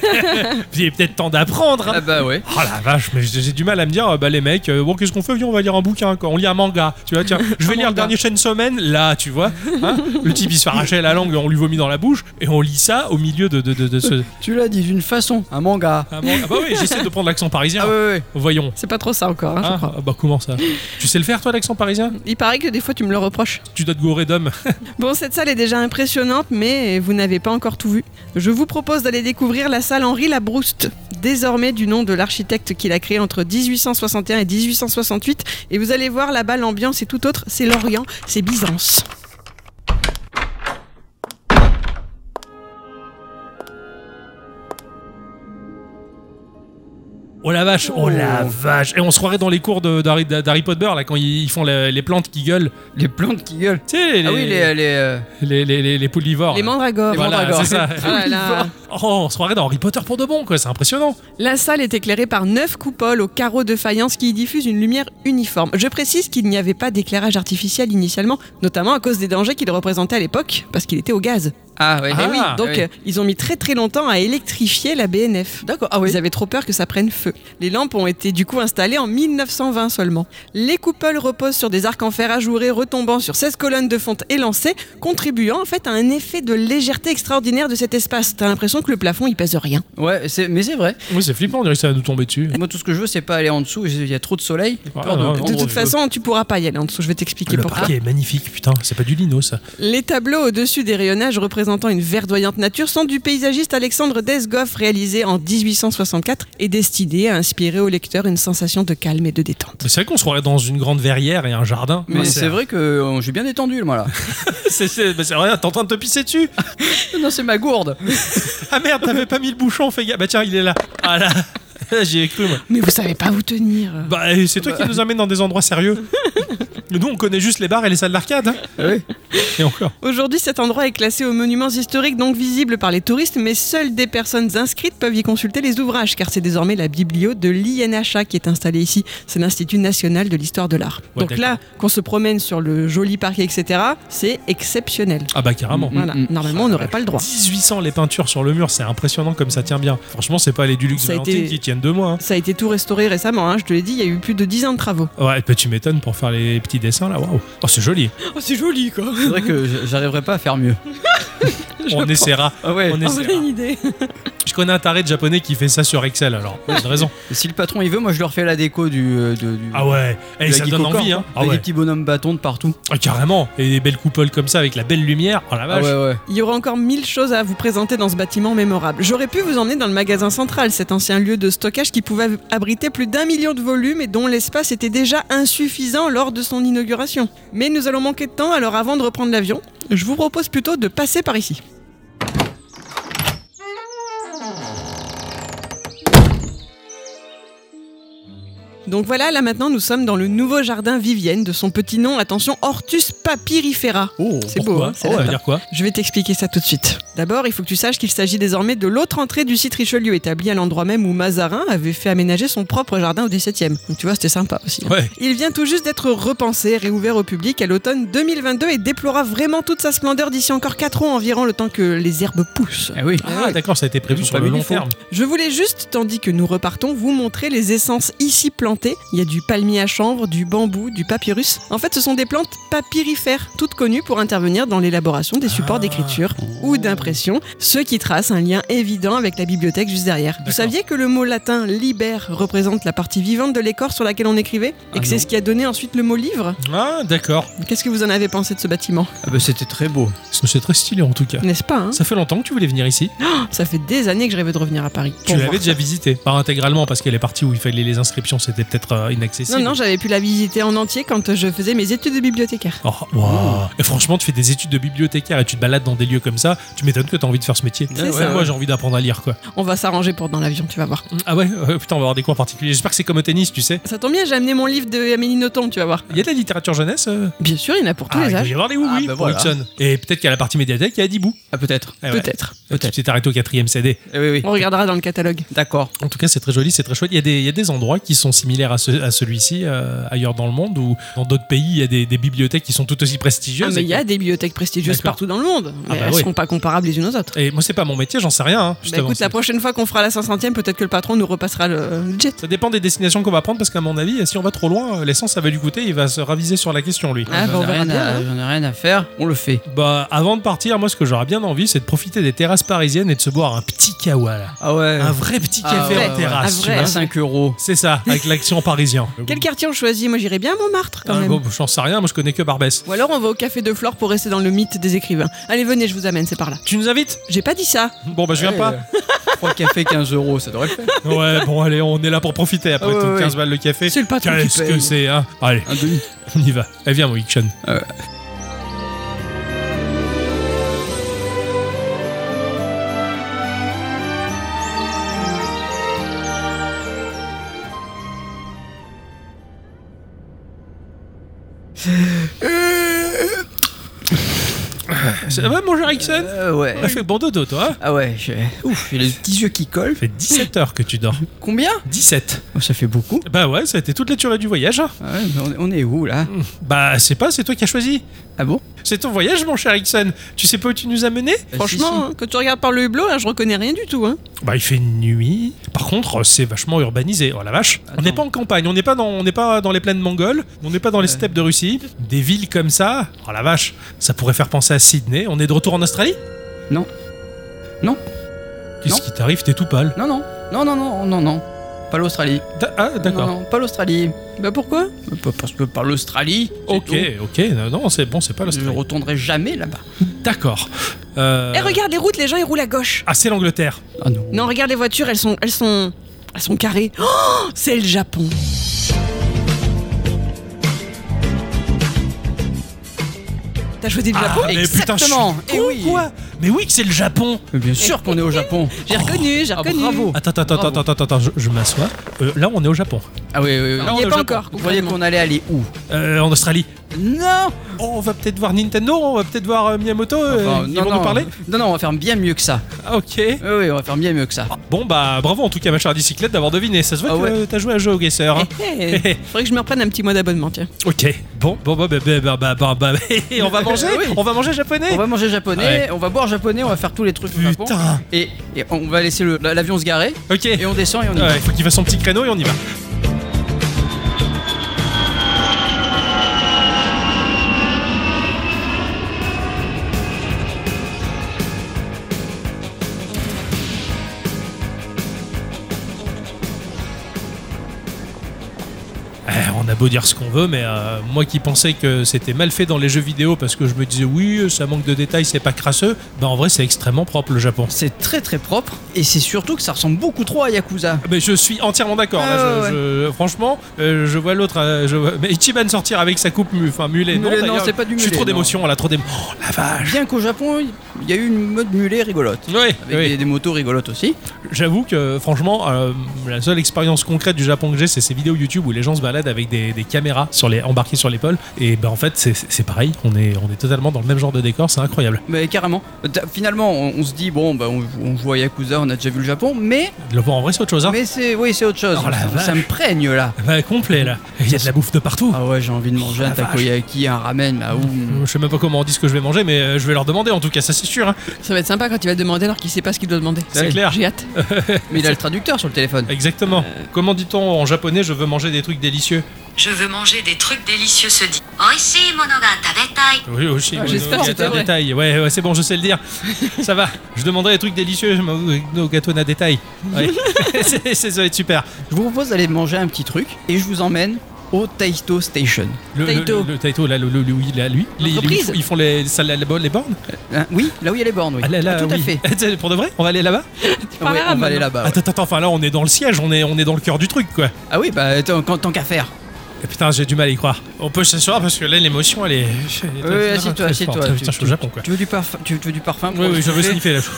[SPEAKER 2] puis il est peut-être temps d'apprendre. hein.
[SPEAKER 3] ah bah ouais.
[SPEAKER 2] Oh la vache, mais j'ai j'ai du mal à me dire, euh, bah les mecs, euh, bon qu'est-ce qu'on fait Viens, on va lire un bouquin, quoi. On lit un manga, tu vois, tiens, je vais lire
[SPEAKER 1] Un
[SPEAKER 2] le
[SPEAKER 1] manga.
[SPEAKER 2] dernier chaîne semaine, là, tu vois. hein. le type il se fait arracher la langue, on lui vomit dans la bouche, et on lit ça au milieu de, de, de, de ce.
[SPEAKER 3] Tu l'as dit d'une façon, un manga.
[SPEAKER 2] Ah, bon, ah bah oui, j'essaie de prendre l'accent parisien. hein.
[SPEAKER 3] Ah ouais, ouais.
[SPEAKER 2] Voyons.
[SPEAKER 1] C'est pas trop ça encore, hein, je
[SPEAKER 2] Ah,
[SPEAKER 1] crois.
[SPEAKER 2] ah bah comment ça Tu sais le faire toi l'accent parisien
[SPEAKER 1] Il paraît que des fois tu me le reproches.
[SPEAKER 2] Tu dois te gourer d'hommes.
[SPEAKER 1] Bon, cette salle est déjà impressionnante, mais vous n'avez pas encore tout vu. Je vous propose d'aller découvrir la salle Henri Labrouste, désormais du nom de l'architecte qui l'a créée entre 1861 et 1868. Et vous allez voir là-bas, l'ambiance est tout autre. C'est l'Orient, c'est Byzance.
[SPEAKER 2] Oh la vache, oh, la vache. Et on se croirait dans les cours de- d'Harry d'Harry Potter, là, quand ils ils font les, les plantes qui gueulent.
[SPEAKER 3] Les plantes qui gueulent.
[SPEAKER 2] Tu sais, les,
[SPEAKER 3] Ah oui, les. les, euh,
[SPEAKER 2] les, les- les- les poulivores.
[SPEAKER 1] Les
[SPEAKER 2] là.
[SPEAKER 1] mandragores.
[SPEAKER 3] Oh Les
[SPEAKER 2] Voilà,
[SPEAKER 3] mandragores. Ah
[SPEAKER 2] c'est ça.
[SPEAKER 1] Oh là là.
[SPEAKER 2] Oh, on se croirait dans Harry Potter pour de bon, quoi, c'est impressionnant.
[SPEAKER 1] La salle est éclairée par neuf coupoles aux carreaux de faïence qui y diffusent une lumière uniforme. Je précise qu'il n'y avait pas d'éclairage artificiel initialement, notamment à cause des dangers qu'il représentait à l'époque, parce qu'il était au gaz.
[SPEAKER 3] Ah ouais.
[SPEAKER 2] Ah,
[SPEAKER 1] Eh oui, donc
[SPEAKER 3] oui.
[SPEAKER 1] euh, ils ont mis très très longtemps à électrifier la BNF. D'accord. Ah oui. Ils avaient trop peur que ça prenne feu. Les lampes ont été du coup installées en 1920 seulement. Les coupoles reposent sur des arcs en fer ajourés retombant sur 16 colonnes de fonte élancées, contribuant en fait à un effet de légèreté extraordinaire de cet espace. T'as l'impression que le plafond il pèse rien.
[SPEAKER 3] Ouais, c'est- mais c'est vrai.
[SPEAKER 2] Oui, c'est flippant, on dirait que ça va nous tomber dessus.
[SPEAKER 3] Moi, tout ce que je veux, c'est pas aller en dessous. Il y a trop de soleil. J'ai
[SPEAKER 2] Ah,
[SPEAKER 3] peur de-
[SPEAKER 2] non,
[SPEAKER 3] de-
[SPEAKER 1] De
[SPEAKER 2] non.
[SPEAKER 1] toute façon, tu pourras pas y aller en dessous, je vais t'expliquer
[SPEAKER 2] Le
[SPEAKER 1] pourquoi.
[SPEAKER 2] parquet est magnifique, putain, c'est pas du lino, ça.
[SPEAKER 1] Les tableaux au-dessus des rayonnages représentant une verdoyante nature sont du paysagiste Alexandre Desgoff, réalisé en 1864 et destiné à inspirer au lecteur une sensation de calme et de détente.
[SPEAKER 2] Mais C'est vrai qu'on se croirait dans une grande verrière et un jardin.
[SPEAKER 3] Mais
[SPEAKER 2] Ouais,
[SPEAKER 3] c'est vrai que euh, j'ai bien détendu, moi là.
[SPEAKER 2] c'est c'est- mais c'est vrai, t'es en train de te pisser dessus.
[SPEAKER 3] non, c'est ma gourde.
[SPEAKER 2] Ah merde, t'avais pas mis le bouchon, fais gaffe. Bah tiens, il est là. Ah là, j'y ai cru, moi.
[SPEAKER 1] Mais vous savez pas où tenir.
[SPEAKER 2] Bah, et c'est toi qui nous amène dans des endroits sérieux. Nous, on connaît juste les bars et les salles d'arcade. hein.
[SPEAKER 3] oui.
[SPEAKER 2] Et encore.
[SPEAKER 1] Aujourd'hui, cet endroit est classé aux monuments historiques, donc visible par les touristes, mais seules des personnes inscrites peuvent y consulter les ouvrages, car c'est désormais la biblio de l'INHA qui est installée ici. C'est l'Institut national de l'histoire de l'art.
[SPEAKER 2] Ouais,
[SPEAKER 1] donc là, qu'on se promène sur le joli parc, etc., c'est exceptionnel.
[SPEAKER 2] Ah bah carrément.
[SPEAKER 1] Voilà.
[SPEAKER 3] Mm, mm.
[SPEAKER 1] Normalement, on n'aurait pas le droit.
[SPEAKER 2] 1800 les peintures sur le mur, c'est impressionnant comme ça tient bien. Franchement, c'est pas les Dulux
[SPEAKER 1] Ça a
[SPEAKER 2] Valentine
[SPEAKER 1] été-
[SPEAKER 2] qui tiennent deux mois. hein.
[SPEAKER 1] Ça a été tout restauré récemment, hein, je te l'ai dit, il y a eu plus de 10 ans de travaux.
[SPEAKER 2] Ouais, bah, tu m'étonnes pour faire les petits dessins là, waouh. Oh, c'est joli.
[SPEAKER 1] Oh, c'est joli [LAUGHS] quoi
[SPEAKER 3] C'est vrai que j- j'arriverai pas à faire mieux.
[SPEAKER 2] On essaiera.
[SPEAKER 3] Ah ouais.
[SPEAKER 2] On
[SPEAKER 1] Ah,
[SPEAKER 2] essaiera.
[SPEAKER 1] voilà une idée
[SPEAKER 2] Je connais un taré de japonais qui fait ça sur Excel alors. Pas de raison.
[SPEAKER 3] Si le patron il veut, moi je leur fais la déco du. euh, de- du-
[SPEAKER 2] Ah ouais.
[SPEAKER 3] de
[SPEAKER 2] Et
[SPEAKER 3] la
[SPEAKER 2] ça
[SPEAKER 3] Geek
[SPEAKER 2] donne
[SPEAKER 3] Encore,
[SPEAKER 2] envie hein.
[SPEAKER 3] quoi.
[SPEAKER 2] Ah
[SPEAKER 3] Avec
[SPEAKER 2] ouais.
[SPEAKER 3] Des petits bonhommes bâtons de partout.
[SPEAKER 2] Ah, carrément. Et des belles coupoles comme ça avec la belle lumière. Oh la vache.
[SPEAKER 3] Ah ouais.
[SPEAKER 1] Il y aura encore mille choses à vous présenter dans ce bâtiment mémorable. J'aurais pu vous emmener dans le magasin central, cet ancien lieu de stockage qui pouvait abriter plus d'un million de volumes et dont l'espace était déjà insuffisant lors de son inauguration. Mais nous allons manquer de temps, alors avant de reprendre l'avion, je vous propose plutôt de passer par ici. Donc voilà, là maintenant nous sommes dans le nouveau jardin Vivienne de son petit nom, attention, Hortus papyrifera.
[SPEAKER 2] Oh,
[SPEAKER 1] C'est
[SPEAKER 2] pourquoi
[SPEAKER 1] beau, hein, c'est
[SPEAKER 2] Oh, ça veut
[SPEAKER 1] latin.
[SPEAKER 2] dire quoi
[SPEAKER 1] Je vais t'expliquer ça tout de suite. D'abord, il faut que tu saches qu'il s'agit désormais de l'autre entrée du site Richelieu, établi à l'endroit même où Mazarin avait fait aménager son propre jardin au XVIIe. Donc tu vois, c'était sympa aussi. hein.
[SPEAKER 2] Ouais.
[SPEAKER 1] Il vient tout juste d'être repensé, réouvert au public à l'automne 2022 et déploiera vraiment toute sa splendeur d'ici encore 4 ans environ, le temps que les herbes poussent.
[SPEAKER 3] Ah oui.
[SPEAKER 2] Ah d'accord, ça a été prévu
[SPEAKER 3] Ils ont
[SPEAKER 2] sur
[SPEAKER 3] pas
[SPEAKER 2] le
[SPEAKER 3] mis
[SPEAKER 2] long
[SPEAKER 3] du fond.
[SPEAKER 2] terme.
[SPEAKER 1] Je voulais juste, tandis que nous repartons, vous montrer les essences ici plantées. Il y a du palmier à chanvre, du bambou, du papyrus. En fait, ce sont des plantes papyrifères, toutes connues pour intervenir dans l'élaboration des supports
[SPEAKER 2] Ah.
[SPEAKER 1] d'écriture ou d'impression, ce qui trace un lien évident avec la bibliothèque juste derrière. Vous
[SPEAKER 2] D'accord.
[SPEAKER 1] saviez que le mot latin liber représente la partie vivante de l'écorce sur laquelle on écrivait et
[SPEAKER 3] Ah
[SPEAKER 1] que c'est
[SPEAKER 3] non.
[SPEAKER 1] ce qui a donné ensuite le mot livre
[SPEAKER 2] Ah d'accord.
[SPEAKER 1] Qu'est-ce que vous en avez pensé de ce bâtiment
[SPEAKER 3] Ah bah c'était très beau.
[SPEAKER 2] C'est très stylé en tout cas.
[SPEAKER 1] N'est-ce pas hein
[SPEAKER 2] Ça fait longtemps que tu voulais venir ici.
[SPEAKER 1] Ça fait des années que je rêvais de revenir à Paris.
[SPEAKER 2] Ah. Tu
[SPEAKER 1] Ah, pour voir
[SPEAKER 2] l'avais déjà
[SPEAKER 1] ça.
[SPEAKER 2] visité, pas intégralement parce qu'elle est partie où il fallait les inscriptions, c'était peut-être euh, inaccessible.
[SPEAKER 1] Non, non, j'avais pu la visiter en entier quand je faisais mes études de bibliothécaire.
[SPEAKER 2] Oh, wow. Et franchement, tu fais des études de bibliothécaire et tu te balades dans des lieux comme ça, tu m'étonnes que t'as envie de faire ce métier.
[SPEAKER 1] C'est ça,
[SPEAKER 2] Moi,
[SPEAKER 1] ouais.
[SPEAKER 2] j'ai envie d'apprendre à lire quoi.
[SPEAKER 1] On va s'arranger pour dans l'avion, tu vas voir.
[SPEAKER 2] Ah ouais, euh, putain, on va avoir des cours particuliers. J'espère que c'est comme au tennis, tu sais.
[SPEAKER 1] Ça tombe bien, j'ai amené mon livre de Amélie Nothomb, tu vas voir.
[SPEAKER 2] Il y a de la littérature jeunesse euh
[SPEAKER 1] Bien sûr, il y en a pour tous
[SPEAKER 2] Ah, il doit y
[SPEAKER 1] les âges. ben
[SPEAKER 2] avoir des oui,
[SPEAKER 3] Ah,
[SPEAKER 2] oui,
[SPEAKER 3] bah
[SPEAKER 2] pour
[SPEAKER 3] voilà.
[SPEAKER 2] Hudson. Et peut-être qu'à la partie médiathèque, il y a 10 bouts.
[SPEAKER 3] Ah peut-être.
[SPEAKER 2] Eh ouais.
[SPEAKER 1] Peut-être.
[SPEAKER 2] Tu t'es arrêté au quatrième CD.
[SPEAKER 3] Eh oui oui.
[SPEAKER 1] On regardera dans le catalogue.
[SPEAKER 3] D'accord.
[SPEAKER 2] En tout cas, c'est très joli, c'est très chouette. Il y, a des, il y a des endroits qui sont similaires à, ce- à celui-ci euh, ailleurs dans le monde ou dans d'autres pays, il y a des, des bibliothèques qui sont tout aussi
[SPEAKER 1] Ah,
[SPEAKER 2] prestigieuses.
[SPEAKER 1] mais il y
[SPEAKER 2] et,
[SPEAKER 1] a des bibliothèques prestigieuses
[SPEAKER 2] D'accord.
[SPEAKER 1] partout dans le monde. Mais
[SPEAKER 2] bah
[SPEAKER 1] elles
[SPEAKER 2] oui.
[SPEAKER 1] seront pas comparables les unes aux autres.
[SPEAKER 2] et moi, c'est pas mon métier, j'en sais rien. hein,
[SPEAKER 1] Bah
[SPEAKER 2] justement.
[SPEAKER 1] écoute, la
[SPEAKER 2] C'est-
[SPEAKER 1] prochaine fois qu'on fera la 500ème, peut-être que le patron nous repassera le le jet.
[SPEAKER 2] ça dépend des destinations qu'on va prendre parce qu'à mon avis, si on va trop loin, euh, l'essence ça va lui coûter, il va se raviser sur la question lui.
[SPEAKER 1] Ah, bah, on
[SPEAKER 3] J'en ai
[SPEAKER 1] verra
[SPEAKER 3] rien
[SPEAKER 1] bien,
[SPEAKER 3] à-
[SPEAKER 1] hein.
[SPEAKER 3] j'en ai rien à faire. On le fait.
[SPEAKER 2] Bah, avant de partir, moi ce que j'aurais bien envie, c'est de profiter des terrasses parisiennes et de se boire un petit kawa là.
[SPEAKER 3] Ah
[SPEAKER 1] Euh.
[SPEAKER 3] ouais.
[SPEAKER 2] Un vrai petit
[SPEAKER 3] Ah
[SPEAKER 2] café
[SPEAKER 3] ouais,
[SPEAKER 2] en
[SPEAKER 3] ouais.
[SPEAKER 2] terrasse,
[SPEAKER 1] Un
[SPEAKER 2] tu
[SPEAKER 1] vrai.
[SPEAKER 2] vois.
[SPEAKER 3] À 5 euros.
[SPEAKER 2] C'est ça, avec
[SPEAKER 1] [LAUGHS]
[SPEAKER 2] l'action parisien.
[SPEAKER 1] Quel quartier on choisit Moi, j'irais bien à Montmartre quand
[SPEAKER 2] Ah,
[SPEAKER 1] même.
[SPEAKER 2] bon, J'en sais rien, moi je connais que Barbès.
[SPEAKER 1] Ou alors on va au café de Flore pour rester dans le mythe des écrivains. Allez, venez, je vous amène, c'est par là.
[SPEAKER 2] Tu nous invites
[SPEAKER 1] J'ai pas dit ça.
[SPEAKER 2] Bon bah je viens pas.
[SPEAKER 3] 3 cafés 15 euros, ça devrait le faire.
[SPEAKER 2] Ouais, bon, allez, on est là pour profiter après
[SPEAKER 3] Ah ouais,
[SPEAKER 2] tout.
[SPEAKER 3] ouais.
[SPEAKER 2] 15 balles le café.
[SPEAKER 3] C'est le patron qui
[SPEAKER 2] Qu'est-ce
[SPEAKER 3] paye.
[SPEAKER 2] que c'est, hein Allez,
[SPEAKER 3] Un demi.
[SPEAKER 2] [LAUGHS] on y va. Eh, viens, mon Hickson. Rickson. Ah ouais, mon cher Rickson
[SPEAKER 3] Euh, ouais.
[SPEAKER 2] T'as fait bon dodo, toi hein
[SPEAKER 3] Ah ouais, j'ai- ouf, il a les petits yeux qui collent.
[SPEAKER 2] Ça fait 17 heures que tu
[SPEAKER 3] [LAUGHS]
[SPEAKER 2] dors.
[SPEAKER 3] Combien
[SPEAKER 2] 17
[SPEAKER 3] Oh, Ça fait beaucoup.
[SPEAKER 2] Bah ouais, ça a été toute la durée du voyage. hein.
[SPEAKER 3] Ah ouais, mais on est- on est où là
[SPEAKER 2] Bah, c'est pas, c'est toi qui as choisi.
[SPEAKER 3] Ah bon
[SPEAKER 2] C'est ton voyage, mon cher Rickson. Tu sais pas où tu nous as menés
[SPEAKER 1] Franchement, hein, quand tu regardes par le hublot, là, je reconnais rien du tout. Hein.
[SPEAKER 2] Bah, il fait nuit. Par contre, euh, c'est vachement urbanisé. Oh la vache. On n'est pas en campagne, on n'est pas, dans- on n'est pas dans les plaines mongoles, on n'est pas dans les steppes de Russie. Des villes comme ça, oh la vache, ça pourrait faire penser à Sydney. On est de retour en Australie
[SPEAKER 3] Non. Non.
[SPEAKER 2] Qu'est-ce
[SPEAKER 3] Non.
[SPEAKER 2] qui t'arrive T'es tout pâle.
[SPEAKER 3] Non, non, non, non, non, non, non. Pas l'Australie.
[SPEAKER 2] Da- Ah, d'accord.
[SPEAKER 3] Non, non, pas l'Australie.
[SPEAKER 1] Bah pourquoi
[SPEAKER 3] Pas- Parce que par l'Australie. c'est
[SPEAKER 2] Ok,
[SPEAKER 3] tout.
[SPEAKER 2] ok, non, non, c'est bon, c'est pas
[SPEAKER 3] Je
[SPEAKER 2] l'Australie.
[SPEAKER 3] retournerai jamais là-bas.
[SPEAKER 2] D'accord. Euh,
[SPEAKER 1] Eh regarde les routes, les gens ils roulent à gauche.
[SPEAKER 2] Ah, c'est l'Angleterre.
[SPEAKER 3] Ah non.
[SPEAKER 1] Non, regarde les voitures, elles sont elles sont elles sont carrées. Oh, c'est le Japon. T'as choisi le Japon
[SPEAKER 2] mais putain, je suis
[SPEAKER 3] exactement. Eh
[SPEAKER 2] con,
[SPEAKER 3] oui.
[SPEAKER 2] quoi Mais oui que c'est le Japon
[SPEAKER 3] Mais bien sûr qu'on est au Japon.
[SPEAKER 1] J'ai
[SPEAKER 2] Oh.
[SPEAKER 1] reconnu,
[SPEAKER 2] bah,
[SPEAKER 1] j'ai
[SPEAKER 3] Ah,
[SPEAKER 1] reconnu.
[SPEAKER 3] bravo.
[SPEAKER 2] Attends, attends, attends,
[SPEAKER 3] Bravo.
[SPEAKER 2] attends, attends, attends, je, je m'assois. Euh, là, on est au Japon.
[SPEAKER 3] Ah oui, oui, oui.
[SPEAKER 1] on
[SPEAKER 3] Non,
[SPEAKER 1] y est
[SPEAKER 3] au
[SPEAKER 1] pas
[SPEAKER 3] Japon.
[SPEAKER 1] encore,
[SPEAKER 3] Vous croyez
[SPEAKER 1] concrètement.
[SPEAKER 3] qu'on allait aller où
[SPEAKER 2] Euh, en Australie.
[SPEAKER 3] Non.
[SPEAKER 2] Oh, on va peut-être voir Nintendo, on va peut-être voir euh, Miyamoto, euh,
[SPEAKER 3] Enfin,
[SPEAKER 2] ils
[SPEAKER 3] non,
[SPEAKER 2] vont
[SPEAKER 3] non.
[SPEAKER 2] nous parler.
[SPEAKER 3] Non, non, on va faire bien mieux que ça.
[SPEAKER 2] Ah, ok.
[SPEAKER 3] Oui, oui, on va faire bien mieux que ça.
[SPEAKER 2] Bon bah bravo en tout cas ma chère bicyclette d'avoir deviné, ça se voit
[SPEAKER 3] Ah
[SPEAKER 2] que
[SPEAKER 3] ouais.
[SPEAKER 2] euh, t'as joué à GeoGuessr. Hein.
[SPEAKER 1] Eh, eh, faudrait que je me reprenne un petit mois d'abonnement, tiens.
[SPEAKER 2] ok, bon, bon, bah, bah, bah, bah, bah, bah, bah, on va manger,
[SPEAKER 3] Oui.
[SPEAKER 2] on va manger japonais
[SPEAKER 3] On va manger japonais, on va boire japonais, on va faire tous les trucs au Japon.
[SPEAKER 2] Putain,
[SPEAKER 3] Et, et on va laisser le- la- l'avion se garer.
[SPEAKER 2] ok,
[SPEAKER 3] Et on descend et on y va.
[SPEAKER 2] Ouais, il faut qu'il fasse son petit créneau et on y va. Eh, On a beau dire ce qu'on veut, mais euh, moi qui pensais que c'était mal fait dans les jeux vidéo parce que je me disais oui, ça manque de détails, c'est pas crasseux, bah en vrai c'est extrêmement propre le Japon.
[SPEAKER 3] C'est très très propre et c'est surtout que ça ressemble beaucoup trop à Yakuza.
[SPEAKER 2] Ah, Mais je suis entièrement d'accord.
[SPEAKER 3] Ah
[SPEAKER 2] là,
[SPEAKER 3] ouais,
[SPEAKER 2] je- je- franchement, euh, je vois l'autre. euh, je vois- Mais Ichiban sortir avec sa coupe mu, enfin mulet.
[SPEAKER 3] Mulet, non,
[SPEAKER 2] d'ailleurs,
[SPEAKER 3] c'est pas du
[SPEAKER 2] Je suis
[SPEAKER 3] mulet,
[SPEAKER 2] trop
[SPEAKER 3] non.
[SPEAKER 2] d'émotion. Elle a trop d'émotion. Oh la vache.
[SPEAKER 3] Bien qu'au Japon, il y a eu une mode mulet rigolote.
[SPEAKER 2] Ouais,
[SPEAKER 3] Avec
[SPEAKER 2] ouais.
[SPEAKER 3] des, des motos rigolotes aussi.
[SPEAKER 2] J'avoue que franchement, euh, la seule expérience concrète du Japon que j'ai, c'est ces vidéos YouTube où les gens se baladent avec des, des caméras sur les, embarquées sur l'épaule. Et ben en fait, c'est- c'est c'est pareil. On est, on est totalement dans le même genre de décor. C'est incroyable.
[SPEAKER 3] Mais carrément. T'as- Finalement, on, on se dit, bon, bah, on, on joue à Yakuza, on a déjà vu le Japon, mais,
[SPEAKER 2] Le voir en vrai, c'est autre chose. Hein.
[SPEAKER 3] mais c'est oui, c'est autre chose.
[SPEAKER 2] Oh la
[SPEAKER 3] ça,
[SPEAKER 2] vache.
[SPEAKER 3] ça me prègne là.
[SPEAKER 2] Bah, complet là. Il y a de la bouffe de partout.
[SPEAKER 3] Ah ouais, j'ai envie de manger un
[SPEAKER 2] Oh, la vache.
[SPEAKER 3] takoyaki, un ramen, là, ou.
[SPEAKER 2] Je sais même pas comment on dit ce que je vais manger, mais euh, je vais leur demander en tout cas, ça c'est sûr. hein.
[SPEAKER 1] Ça va être sympa quand il va demander alors qu'il sait pas ce qu'il doit demander.
[SPEAKER 2] C'est
[SPEAKER 1] Ouais.
[SPEAKER 2] clair. Euh.
[SPEAKER 1] J'ai hâte.
[SPEAKER 3] Mais il a le traducteur sur le téléphone.
[SPEAKER 2] Exactement.
[SPEAKER 3] Euh.
[SPEAKER 2] Comment dit-on en japonais Je veux manger des trucs délicieux.
[SPEAKER 9] Je veux manger des trucs délicieux, se dit. Oishii mono ga tabetai.
[SPEAKER 2] Oui, aussi.
[SPEAKER 3] Ah, j'espère
[SPEAKER 1] que c'était vrai.
[SPEAKER 2] détail. Ouais, ouais, c'est bon, je sais le
[SPEAKER 3] [LAUGHS]
[SPEAKER 2] dire. Ça va. Je demanderai des trucs délicieux. je m'en- euh, Nos gâteaux à détail.
[SPEAKER 3] [LAUGHS]
[SPEAKER 2] Ouais. [LAUGHS] c'est, c'est- ça va être super.
[SPEAKER 3] Je vous propose d'aller manger un petit truc et je vous emmène au Taito Station.
[SPEAKER 2] Le
[SPEAKER 1] Taito.
[SPEAKER 2] Le, le Taito, là, le, le- le- oui, là, lui. Les-
[SPEAKER 1] L'entreprise.
[SPEAKER 2] ils font- ils font les, ça, la- la- les bornes
[SPEAKER 3] Hein, oui, là où il y a les bornes, oui.
[SPEAKER 2] Ah là là,
[SPEAKER 3] Ah, tout
[SPEAKER 2] oui. [LAUGHS]
[SPEAKER 3] à fait.
[SPEAKER 2] C'est Pour de vrai On va aller là-bas
[SPEAKER 1] parles
[SPEAKER 3] Ouais, on
[SPEAKER 1] arabe,
[SPEAKER 3] va aller
[SPEAKER 1] maintenant.
[SPEAKER 3] là-bas. ouais.
[SPEAKER 2] Attends, attends, enfin là, on est dans le siège, on est, on est dans le cœur du truc, quoi.
[SPEAKER 3] Ah oui, bah attends, quand- tant qu'à faire.
[SPEAKER 2] Et putain, j'ai du mal à y croire. On peut s'asseoir parce que là, l'émotion, elle est.
[SPEAKER 3] Oui,
[SPEAKER 2] elle est
[SPEAKER 3] assieds-toi,
[SPEAKER 2] très
[SPEAKER 3] assieds-toi.
[SPEAKER 2] forte.
[SPEAKER 3] Tu-
[SPEAKER 2] Putain, je suis au
[SPEAKER 3] tu-
[SPEAKER 2] Japon, quoi.
[SPEAKER 3] Tu veux du parfum Tu, tu veux du parfum pour
[SPEAKER 2] Oui, oui, je veux
[SPEAKER 3] sniffer
[SPEAKER 2] sniffer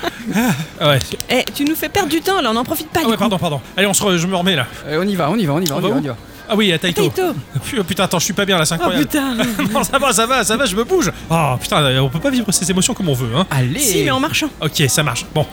[SPEAKER 2] là. Ah ouais.
[SPEAKER 1] Eh, tu nous fais perdre du temps là, on n'en profite pas.
[SPEAKER 2] Ah
[SPEAKER 1] du
[SPEAKER 2] ouais,
[SPEAKER 1] coup.
[SPEAKER 2] pardon, pardon. Allez, on se re- je me remets là.
[SPEAKER 3] Allez, Euh, on y va, on y va, on y va,
[SPEAKER 2] On
[SPEAKER 3] on,
[SPEAKER 2] va
[SPEAKER 3] y va,
[SPEAKER 2] où
[SPEAKER 3] on y va.
[SPEAKER 2] Ah oui, à Taito.
[SPEAKER 1] Taito.
[SPEAKER 2] Puh, Putain, attends, je suis pas bien là, c'est
[SPEAKER 1] Oh
[SPEAKER 2] incroyable.
[SPEAKER 1] putain.
[SPEAKER 2] [LAUGHS] non, ça va, ça va, ça va, je me bouge. Oh putain, on peut pas vivre ces émotions comme on veut, hein.
[SPEAKER 3] Allez
[SPEAKER 1] si, mais en marchant.
[SPEAKER 2] Ok, ça marche. Bon.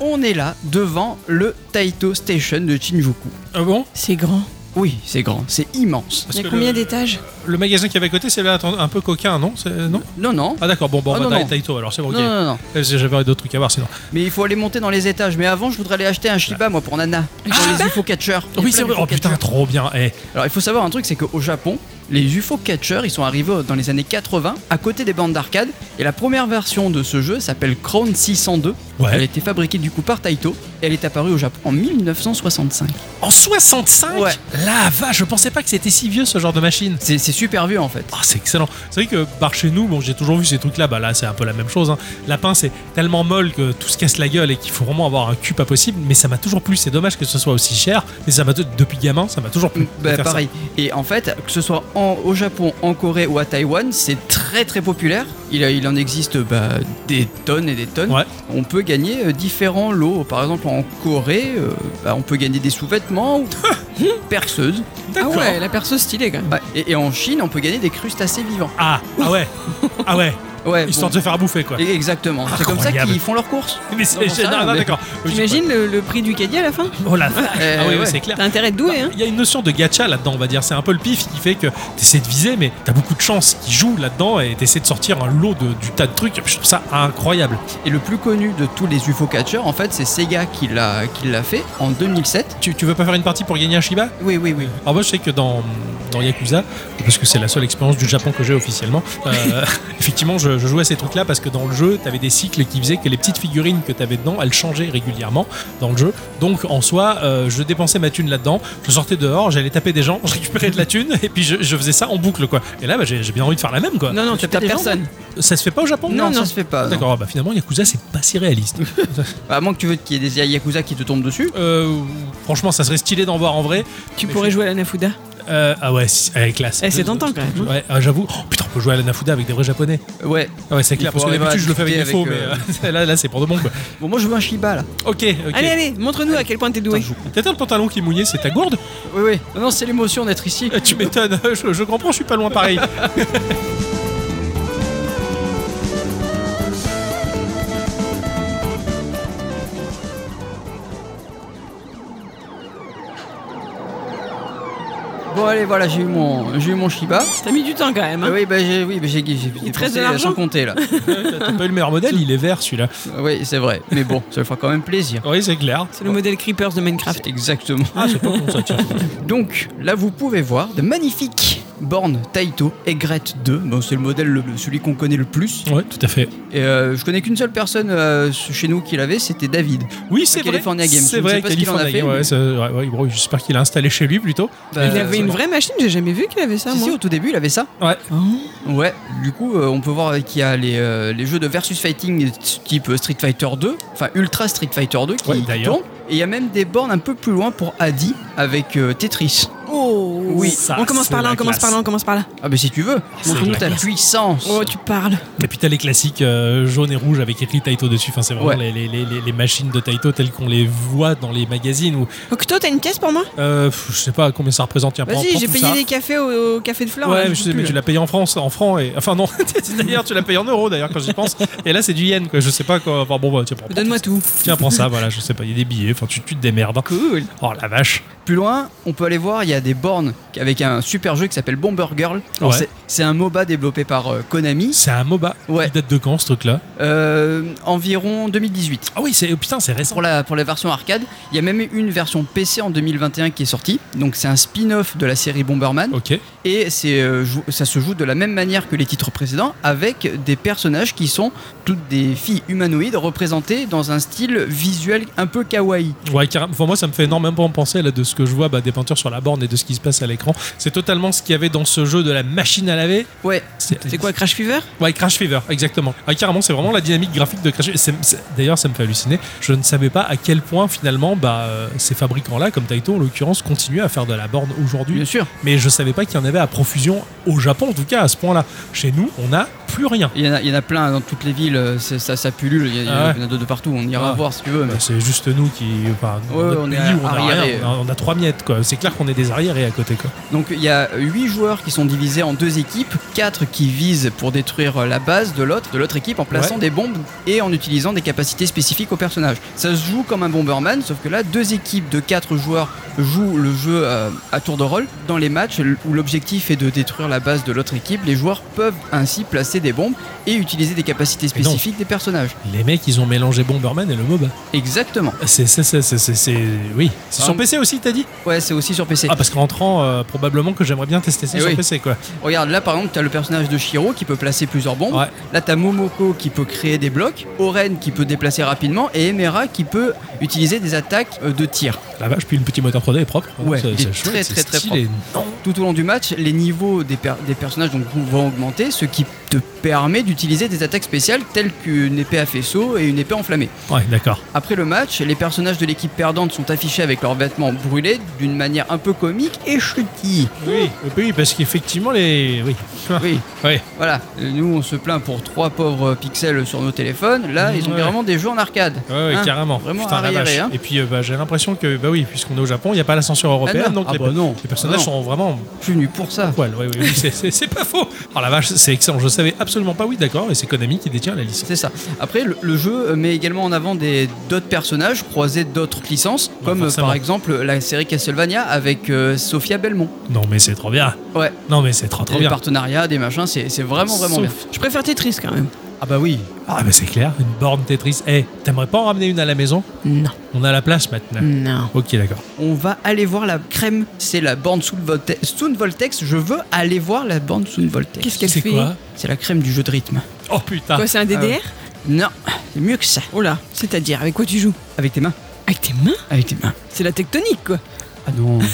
[SPEAKER 3] On est là, devant le Taito Station de Shinjuku.
[SPEAKER 2] Ah bon
[SPEAKER 1] C'est grand.
[SPEAKER 3] Oui, c'est grand, c'est immense.
[SPEAKER 2] Parce
[SPEAKER 1] Il y
[SPEAKER 2] que
[SPEAKER 1] a combien
[SPEAKER 2] le-
[SPEAKER 1] d'étages
[SPEAKER 2] Le magasin qui avait à côté, c'est là attends, un peu coquin, non C'est- Non
[SPEAKER 3] Non, non.
[SPEAKER 2] Ah d'accord, bon, bon,
[SPEAKER 3] Ah,
[SPEAKER 2] on
[SPEAKER 3] non,
[SPEAKER 2] va aller
[SPEAKER 3] non.
[SPEAKER 2] Taito alors, c'est bon, ok.
[SPEAKER 3] Non, non, non.
[SPEAKER 2] Euh, J'avais d'autres trucs à voir sinon.
[SPEAKER 3] Mais il faut aller monter dans les étages. Mais avant, je voudrais aller acheter un Shiba, moi, pour Nana. Pour les UFO catcheurs. Il y
[SPEAKER 2] Bah.
[SPEAKER 3] a
[SPEAKER 2] Ah, Oui,
[SPEAKER 3] plein
[SPEAKER 2] c'est vrai.
[SPEAKER 3] d'UFO
[SPEAKER 2] Oh putain,
[SPEAKER 3] catcheurs.
[SPEAKER 2] trop bien. Eh,
[SPEAKER 3] Alors, il faut savoir un truc, c'est qu'au Japon, les UFO catcheurs, ils sont arrivés dans les années 80 à côté des bandes d'arcade. Et la première version de ce jeu s'appelle Crown 602.
[SPEAKER 2] Ouais.
[SPEAKER 3] Elle a été fabriquée du coup par Taito. Et elle est apparue au Japon en 1965.
[SPEAKER 2] En 65
[SPEAKER 3] Ouais.
[SPEAKER 2] La vache, je pensais pas que c'était si vieux ce genre de machine.
[SPEAKER 3] C'est c'est c'est super vieux en fait.
[SPEAKER 2] Ah, c'est excellent. C'est vrai que par chez nous, bon, j'ai toujours vu ces trucs-là. Bah là, c'est un peu la même chose. hein. La pince est tellement molle que tout se casse la gueule et qu'il faut vraiment avoir un cul pas possible. Mais ça m'a toujours plu. C'est dommage que ce soit aussi cher. Mais ça m'a t- depuis gamin, ça m'a toujours plu. de
[SPEAKER 3] Bah,
[SPEAKER 2] faire ça.
[SPEAKER 3] pareil. Et en fait, que ce soit en- au Japon, en Corée ou à Taïwan, c'est très très populaire. Il, a- il en existe bah, des tonnes et des tonnes.
[SPEAKER 2] Ouais.
[SPEAKER 3] On peut gagner euh, différents lots. Par exemple, en Corée, euh, bah, on peut gagner des
[SPEAKER 2] [LAUGHS]
[SPEAKER 3] sous-vêtements ou une perceuse.
[SPEAKER 1] Ah
[SPEAKER 2] D'accord.
[SPEAKER 1] ouais, la perceuse stylée quand même.
[SPEAKER 3] Ouais. Et, et en Chine, on peut gagner des crustacés vivants.
[SPEAKER 2] Ah, ah
[SPEAKER 3] [LAUGHS]
[SPEAKER 2] ouais. Ah ouais.
[SPEAKER 3] Ouais,
[SPEAKER 2] Histoire
[SPEAKER 3] bon.
[SPEAKER 2] de se faire bouffer, quoi.
[SPEAKER 3] Et- Exactement. C'est comme ça
[SPEAKER 2] Incroyable.
[SPEAKER 3] qu'ils font leurs courses.
[SPEAKER 2] Mais
[SPEAKER 3] Non,
[SPEAKER 2] c'est
[SPEAKER 3] j'en sais rien,
[SPEAKER 2] génial.
[SPEAKER 3] mais-
[SPEAKER 2] d'accord.
[SPEAKER 1] T'imagines le, le prix du caddie à la fin
[SPEAKER 2] Oh la vache.
[SPEAKER 3] Eh,
[SPEAKER 2] Ah ouais, ouais,
[SPEAKER 3] ouais.
[SPEAKER 2] c'est clair.
[SPEAKER 1] T'as intérêt de douer, hein
[SPEAKER 2] Il y a une notion de gacha là-dedans, on va dire. C'est un peu le pif qui fait que t'essaies de viser, mais t'as beaucoup de chance qui joue là-dedans et t'essaies de sortir un lot de- du tas de trucs. Je trouve ça incroyable.
[SPEAKER 3] Et le plus connu de tous les UFO catchers, en fait, c'est Sega qui l'a qui l'a fait en 2007.
[SPEAKER 2] Tu, tu veux pas faire une partie pour gagner un Shiba
[SPEAKER 3] Oui, oui, oui.
[SPEAKER 2] Alors Ah, moi je sais que dans, dans Yakuza, parce que c'est la seule expérience du Japon que j'ai officiellement, euh, [LAUGHS] effectivement je, je jouais à ces trucs-là parce que dans le jeu, t'avais des cycles qui faisaient que les petites figurines que t'avais dedans, elles changeaient régulièrement dans le jeu. Donc en soi, euh, je dépensais ma thune là-dedans, je sortais dehors, j'allais taper des gens, [LAUGHS] je récupérais de la thune et puis je, je faisais ça en boucle quoi. Et là bah, j'ai j'ai bien envie de faire la même quoi.
[SPEAKER 1] Non, non,
[SPEAKER 3] Tu
[SPEAKER 1] t'as pas
[SPEAKER 3] tapes
[SPEAKER 1] personne.
[SPEAKER 2] Ça se fait pas au Japon
[SPEAKER 3] Non,
[SPEAKER 1] non.
[SPEAKER 3] ça se fait pas. non.
[SPEAKER 2] D'accord, bah finalement Yakuza c'est pas si
[SPEAKER 1] [LAUGHS]
[SPEAKER 2] réaliste.
[SPEAKER 3] À moins que tu veux qu'il y ait des Yakuza qui te tombent dessus.
[SPEAKER 2] Euh, franchement ça serait stylé d'en voir en vrai.
[SPEAKER 1] Tu pourrais jouer à la Nafuda.
[SPEAKER 2] Euh, ah ouais, si- avec classe.
[SPEAKER 1] Eh, c'est tentant, quand
[SPEAKER 3] hein.
[SPEAKER 1] même.
[SPEAKER 2] Ouais, ah, j'avoue. Oh, putain, on peut jouer à la Nafuda avec des vrais japonais.
[SPEAKER 3] euh, Ouais.
[SPEAKER 2] Ah ouais, c'est clair,
[SPEAKER 3] Il faut
[SPEAKER 2] parce que
[SPEAKER 3] arriver
[SPEAKER 2] d'habitude
[SPEAKER 3] à
[SPEAKER 2] je le fais avec des
[SPEAKER 3] discuter
[SPEAKER 2] faux, mais
[SPEAKER 3] avec,
[SPEAKER 2] euh, [LAUGHS] là, là c'est pour de bon quoi.
[SPEAKER 3] Bon, moi je veux un Shiba là.
[SPEAKER 2] Ok, ok.
[SPEAKER 1] Allez, allez, montre-nous à quel point t'es doué.
[SPEAKER 2] T'as le pantalon qui est mouillé, c'est ta gourde
[SPEAKER 3] Oui, oui. Non, non, c'est l'émotion d'être ici.
[SPEAKER 2] Eh, Tu m'étonnes, [LAUGHS] je, je comprends, je suis pas loin pareil.
[SPEAKER 3] Bon, allez, voilà, j'ai eu mon, j'ai eu mon Shiba.
[SPEAKER 1] T'as mis du temps quand même.
[SPEAKER 3] Ah
[SPEAKER 1] hein.
[SPEAKER 3] oui, bah j'ai, oui, bah, j'ai, j'ai, j'ai
[SPEAKER 1] te reste de
[SPEAKER 3] dépensé
[SPEAKER 1] l'argent
[SPEAKER 3] sans compter là.
[SPEAKER 2] T'as t'as pas eu le meilleur modèle, il est vert celui-là.
[SPEAKER 3] oui, c'est vrai. Mais bon, ça lui fera quand même plaisir.
[SPEAKER 2] Oui, c'est clair.
[SPEAKER 1] C'est le modèle Creepers de Minecraft.
[SPEAKER 3] C'est exactement.
[SPEAKER 2] Ah, c'est pas con ça, tiens.
[SPEAKER 3] [LAUGHS] Donc là vous pouvez voir de magnifiques bornes Taito et 2. Bon, c'est le modèle le- celui qu'on connaît le plus.
[SPEAKER 2] Ouais, tout à fait.
[SPEAKER 3] Et euh, je connais qu'une seule personne euh, chez nous qui l'avait, c'était David.
[SPEAKER 2] Oui, c'est vrai.
[SPEAKER 3] California Games. Je
[SPEAKER 2] C'est
[SPEAKER 3] ne
[SPEAKER 2] vrai,
[SPEAKER 3] sais pas ce qu'il en a
[SPEAKER 2] California
[SPEAKER 3] fait,
[SPEAKER 2] Games.
[SPEAKER 3] mais-
[SPEAKER 2] Ouais, c'est- ouais, ouais, gros, j'espère qu'il a installé chez lui plutôt.
[SPEAKER 3] Bah,
[SPEAKER 1] il avait une vraie machine, j'ai jamais vu qu'il avait ça,
[SPEAKER 3] Si,
[SPEAKER 1] moi.
[SPEAKER 3] si, au tout début il avait ça.
[SPEAKER 2] Ouais.
[SPEAKER 3] Ouais. Du coup euh, on peut voir qu'il y a les, euh, les jeux de versus fighting type euh, Street Fighter 2, enfin Ultra Street Fighter 2 qui
[SPEAKER 2] Ouais,
[SPEAKER 3] qui
[SPEAKER 2] d'ailleurs.
[SPEAKER 3] tournent. Et il y a même des bornes un peu plus loin pour Adi avec euh, Tetris.
[SPEAKER 1] Oh
[SPEAKER 3] Oui,
[SPEAKER 2] ça,
[SPEAKER 1] On commence
[SPEAKER 2] c'est
[SPEAKER 1] par là,
[SPEAKER 2] la
[SPEAKER 1] on commence par
[SPEAKER 2] classe.
[SPEAKER 1] là, on commence par là.
[SPEAKER 3] Ah bah si tu veux,
[SPEAKER 2] Oh, c'est
[SPEAKER 3] montre-nous
[SPEAKER 2] la
[SPEAKER 3] ta
[SPEAKER 2] classe.
[SPEAKER 3] puissance.
[SPEAKER 1] Oh, tu parles.
[SPEAKER 2] Et puis t'as les classiques euh, jaunes et rouges avec écrit Taito dessus. Enfin, c'est vraiment
[SPEAKER 3] Ouais.
[SPEAKER 2] les, les- les- les- les machines de Taito telles qu'on les voit dans les magazines. Ou,
[SPEAKER 1] Octo, t'as une pièce pour moi
[SPEAKER 2] euh, pff, je sais pas combien ça représente. tiens, prends-
[SPEAKER 1] Vas-y,
[SPEAKER 2] prends
[SPEAKER 1] j'ai
[SPEAKER 2] tout
[SPEAKER 1] payé hein,
[SPEAKER 2] ça.
[SPEAKER 1] les cafés au, au café de Flore.
[SPEAKER 2] Ouais,
[SPEAKER 1] là,
[SPEAKER 2] mais
[SPEAKER 1] je
[SPEAKER 2] je sais,
[SPEAKER 1] peux
[SPEAKER 2] mais
[SPEAKER 1] plus,
[SPEAKER 2] tu
[SPEAKER 1] là.
[SPEAKER 2] l'as payé en France, en francs. Et... Enfin, non, [LAUGHS] d'ailleurs, tu l'as payé en euros, d'ailleurs, quand j'y pense. Et là, c'est du yen, quoi. Je sais pas quoi. Enfin, bon, bah, tiens, prends,
[SPEAKER 1] Donne-moi tout.
[SPEAKER 2] tiens, prends ça, voilà, je sais pas. Il y a des billets, enfin, tu, tu te démerdes. hein.
[SPEAKER 3] Cool.
[SPEAKER 2] Oh la vache.
[SPEAKER 3] Plus loin, on peut aller voir, il y a des bornes avec un super jeu qui s'appelle Bomber Girl. Alors,
[SPEAKER 2] Ouais.
[SPEAKER 3] c'est- C'est un MOBA développé par euh, Konami,
[SPEAKER 2] C'est un MOBA.
[SPEAKER 3] Ouais.
[SPEAKER 2] Il date de quand, ce truc-là
[SPEAKER 3] euh, environ 2018.
[SPEAKER 2] Ah oui, c'est. oh, putain, c'est récent.
[SPEAKER 3] Pour la, pour la version arcade, il y a même eu une version PC en 2021 qui est sortie. Donc c'est un spin-off de la série Bomberman.
[SPEAKER 2] Ok.
[SPEAKER 3] Et c'est, euh, jou- ça se joue de la même manière que les titres précédents, avec des personnages qui sont toutes des filles humanoïdes représentées dans un style visuel un peu kawaii.
[SPEAKER 2] Ouais, carrément. Enfin, moi, ça me fait énormément penser là, de ce que je vois bah, des peintures sur la borne et de ce qui se passe à l'écran. C'est totalement ce qu'il y avait dans ce jeu de la machine à laver.
[SPEAKER 3] Ouais,
[SPEAKER 1] C'est quoi, Crash Fever
[SPEAKER 2] Ouais, Crash Fever, exactement. Ah, carrément, c'est vraiment la dynamique graphique de Crash Fever. C'est- c'est- D'ailleurs, ça me fait halluciner. Je ne savais pas à quel point, finalement, bah, euh, ces fabricants-là, comme Taito en l'occurrence, continuent à faire de la borne
[SPEAKER 3] bien
[SPEAKER 2] aujourd'hui.
[SPEAKER 3] sûr.
[SPEAKER 2] Mais je savais pas qu'il y en avait à profusion au Japon, en tout cas, à ce point-là. Chez nous, on n'a plus rien.
[SPEAKER 3] Il y, en a, il y en a plein dans toutes les villes, euh, c'est- ça, ça pullule, il y, a-
[SPEAKER 2] Ah ouais.
[SPEAKER 3] il y en a de, de partout, on ira
[SPEAKER 2] Ah.
[SPEAKER 3] voir si tu veux. mais-
[SPEAKER 2] Bah, C'est juste nous qui. Enfin, dans
[SPEAKER 3] Ouais,
[SPEAKER 2] notre
[SPEAKER 3] on est
[SPEAKER 2] pays, on a
[SPEAKER 3] arriérés.
[SPEAKER 2] rien. On a- on a trois miettes, quoi. C'est clair qu'on est des arriérés à côté, quoi.
[SPEAKER 3] Donc il y a 8 joueurs qui sont divisés en deux équipes, 4 qui visent pour détruire la base de l'autre, de l'autre équipe en plaçant
[SPEAKER 2] Ouais.
[SPEAKER 3] des bombes et en utilisant des capacités spécifiques aux personnages. Ça se joue comme un Bomberman, sauf que là, deux équipes de 4 joueurs jouent le jeu euh, à tour de rôle. Dans les matchs où l'objectif est de détruire la base de l'autre équipe, les joueurs peuvent ainsi placer des bombes et utiliser des capacités
[SPEAKER 2] Mais non.
[SPEAKER 3] spécifiques des personnages.
[SPEAKER 2] Les mecs, ils ont mélangé Bomberman et le MOBA.
[SPEAKER 3] Exactement.
[SPEAKER 2] C'est, c'est, c'est, c'est, c'est- c'est- oui. C'est sur
[SPEAKER 3] Ah.
[SPEAKER 2] PC aussi, t'as dit
[SPEAKER 3] Ouais, c'est aussi sur PC.
[SPEAKER 2] Ah, parce qu'en rentrant, euh, probablement que j'aimerais bien tester ça
[SPEAKER 3] Eh
[SPEAKER 2] sur
[SPEAKER 3] oui.
[SPEAKER 2] PC, quoi.
[SPEAKER 3] Regarde, là par exemple, t'as le personnage de Shiro qui peut placer plusieurs bombes.
[SPEAKER 2] Ouais.
[SPEAKER 3] Là, t'as Momoko qui peut créer des blocs, Oren qui peut déplacer rapidement et Emera qui peut utiliser des attaques euh, de tir.
[SPEAKER 2] La vache, puis le petit moteur 3D est propre.
[SPEAKER 3] Ouais,
[SPEAKER 2] C'est-
[SPEAKER 3] il
[SPEAKER 2] c'est
[SPEAKER 3] est
[SPEAKER 2] chouette,
[SPEAKER 3] très,
[SPEAKER 2] c'est
[SPEAKER 3] très, très
[SPEAKER 2] stylé. Non,
[SPEAKER 3] tout au long du match, les niveaux des, per- des personnages donc, vont augmenter, ce qui te permet d'utiliser des attaques spéciales telles qu'une épée à faisceau et une épée enflammée.
[SPEAKER 2] Ouais, d'accord.
[SPEAKER 3] Après le match, les personnages de l'équipe perdante sont affichés avec leurs vêtements brûlés d'une manière un peu comique et
[SPEAKER 2] [LAUGHS]
[SPEAKER 3] chutille.
[SPEAKER 2] Oui, oui, parce qu'effectivement, les. Oui.
[SPEAKER 3] Oui.
[SPEAKER 2] [LAUGHS] Ouais.
[SPEAKER 3] Voilà, nous on se plaint pour trois pauvres pixels sur nos téléphones. Là, ils ont
[SPEAKER 2] Ouais.
[SPEAKER 3] vraiment des jeux en arcade.
[SPEAKER 2] Ouais, ouais,
[SPEAKER 3] Hein,
[SPEAKER 2] carrément.
[SPEAKER 3] Vraiment
[SPEAKER 2] Putain, la
[SPEAKER 3] arriéré,
[SPEAKER 2] vache.
[SPEAKER 3] hein.
[SPEAKER 2] Et puis, euh, bah, j'ai l'impression que, bah oui, puisqu'on est au Japon, il n'y a pas la censure européenne,
[SPEAKER 3] Ah non.
[SPEAKER 2] donc
[SPEAKER 3] Ah
[SPEAKER 2] les,
[SPEAKER 3] bah non.
[SPEAKER 2] les personnages
[SPEAKER 3] Ah non.
[SPEAKER 2] sont vraiment
[SPEAKER 3] Je suis venu pour ça.
[SPEAKER 2] poil. Ouais, ouais, oui, c'est- c'est c'est pas faux. Oh la vache, c'est excellent. Je savais absolument pas, oui, d'accord. Et c'est Konami qui détient la licence.
[SPEAKER 3] C'est ça. Après, le, le jeu met également en avant des- d'autres personnages croisés d'autres licences,
[SPEAKER 2] Ouais,
[SPEAKER 3] comme euh,
[SPEAKER 2] forcément.
[SPEAKER 3] par exemple la série Castlevania avec euh, Sophia Belmont.
[SPEAKER 2] Non, mais c'est trop bien.
[SPEAKER 3] Ouais,
[SPEAKER 2] Non, mais c'est trop, trop
[SPEAKER 3] des
[SPEAKER 2] bien.
[SPEAKER 3] partenariats, des machins, c'est c'est vraiment, vraiment
[SPEAKER 2] Sauf-
[SPEAKER 3] bien.
[SPEAKER 1] Je préfère Tetris quand même.
[SPEAKER 3] Ah bah oui.
[SPEAKER 2] Ah, bah c'est clair, une borne Tetris. Eh, t'aimerais pas en ramener une à la maison
[SPEAKER 1] Non,
[SPEAKER 2] On a la place maintenant.
[SPEAKER 3] Mm.
[SPEAKER 1] non.
[SPEAKER 2] Ok, d'accord.
[SPEAKER 3] On va aller voir la crème. C'est la borne Sound Volte- Sound Voltex. Je veux aller voir la borne Sound Voltex.
[SPEAKER 1] Qu'est-ce qu'elle
[SPEAKER 2] C'est
[SPEAKER 1] fait
[SPEAKER 2] quoi
[SPEAKER 3] C'est la crème du jeu de rythme.
[SPEAKER 2] Oh putain.
[SPEAKER 1] Quoi, c'est un DDR
[SPEAKER 3] Non, c'est mieux que ça.
[SPEAKER 1] Oh là, c'est-à-dire, avec quoi tu joues
[SPEAKER 3] Avec tes mains.
[SPEAKER 1] Avec tes mains
[SPEAKER 3] Avec tes mains.
[SPEAKER 1] C'est la tectonique, quoi.
[SPEAKER 3] Ah non. [LAUGHS] ah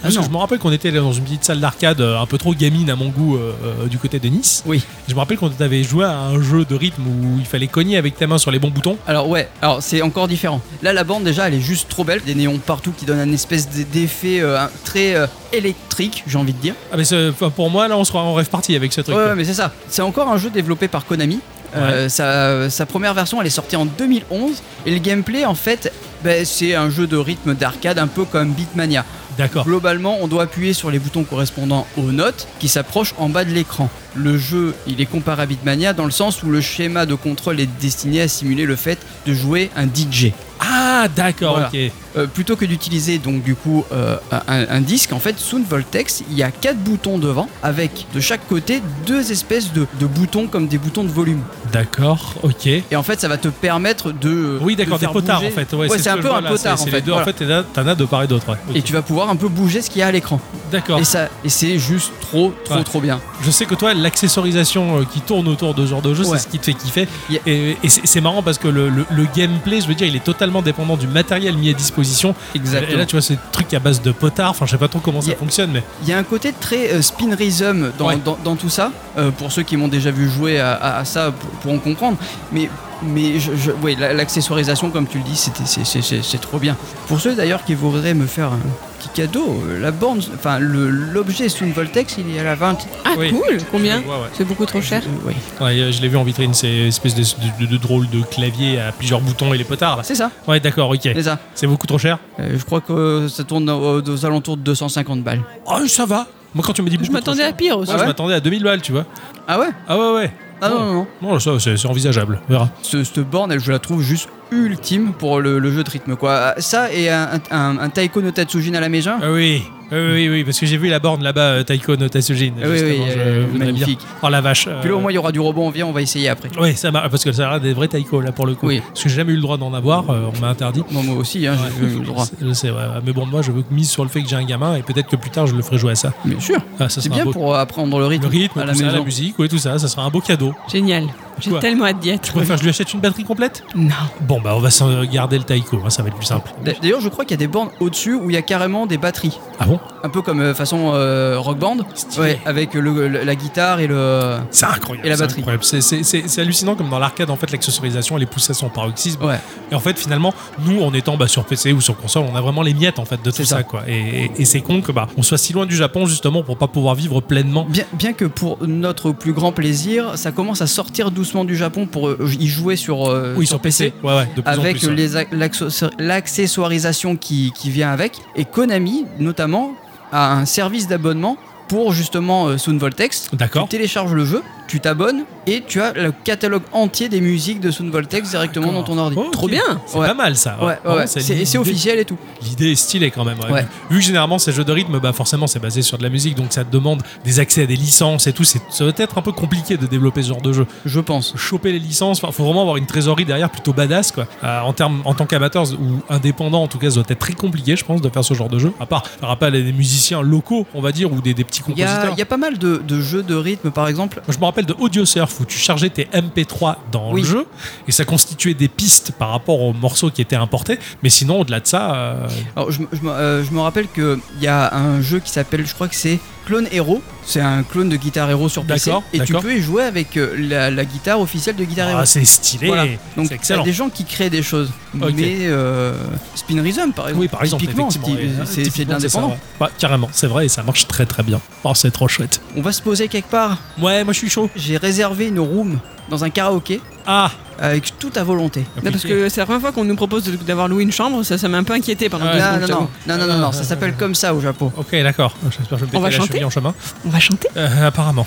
[SPEAKER 2] Parce que
[SPEAKER 3] non.
[SPEAKER 2] je me rappelle qu'on était dans une petite salle d'arcade euh, un peu trop gamine à mon goût euh, euh, du côté de Nice.
[SPEAKER 3] Oui.
[SPEAKER 2] Je me rappelle qu'on avait joué à un jeu de rythme où il fallait cogner avec ta main sur les bons boutons.
[SPEAKER 3] Alors ouais, alors c'est encore différent. Là la bande déjà elle est juste trop belle, des néons partout qui donnent un espèce d- d'effet euh, un- très euh, électrique, j'ai envie de dire.
[SPEAKER 2] Ah mais c'est- enfin, pour moi là on sera en rêve parti avec ce truc.
[SPEAKER 3] Ouais, ouais, mais c'est ça. C'est encore un jeu développé par Konami. Euh, sa, sa première version elle est sortie en 2011 et le gameplay en fait ben, c'est un jeu de rythme d'arcade un peu comme Beatmania.
[SPEAKER 2] D'accord.
[SPEAKER 3] Globalement on doit appuyer sur les boutons correspondants aux notes qui s'approchent en bas de l'écran. Le jeu il est comparé à Beatmania dans le sens où le schéma de contrôle est destiné à simuler le fait de jouer un DJ.
[SPEAKER 2] Ah d'accord,
[SPEAKER 3] Voilà.
[SPEAKER 2] ok.
[SPEAKER 3] Euh, plutôt que d'utiliser donc du coup euh, un, un disque, en fait, sous le Voltex, il y a quatre boutons devant, avec de chaque côté deux espèces de, de boutons comme des boutons de volume.
[SPEAKER 2] D'accord, ok.
[SPEAKER 3] Et en fait, ça va te permettre de
[SPEAKER 2] Oui d'accord,
[SPEAKER 3] de
[SPEAKER 2] des
[SPEAKER 3] faire
[SPEAKER 2] potards
[SPEAKER 3] bouger-
[SPEAKER 2] en fait.
[SPEAKER 3] Ouais, c'est
[SPEAKER 2] ce
[SPEAKER 3] un
[SPEAKER 2] que
[SPEAKER 3] peu
[SPEAKER 2] je vois,
[SPEAKER 3] un
[SPEAKER 2] là.
[SPEAKER 3] potard
[SPEAKER 2] C'est-
[SPEAKER 3] en
[SPEAKER 2] c'est
[SPEAKER 3] fait.
[SPEAKER 2] les deux.
[SPEAKER 3] voilà.
[SPEAKER 2] En fait t'en as- t'en as de part et d'autre. ouais. Ok.
[SPEAKER 3] Et tu vas pouvoir un peu bouger ce qu'il y a à l'écran.
[SPEAKER 2] D'accord.
[SPEAKER 3] Et ça, et c'est juste trop, trop,
[SPEAKER 2] Ouais.
[SPEAKER 3] trop bien.
[SPEAKER 2] Je sais que toi, l'accessorisation euh, qui tourne autour de ce genre de jeu,
[SPEAKER 3] Ouais.
[SPEAKER 2] c'est ce qui te fait kiffer.
[SPEAKER 3] Yeah.
[SPEAKER 2] Et, et c'est c'est marrant parce que le, le- le gameplay, je veux dire, il est totalement dépendant du matériel mis à disposition. Et
[SPEAKER 3] Exactement.
[SPEAKER 2] là, tu vois, c'est des trucs à base de potard. Enfin, je sais pas trop comment ça
[SPEAKER 3] Yeah.
[SPEAKER 2] fonctionne, mais
[SPEAKER 3] Il y a un côté très euh, spin rhythm dans,
[SPEAKER 2] Ouais.
[SPEAKER 3] dans- dans tout ça. Euh, pour ceux qui m'ont déjà vu jouer à, à- à ça pour, pourront comprendre. Mais, mais je, je- ouais, la- l'accessorisation, comme tu le dis, c'était- c'est- c'est c'est- c'est trop bien. Pour ceux d'ailleurs qui voudraient me faire un petit cadeau, euh, la borne, enfin le- l'objet sous une Voltex, il est à la 20.
[SPEAKER 1] Ah,
[SPEAKER 2] Oui.
[SPEAKER 1] cool Combien
[SPEAKER 2] Je le vois, ouais.
[SPEAKER 1] C'est beaucoup trop cher
[SPEAKER 3] Euh, ouais.
[SPEAKER 2] Ouais, euh, je l'ai vu en vitrine, c'est une espèce de, de- de- de drôle de clavier à plusieurs boutons et les potards. là.
[SPEAKER 3] C'est ça,
[SPEAKER 2] Ouais, d'accord, ok.
[SPEAKER 3] c'est ça.
[SPEAKER 2] C'est beaucoup trop cher.
[SPEAKER 3] Euh, je crois que euh, ça tourne aux, aux alentours de 250 balles.
[SPEAKER 2] Oh, ça va. Moi, quand tu me dis beaucoup
[SPEAKER 1] Je m'attendais
[SPEAKER 2] trop
[SPEAKER 1] à Ah
[SPEAKER 2] cher, Ah
[SPEAKER 1] pire aussi.
[SPEAKER 2] moi, je m'attendais à 2000 balles, tu vois.
[SPEAKER 3] Ah ouais
[SPEAKER 2] Ah ouais, ouais.
[SPEAKER 3] Ah non, non, non.
[SPEAKER 2] Non, ça, c'est c'est envisageable. On verra.
[SPEAKER 3] Ce- cette borne, elle, je la trouve juste ultime pour le, le jeu de rythme. quoi. Euh, Ça et un, un, un Taiko no Tatsujin à la maison,
[SPEAKER 2] Ah oui. Ah oui, oui, parce que j'ai vu la borne là-bas, euh, Taiko no Tatsujin.
[SPEAKER 3] Ah oui,
[SPEAKER 2] justement,
[SPEAKER 3] oui,
[SPEAKER 2] je
[SPEAKER 3] euh,
[SPEAKER 2] voudrais bien.
[SPEAKER 3] magnifique.
[SPEAKER 2] Oh la vache. euh,
[SPEAKER 3] Puis là, au moins, il y aura du rebond, viens, on va essayer après.
[SPEAKER 2] Oui, ça marche, parce que ça a l'air des vrais taiko là pour le coup.
[SPEAKER 3] Oui.
[SPEAKER 2] Parce que j'ai jamais eu le droit d'en avoir, euh, on m'a interdit.
[SPEAKER 3] Bon, moi aussi, hein, j'ai eu le droit.
[SPEAKER 2] Je sais, ouais, mais bon, moi je veux mise sur le fait que j'ai un gamin et peut-être que plus tard je le ferai jouer à ça.
[SPEAKER 3] Bien sûr,
[SPEAKER 2] Ah, ça
[SPEAKER 3] c'est
[SPEAKER 2] sera un
[SPEAKER 3] bien
[SPEAKER 2] beau-
[SPEAKER 3] pour apprendre le rythme,
[SPEAKER 2] le rythme,
[SPEAKER 3] à la
[SPEAKER 2] tout ça,
[SPEAKER 3] maison.
[SPEAKER 2] la musique, ouais, tout ça, ça sera un beau cadeau.
[SPEAKER 1] Génial. J'ai
[SPEAKER 2] Quoi
[SPEAKER 1] tellement hâte d'y
[SPEAKER 2] Tu
[SPEAKER 1] être.
[SPEAKER 2] préfères que je lui achète une batterie complète
[SPEAKER 1] Non.
[SPEAKER 2] Bon, bah on va s'en garder le taiko, hein, ça va être plus simple.
[SPEAKER 3] D'a- D'ailleurs, je crois qu'il y a des bornes au-dessus où il y a carrément des batteries.
[SPEAKER 2] Ah bon
[SPEAKER 3] Un peu comme euh, façon euh, rock band,
[SPEAKER 2] Stylé.
[SPEAKER 3] ouais, avec le- le- la guitare et le.
[SPEAKER 2] C'est incroyable.
[SPEAKER 3] Et la
[SPEAKER 2] c'est
[SPEAKER 3] batterie.
[SPEAKER 2] incroyable. C'est- C'est c'est- c'est hallucinant comme dans l'arcade, en fait, l'accessorisation, elle est poussée à son paroxysme.
[SPEAKER 3] Ouais,
[SPEAKER 2] Et en fait, finalement, nous, en étant bah, sur PC ou sur console, on a vraiment les miettes en fait de tout
[SPEAKER 3] C'est
[SPEAKER 2] ça,
[SPEAKER 3] ça.
[SPEAKER 2] quoi. Et, et- et c'est con que bah, on soit si loin du Japon justement pour pas pouvoir vivre pleinement.
[SPEAKER 3] bien, bien que pour notre plus grand plaisir, ça commence à sortir doucement du Japon pour euh, y jouer sur, euh,
[SPEAKER 2] oui, sur PC. Ouais, ouais, de plus en
[SPEAKER 3] avec
[SPEAKER 2] plus. ouais.
[SPEAKER 3] les ac- l'accessor- l'accessoirisation qui, qui vient avec. Et Konami, notamment, a un service d'abonnement pour justement euh, Sound Voltex. Tu
[SPEAKER 2] D'accord.
[SPEAKER 3] télécharges le jeu, tu t'abonnes et tu as le catalogue entier des musiques de Sound Voltex directement dans ton ordi.
[SPEAKER 2] Oh, ok.
[SPEAKER 1] Trop bien.
[SPEAKER 2] C'est
[SPEAKER 3] Ouais.
[SPEAKER 2] pas mal ça.
[SPEAKER 3] Ouais, ouais,
[SPEAKER 2] Vraiment,
[SPEAKER 3] ouais.
[SPEAKER 2] c'est
[SPEAKER 3] c'est c'est
[SPEAKER 2] l'idée-
[SPEAKER 3] officiel et tout.
[SPEAKER 2] L'idée est stylée quand même. ouais.
[SPEAKER 3] Ouais.
[SPEAKER 2] Vu que généralement ces jeux de rythme, bah forcément c'est basé sur de la musique, donc ça te demande des accès à des licences et tout. C'est- Ça doit être un peu compliqué de développer ce genre de jeu.
[SPEAKER 3] Je pense.
[SPEAKER 2] Choper les licences, il faut vraiment avoir une trésorerie derrière plutôt badass quoi. Euh, en termes, en tant qu'amateur ou indépendant, en tout cas, ça doit être très compliqué, je pense, de faire ce genre de jeu. À part faire appel à des musiciens locaux, on va dire, ou des, des petits
[SPEAKER 3] Il y a,
[SPEAKER 2] compositeurs.
[SPEAKER 3] il y a pas mal de, de jeux de rythme, par exemple.
[SPEAKER 2] Moi, je me rappelle de Audio Surf où tu chargeais tes MP3 dans
[SPEAKER 3] Oui.
[SPEAKER 2] le jeu et ça constituait des pistes par rapport aux morceaux qui étaient importés. Mais sinon, au-delà de ça, euh,
[SPEAKER 3] Alors, je, me- je me euh, je me rappelle qu'il y a un jeu qui s'appelle, je crois que c'est Clone Hero. C'est un clone de Guitar Hero sur PC.
[SPEAKER 2] D'accord,
[SPEAKER 3] Et tu
[SPEAKER 2] d'accord.
[SPEAKER 3] peux y jouer avec euh, la, la guitare officielle de Guitar Hero.
[SPEAKER 2] Ah, c'est stylé.
[SPEAKER 3] Voilà.
[SPEAKER 2] c'est
[SPEAKER 3] Donc il y a
[SPEAKER 2] excellent.
[SPEAKER 3] des gens qui créent des choses.
[SPEAKER 2] Ok.
[SPEAKER 3] Mais euh, Spin Rhythm par exemple.
[SPEAKER 2] Oui, par exemple,
[SPEAKER 3] typiquement,
[SPEAKER 2] effectivement, euh,
[SPEAKER 3] c'est- c'est- c'est de
[SPEAKER 2] typiquement, ça,
[SPEAKER 3] l'indépendant.
[SPEAKER 2] ouais. Ouais, carrément, c'est vrai, et ça marche très très bien. Oh, c'est trop chouette.
[SPEAKER 3] On va se poser quelque part.
[SPEAKER 2] Ouais, moi je suis chaud.
[SPEAKER 3] J'ai réservé une room dans un karaoké
[SPEAKER 2] Ah,
[SPEAKER 3] avec toute ta volonté.
[SPEAKER 1] Non, parce que c'est la première fois qu'on nous propose de- d'avoir loué une chambre, ça, ça m'a un peu inquiété pendant
[SPEAKER 2] Ah
[SPEAKER 1] deux
[SPEAKER 2] ouais.
[SPEAKER 1] secondes,
[SPEAKER 3] non, non,
[SPEAKER 1] j'avoue.
[SPEAKER 3] non, non, non, non, non, ça s'appelle comme ça au Japon.
[SPEAKER 2] ok, d'accord. J'espère que je vais
[SPEAKER 1] On
[SPEAKER 2] me
[SPEAKER 1] va
[SPEAKER 2] péter la
[SPEAKER 1] chanter
[SPEAKER 2] cheville en chemin.
[SPEAKER 1] On va chanter
[SPEAKER 2] Euh,
[SPEAKER 3] [LAUGHS]
[SPEAKER 2] apparemment.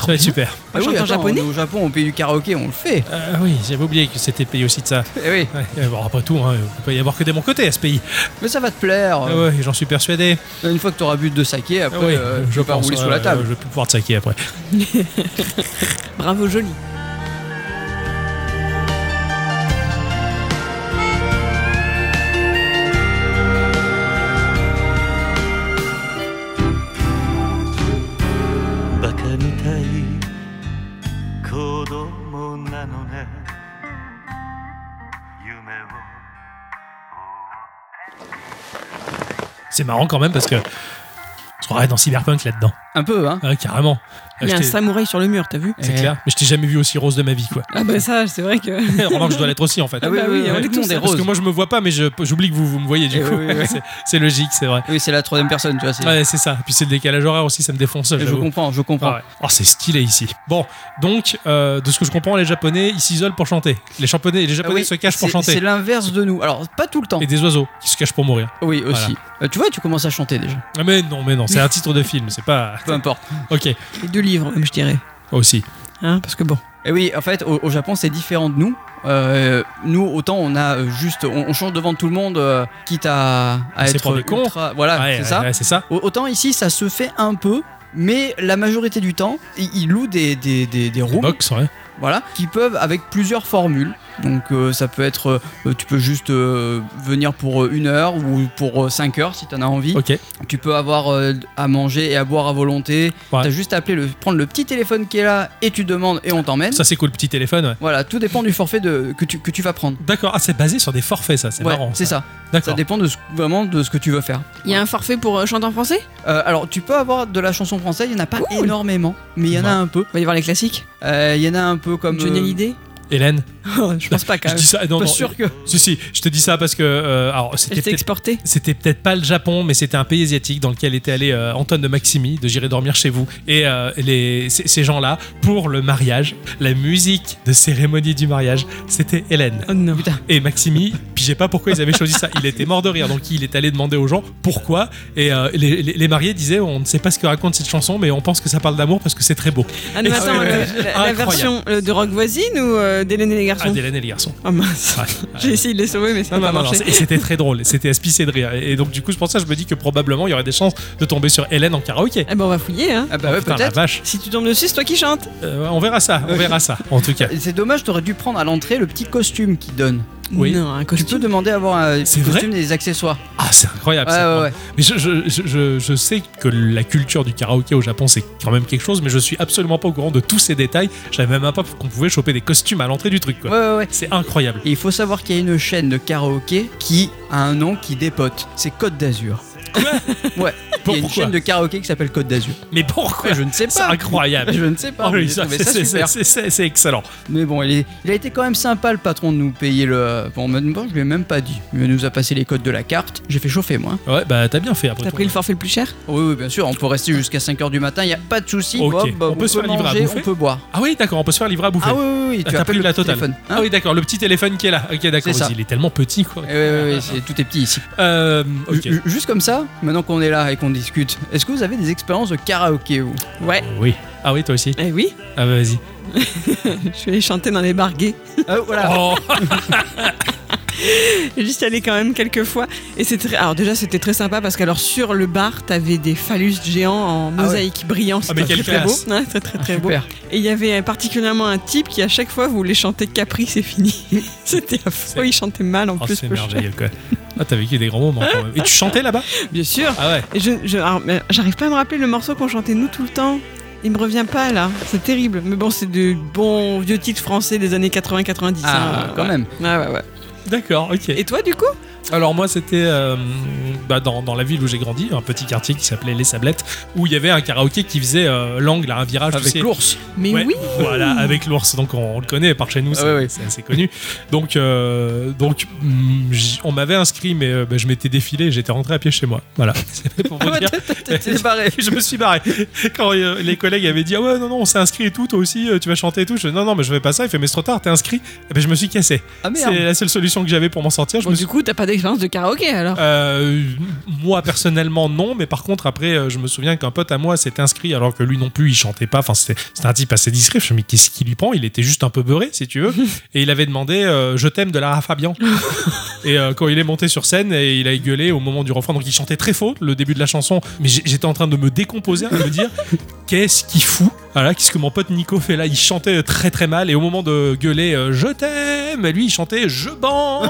[SPEAKER 2] Ça va être super.
[SPEAKER 1] On chante en
[SPEAKER 3] Ah attends,
[SPEAKER 1] japonais
[SPEAKER 3] on est au Japon, on paye du karaoké, on le fait.
[SPEAKER 2] Euh, oui, j'avais oublié que c'était le pays aussi de ça.
[SPEAKER 3] Eh oui,
[SPEAKER 2] Ouais, euh, bon, après tout, hein, il peut pas y avoir que des bons côtés à ce pays.
[SPEAKER 3] mais ça va te plaire.
[SPEAKER 2] Ah ouais, j'en suis persuadé.
[SPEAKER 3] Une fois que t'auras bu de saké, après,
[SPEAKER 2] Ah ouais,
[SPEAKER 3] euh, tu
[SPEAKER 2] je
[SPEAKER 3] vas pas
[SPEAKER 2] pense,
[SPEAKER 3] rouler
[SPEAKER 2] euh,
[SPEAKER 3] sous la table.
[SPEAKER 2] Je vais plus pouvoir te saquer après.
[SPEAKER 1] Bravo, joli.
[SPEAKER 10] バカみたい子供なのね夢を
[SPEAKER 2] C'est marrant quand même parce que. Je croirais dans Cyberpunk là-dedans.
[SPEAKER 3] Un peu, hein.
[SPEAKER 2] Ah, carrément.
[SPEAKER 1] Il y a
[SPEAKER 2] Ah,
[SPEAKER 1] un
[SPEAKER 2] je t'ai-
[SPEAKER 1] samouraï sur le mur, t'as vu
[SPEAKER 2] C'est
[SPEAKER 3] Eh.
[SPEAKER 2] clair. Mais je t'ai jamais vu aussi rose de ma vie,
[SPEAKER 3] [LAUGHS]
[SPEAKER 2] quoi.
[SPEAKER 1] Ah bah ça, c'est vrai que...
[SPEAKER 2] Remarque, je dois l'être aussi en fait.
[SPEAKER 3] Ah oui,
[SPEAKER 1] bah
[SPEAKER 3] oui,
[SPEAKER 1] oui, on
[SPEAKER 3] oui,
[SPEAKER 1] est tous
[SPEAKER 3] tout le monde est
[SPEAKER 2] Parce
[SPEAKER 3] rose.
[SPEAKER 2] que moi je me vois pas, mais je- j'oublie que vous, vous me voyez du
[SPEAKER 3] Eh
[SPEAKER 2] coup.
[SPEAKER 3] oui,
[SPEAKER 2] [LAUGHS]
[SPEAKER 3] oui.
[SPEAKER 2] C'est- c'est logique, c'est vrai.
[SPEAKER 3] Oui, c'est la troisième personne, tu vois. c'est-
[SPEAKER 2] Ouais, c'est ça. Puis c'est le décalage horaire aussi, ça me défonce.
[SPEAKER 3] je
[SPEAKER 2] j'avoue.
[SPEAKER 3] comprends, je
[SPEAKER 2] Ah
[SPEAKER 3] comprends.
[SPEAKER 2] ouais. Oh, c'est stylé ici. Bon, donc, euh, de ce que je comprends, les Japonais, ils s'isolent pour chanter. Les Japonais, les Japonais
[SPEAKER 3] Ah oui,
[SPEAKER 2] se cachent pour
[SPEAKER 3] c'est- C'est
[SPEAKER 2] chanter.
[SPEAKER 3] l'inverse de nous. Alors, pas tout le temps.
[SPEAKER 2] Et des oiseaux qui se cachent pour mourir.
[SPEAKER 3] Oui, aussi. Euh, tu vois, tu commences à chanter déjà.
[SPEAKER 2] Ah, Mais non, mais non,
[SPEAKER 3] [LAUGHS]
[SPEAKER 2] c'est un titre de film, c'est pas.
[SPEAKER 3] Peu importe.
[SPEAKER 2] Ok,
[SPEAKER 1] Et deux livres, même, je dirais.
[SPEAKER 2] aussi.
[SPEAKER 1] Hein, parce que bon...
[SPEAKER 3] Et oui, en fait, au, au Japon, c'est différent de nous. Euh, nous, autant on a euh, juste, on, on change devant tout le monde, euh, quitte à, à
[SPEAKER 2] C'est
[SPEAKER 3] être
[SPEAKER 2] pour les cons.
[SPEAKER 3] ultra- Voilà,
[SPEAKER 2] Ouais,
[SPEAKER 3] Ah, c'est
[SPEAKER 2] ouais,
[SPEAKER 3] ça.
[SPEAKER 2] ouais, c'est ça.
[SPEAKER 3] Au- Autant ici, ça se fait un peu, mais la majorité du temps, i- ils louent des, des, des, des rooms,
[SPEAKER 2] Box, ouais.
[SPEAKER 3] voilà, qui peuvent avec plusieurs formules. Donc euh, ça peut être, euh, tu peux juste euh, venir pour euh, une heure ou pour euh, cinq heures si t'en as envie.
[SPEAKER 2] Ok.
[SPEAKER 3] Tu peux avoir euh, à manger et à boire à volonté.
[SPEAKER 2] Ouais.
[SPEAKER 3] T'as juste à appeler le, prendre le petit téléphone qui est là et tu demandes et on t'emmène.
[SPEAKER 2] Ça, c'est cool, petit téléphone, ouais.
[SPEAKER 3] Voilà, tout dépend du forfait de, que, tu, que tu vas prendre.
[SPEAKER 2] D'accord, ah, c'est basé sur des forfaits, ça, c'est
[SPEAKER 3] Ouais,
[SPEAKER 2] marrant.
[SPEAKER 3] c'est ça. Ça
[SPEAKER 2] D'accord.
[SPEAKER 3] dépend de ce- vraiment de ce que tu veux faire.
[SPEAKER 1] Il y a un forfait pour euh, chanter en français
[SPEAKER 3] Euh, alors, tu peux avoir de la chanson française, il n'y en a pas
[SPEAKER 1] Cool.
[SPEAKER 3] énormément, mais il y en a
[SPEAKER 2] Ouais.
[SPEAKER 3] un peu.
[SPEAKER 1] On va y voir les classiques.
[SPEAKER 3] Euh, Il y en a un peu comme.
[SPEAKER 1] Johnny
[SPEAKER 3] euh,
[SPEAKER 1] Hallyday [LAUGHS] Oh,
[SPEAKER 2] Hélène,
[SPEAKER 1] Je [LAUGHS] pense pas,
[SPEAKER 2] [LAUGHS]
[SPEAKER 1] quand
[SPEAKER 2] je
[SPEAKER 1] même.
[SPEAKER 2] dis ça. Non,
[SPEAKER 3] hein. Pas
[SPEAKER 2] non,
[SPEAKER 3] sûr que.
[SPEAKER 2] Si, si, je te dis ça parce que. euh, alors,
[SPEAKER 1] Elle
[SPEAKER 2] c'était
[SPEAKER 1] s'est
[SPEAKER 2] peut-être
[SPEAKER 1] exportée.
[SPEAKER 2] C'était peut-être pas le Japon, mais c'était un pays asiatique dans lequel était allé euh, Antoine de Maximi, de J'irai dormir chez vous. Et euh, les, ces ces gens-là, pour le mariage, la musique de cérémonie du mariage, c'était Hélène.
[SPEAKER 1] Oh non.
[SPEAKER 2] Et Maximi, j'ai pas pourquoi ils avaient choisi ça. Il était mort de rire, donc il est allé demander aux gens pourquoi. Et euh, les, les- les mariés disaient On ne sait pas ce que raconte cette chanson, mais on pense que ça parle d'amour parce que c'est très beau.
[SPEAKER 1] Ah non, attends,
[SPEAKER 2] Ouais,
[SPEAKER 1] le-
[SPEAKER 2] ouais.
[SPEAKER 1] la, la
[SPEAKER 2] Incroyable.
[SPEAKER 1] version euh, de Rock Voisine ou euh, d'Hélène et les garçons
[SPEAKER 2] Ah, d'Hélène et les garçons.
[SPEAKER 1] Oh mince. [LAUGHS]
[SPEAKER 2] Ouais.
[SPEAKER 1] J'ai essayé de les sauver, mais ça
[SPEAKER 2] Non,
[SPEAKER 1] n'a pas
[SPEAKER 2] non, non, non,
[SPEAKER 1] marché.
[SPEAKER 2] c'est- et c'était très drôle, c'était à se pisser de rire. Et et donc, du coup, c'est pour ça que je me dis que probablement il y aurait des chances de tomber sur Hélène en karaoké.
[SPEAKER 1] Eh ben, on va fouiller, hein.
[SPEAKER 3] Ah bah
[SPEAKER 2] Oh,
[SPEAKER 3] ouais,
[SPEAKER 2] putain, la
[SPEAKER 3] peut-être.
[SPEAKER 2] vache.
[SPEAKER 1] Si tu tombes dessus, c'est toi qui chantes.
[SPEAKER 2] Euh, on verra ça, on verra ça, en tout cas.
[SPEAKER 3] C'est dommage, t'aurais dû prendre à l'entrée le petit costume qu'ils donnent.
[SPEAKER 2] Oui.
[SPEAKER 1] Non, un
[SPEAKER 3] Tu peux
[SPEAKER 1] costume.
[SPEAKER 3] demander à avoir un
[SPEAKER 2] C'est
[SPEAKER 3] petit
[SPEAKER 2] vrai
[SPEAKER 3] costume et des accessoires.
[SPEAKER 2] Ah, c'est incroyable.
[SPEAKER 3] Ouais,
[SPEAKER 2] ça.
[SPEAKER 3] ouais, ouais.
[SPEAKER 2] Mais je, je- je- je- je sais que la culture du karaoké au Japon, c'est quand même quelque chose, mais je suis absolument pas au courant de tous ces détails. Je savais même pas qu'on pouvait choper des costumes à l'entrée du truc, quoi.
[SPEAKER 3] Ouais, ouais, ouais.
[SPEAKER 2] C'est incroyable.
[SPEAKER 3] Et il faut savoir qu'il y a une chaîne de karaoké qui a un nom qui dépote. C'est Côte d'Azur. Ouais. Il y a une
[SPEAKER 2] Pourquoi
[SPEAKER 3] chaîne de karaoké qui s'appelle Côte d'Azur.
[SPEAKER 2] Mais pourquoi
[SPEAKER 3] Ouais, je ne sais
[SPEAKER 2] C'est
[SPEAKER 3] pas.
[SPEAKER 2] incroyable.
[SPEAKER 3] Je ne sais pas.
[SPEAKER 2] Oh,
[SPEAKER 3] mais
[SPEAKER 2] oui,
[SPEAKER 3] j'ai
[SPEAKER 2] ça,
[SPEAKER 3] trouvé
[SPEAKER 2] c'est-
[SPEAKER 3] ça
[SPEAKER 2] c'est-
[SPEAKER 3] super.
[SPEAKER 2] c'est- c'est- c'est excellent.
[SPEAKER 3] Mais bon, il, est- il a été quand même sympa le patron de nous payer le. Bon, maintenant, je lui ai même pas dit. Il nous a passé les codes de la carte. J'ai fait chauffer moi.
[SPEAKER 2] Ouais, bah t'as bien fait après.
[SPEAKER 1] T'as
[SPEAKER 2] tout.
[SPEAKER 1] pris le forfait le plus cher
[SPEAKER 3] Oui, oui, bien sûr, on peut rester jusqu'à 5h du matin, il n'y a pas de souci.
[SPEAKER 2] Ok,
[SPEAKER 3] Bob,
[SPEAKER 2] on peut se faire livrer à
[SPEAKER 3] manger,
[SPEAKER 2] bouffer
[SPEAKER 3] on peut boire.
[SPEAKER 2] Ah oui, d'accord, on peut se faire livrer à bouffer.
[SPEAKER 3] Ah oui, oui, oui,
[SPEAKER 2] Ah,
[SPEAKER 3] tu
[SPEAKER 2] t'as
[SPEAKER 3] appelles
[SPEAKER 2] pris
[SPEAKER 3] le
[SPEAKER 2] la
[SPEAKER 3] petit
[SPEAKER 2] totale.
[SPEAKER 3] téléphone. hein
[SPEAKER 2] ah oui, d'accord, le petit téléphone qui est là. Ok, d'accord,
[SPEAKER 3] C'est ça.
[SPEAKER 2] vas-y, il est tellement petit, quoi.
[SPEAKER 3] Eh oui, oui, oui, c'est- tout est petit ici.
[SPEAKER 2] Euh, ok.
[SPEAKER 3] Ju- ju- Juste comme ça, maintenant qu'on est là et qu'on discute, est-ce que vous avez des expériences de karaoké [LAUGHS] vous
[SPEAKER 1] Ouais.
[SPEAKER 2] Oui. Ah oui, toi aussi.
[SPEAKER 1] Eh oui,
[SPEAKER 2] Ah bah vas-y.
[SPEAKER 1] je suis allée chanter dans les bars gays.
[SPEAKER 3] Ah, voilà. [LAUGHS]
[SPEAKER 2] Oh.
[SPEAKER 1] J'y suis allée quand même quelques fois. Et c'est très... Alors déjà, c'était très sympa parce qu'alors sur le bar, t'avais des phallus géants en
[SPEAKER 3] Ah ouais.
[SPEAKER 1] mosaïque brillant.
[SPEAKER 2] Ah, mais
[SPEAKER 1] C'était
[SPEAKER 2] quelle
[SPEAKER 1] très
[SPEAKER 2] classe. Ah,
[SPEAKER 1] beau. Ouais, très très très beau.
[SPEAKER 3] Super.
[SPEAKER 1] Et il y avait euh, particulièrement un type qui à chaque fois voulait chanter Capri, c'est
[SPEAKER 2] [LAUGHS]
[SPEAKER 1] fini. C'était affreux, il chantait mal en
[SPEAKER 2] Oh,
[SPEAKER 1] plus.
[SPEAKER 2] Ah, c'est
[SPEAKER 1] le chef.
[SPEAKER 2] merveilleux quoi. Ah, t'as vécu des grands moments quand même. Et tu chantais là-bas
[SPEAKER 1] Bien sûr.
[SPEAKER 2] Ah ouais.
[SPEAKER 1] Et je, je- alors, mais j'arrive pas à me rappeler le morceau qu'on chantait nous tout le temps. Il me revient pas là, c'est terrible. Mais bon, c'est de bons vieux titres français des années 80-90.
[SPEAKER 3] Ah,
[SPEAKER 1] hein.
[SPEAKER 3] quand même.
[SPEAKER 1] Ouais, ouais, ouais.
[SPEAKER 2] D'accord, ok.
[SPEAKER 1] Et toi, du coup
[SPEAKER 2] Alors moi c'était euh, bah, dans, dans la ville où j'ai grandi, un petit quartier qui s'appelait Les Sablettes, où il y avait un karaoké qui faisait euh, l'angle à un virage
[SPEAKER 3] Avec [LAUGHS] l'ours.
[SPEAKER 1] Mais
[SPEAKER 2] Ouais,
[SPEAKER 1] oui
[SPEAKER 2] Voilà, avec l'ours, donc on, on le connaît par chez nous, c'est
[SPEAKER 3] ouais, ouais.
[SPEAKER 2] c'est assez connu. Donc, euh, donc mm, j- on m'avait inscrit, mais euh, bah, je m'étais défilé, j'étais rentré à pied chez moi. Voilà, [LAUGHS] c'est pour
[SPEAKER 3] Ah
[SPEAKER 2] vous dire.
[SPEAKER 3] [LAUGHS] T'es barré.
[SPEAKER 2] je me suis barré. Quand euh, les collègues avaient dit ah ouais non non on s'est inscrit et tout toi aussi euh, tu vas chanter et tout, je dis, non non mais je fais pas ça. Il fait mais c'est trop tard t'es inscrit. Et ben je me suis cassé.
[SPEAKER 3] Ah merde.
[SPEAKER 2] C'est la seule solution que j'avais pour m'en sortir. Je
[SPEAKER 1] Bon,
[SPEAKER 2] me
[SPEAKER 1] du
[SPEAKER 2] suis...
[SPEAKER 1] coup, t'as pas d'expérience de karaoké alors
[SPEAKER 2] Euh, moi personnellement non, mais par contre après euh, je me souviens qu'un pote à moi s'est inscrit alors que lui non plus il chantait pas. Enfin c'était c'était un type assez discret. Je me suis dit, mais qu'est-ce qu'il lui prend Il était juste un peu beurré si tu veux. et il avait demandé euh, je t'aime de Lara Fabian. et euh, quand il est monté sur scène et il a gueulé au moment du refrain donc il chantait très faux le début de la chanson. Mais j'ai- j'étais en train de me décomposer à me dire qu'est-ce qu'il fout Voilà, qu'est-ce que mon pote Nico fait là Il chantait euh, très très mal et au moment de gueuler euh, je t'aime, lui il chantait je bande.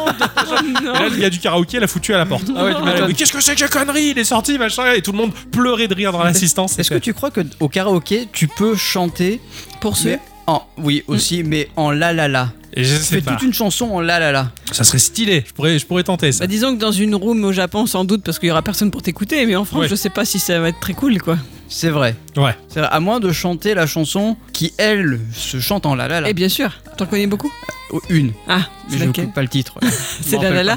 [SPEAKER 2] Et là, le gars du karaoké l'a foutu à la porte.
[SPEAKER 3] Ah ouais, [LAUGHS] tu m'étonnes.
[SPEAKER 2] mais qu'est-ce que c'est que ces conneries Il est sorti, machin, et tout le monde pleurait de rire dans l'assistance.
[SPEAKER 3] Est-ce que tu crois que au karaoké, tu peux chanter
[SPEAKER 1] Pour ceux.
[SPEAKER 3] mais en, oui aussi, mais en la la la.
[SPEAKER 2] Et je
[SPEAKER 3] Tu
[SPEAKER 2] sais
[SPEAKER 3] fais
[SPEAKER 2] pas.
[SPEAKER 3] toute une chanson en la la la.
[SPEAKER 2] Ça serait stylé. Je pourrais, je pourrais tenter ça.
[SPEAKER 1] Bah, disons que dans une room au Japon, sans doute, parce qu'il y aura personne pour t'écouter, mais en France,
[SPEAKER 2] Ouais.
[SPEAKER 1] je sais pas si ça va être très cool quoi.
[SPEAKER 3] C'est vrai.
[SPEAKER 2] Ouais.
[SPEAKER 3] C'est vrai, À moins de chanter la chanson qui elle se chante en la la la.
[SPEAKER 1] Eh bien sûr, t'en connais beaucoup
[SPEAKER 3] Oh, Une.
[SPEAKER 1] Ah,
[SPEAKER 3] Mais
[SPEAKER 1] c'est
[SPEAKER 3] je ne
[SPEAKER 1] laquelle
[SPEAKER 3] connais pas le [LAUGHS] titre.
[SPEAKER 1] C'est la la la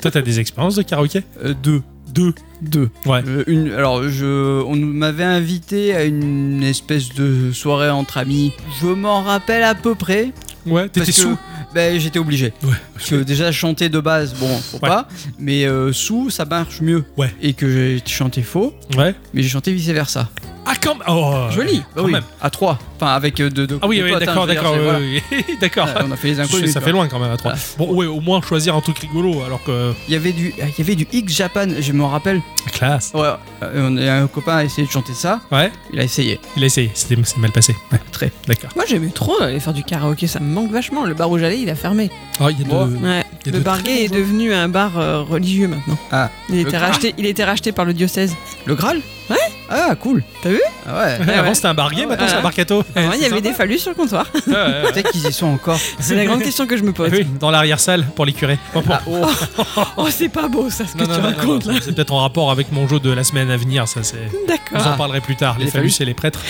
[SPEAKER 2] Toi, t'as des expériences de karaoké
[SPEAKER 3] deux.
[SPEAKER 2] Euh, Deux.
[SPEAKER 3] Deux.
[SPEAKER 2] Ouais.
[SPEAKER 3] Euh, une, alors, je, on nous- m'avait invité à une espèce de soirée entre amis. Je m'en rappelle à peu près.
[SPEAKER 2] Ouais,
[SPEAKER 3] parce
[SPEAKER 2] t'étais
[SPEAKER 3] que-
[SPEAKER 2] sous.
[SPEAKER 3] Ben, j'étais obligé.
[SPEAKER 2] Ouais.
[SPEAKER 3] Parce que déjà, chanter de base, bon, faut
[SPEAKER 2] Ouais.
[SPEAKER 3] pas. Mais euh, sous, ça marche mieux.
[SPEAKER 2] Ouais.
[SPEAKER 3] Et que j'ai chanté faux,
[SPEAKER 2] Ouais.
[SPEAKER 3] mais j'ai chanté vice versa.
[SPEAKER 2] Ah, quand même. Oh,
[SPEAKER 3] Joli.
[SPEAKER 2] quand
[SPEAKER 3] Ah oui,
[SPEAKER 2] même.
[SPEAKER 3] À trois. Enfin, avec euh, deux. deux
[SPEAKER 2] Ah oui,
[SPEAKER 3] deux
[SPEAKER 2] oui,
[SPEAKER 3] potes,
[SPEAKER 2] d'accord,
[SPEAKER 3] hein, je veux dire,
[SPEAKER 2] d'accord.
[SPEAKER 3] c'est- voilà.
[SPEAKER 2] oui, oui, [LAUGHS] d'accord.
[SPEAKER 3] Ouais, on a fait les
[SPEAKER 2] Ça fait-
[SPEAKER 3] inconnus.
[SPEAKER 2] ça
[SPEAKER 3] quoi.
[SPEAKER 2] fait loin quand même à trois.
[SPEAKER 3] Ah.
[SPEAKER 2] Bon, ouais, au moins choisir un truc rigolo alors que.
[SPEAKER 3] Il y avait du, il y avait du X Japan. Je m'en rappelle.
[SPEAKER 2] Classe.
[SPEAKER 3] Ouais. euh, on a un copain a essayé de chanter ça.
[SPEAKER 2] Ouais,
[SPEAKER 3] Il a essayé.
[SPEAKER 2] il a essayé. C'était c'est mal passé. Ouais.
[SPEAKER 3] Très.
[SPEAKER 2] D'accord.
[SPEAKER 1] Moi j'aimais trop aller faire du karaoké, ça me manque vachement. Le bar où j'allais, il a fermé.
[SPEAKER 2] Oh, il y a de-
[SPEAKER 3] Moi.
[SPEAKER 1] Ouais.
[SPEAKER 2] il y a
[SPEAKER 1] Le
[SPEAKER 2] de
[SPEAKER 1] bar
[SPEAKER 2] très
[SPEAKER 1] gay est
[SPEAKER 2] bons-
[SPEAKER 1] devenu un bar euh, religieux maintenant.
[SPEAKER 3] Ah.
[SPEAKER 1] Il
[SPEAKER 3] Le
[SPEAKER 1] était,
[SPEAKER 3] Graal.
[SPEAKER 1] racheté, il était racheté par le diocèse.
[SPEAKER 3] Le Graal.
[SPEAKER 1] Ouais.
[SPEAKER 3] Ah cool.
[SPEAKER 1] T'as vu
[SPEAKER 3] Ah ouais.
[SPEAKER 1] Ouais,
[SPEAKER 2] Avant
[SPEAKER 1] ouais.
[SPEAKER 2] c'était un barguet,
[SPEAKER 3] Ah
[SPEAKER 2] maintenant c'est un
[SPEAKER 1] ouais.
[SPEAKER 2] barcato.
[SPEAKER 1] Ouais,
[SPEAKER 2] Eh,
[SPEAKER 1] il y
[SPEAKER 2] [LAUGHS] c'est
[SPEAKER 1] avait des
[SPEAKER 2] sympa.
[SPEAKER 1] phallus sur le comptoir.
[SPEAKER 2] [LAUGHS] Ouais, ouais.
[SPEAKER 3] [LAUGHS] Peut-être qu'ils y sont encore.
[SPEAKER 1] C'est la grande question que je me pose.
[SPEAKER 2] Oui, dans l'arrière-salle pour les curés. Bon,
[SPEAKER 3] Ah,
[SPEAKER 2] bon.
[SPEAKER 1] Oh, c'est pas beau ça ce que
[SPEAKER 2] Non,
[SPEAKER 1] tu
[SPEAKER 2] non, non, non,
[SPEAKER 1] racontes
[SPEAKER 2] non,
[SPEAKER 1] là. Ah.
[SPEAKER 2] C'est peut-être en rapport avec mon jeu de la semaine à venir, ça c'est. Je vous
[SPEAKER 1] D'accord.
[SPEAKER 2] en parlerai plus tard, les,
[SPEAKER 3] Les
[SPEAKER 2] phallus
[SPEAKER 3] phallus.
[SPEAKER 2] et les prêtres.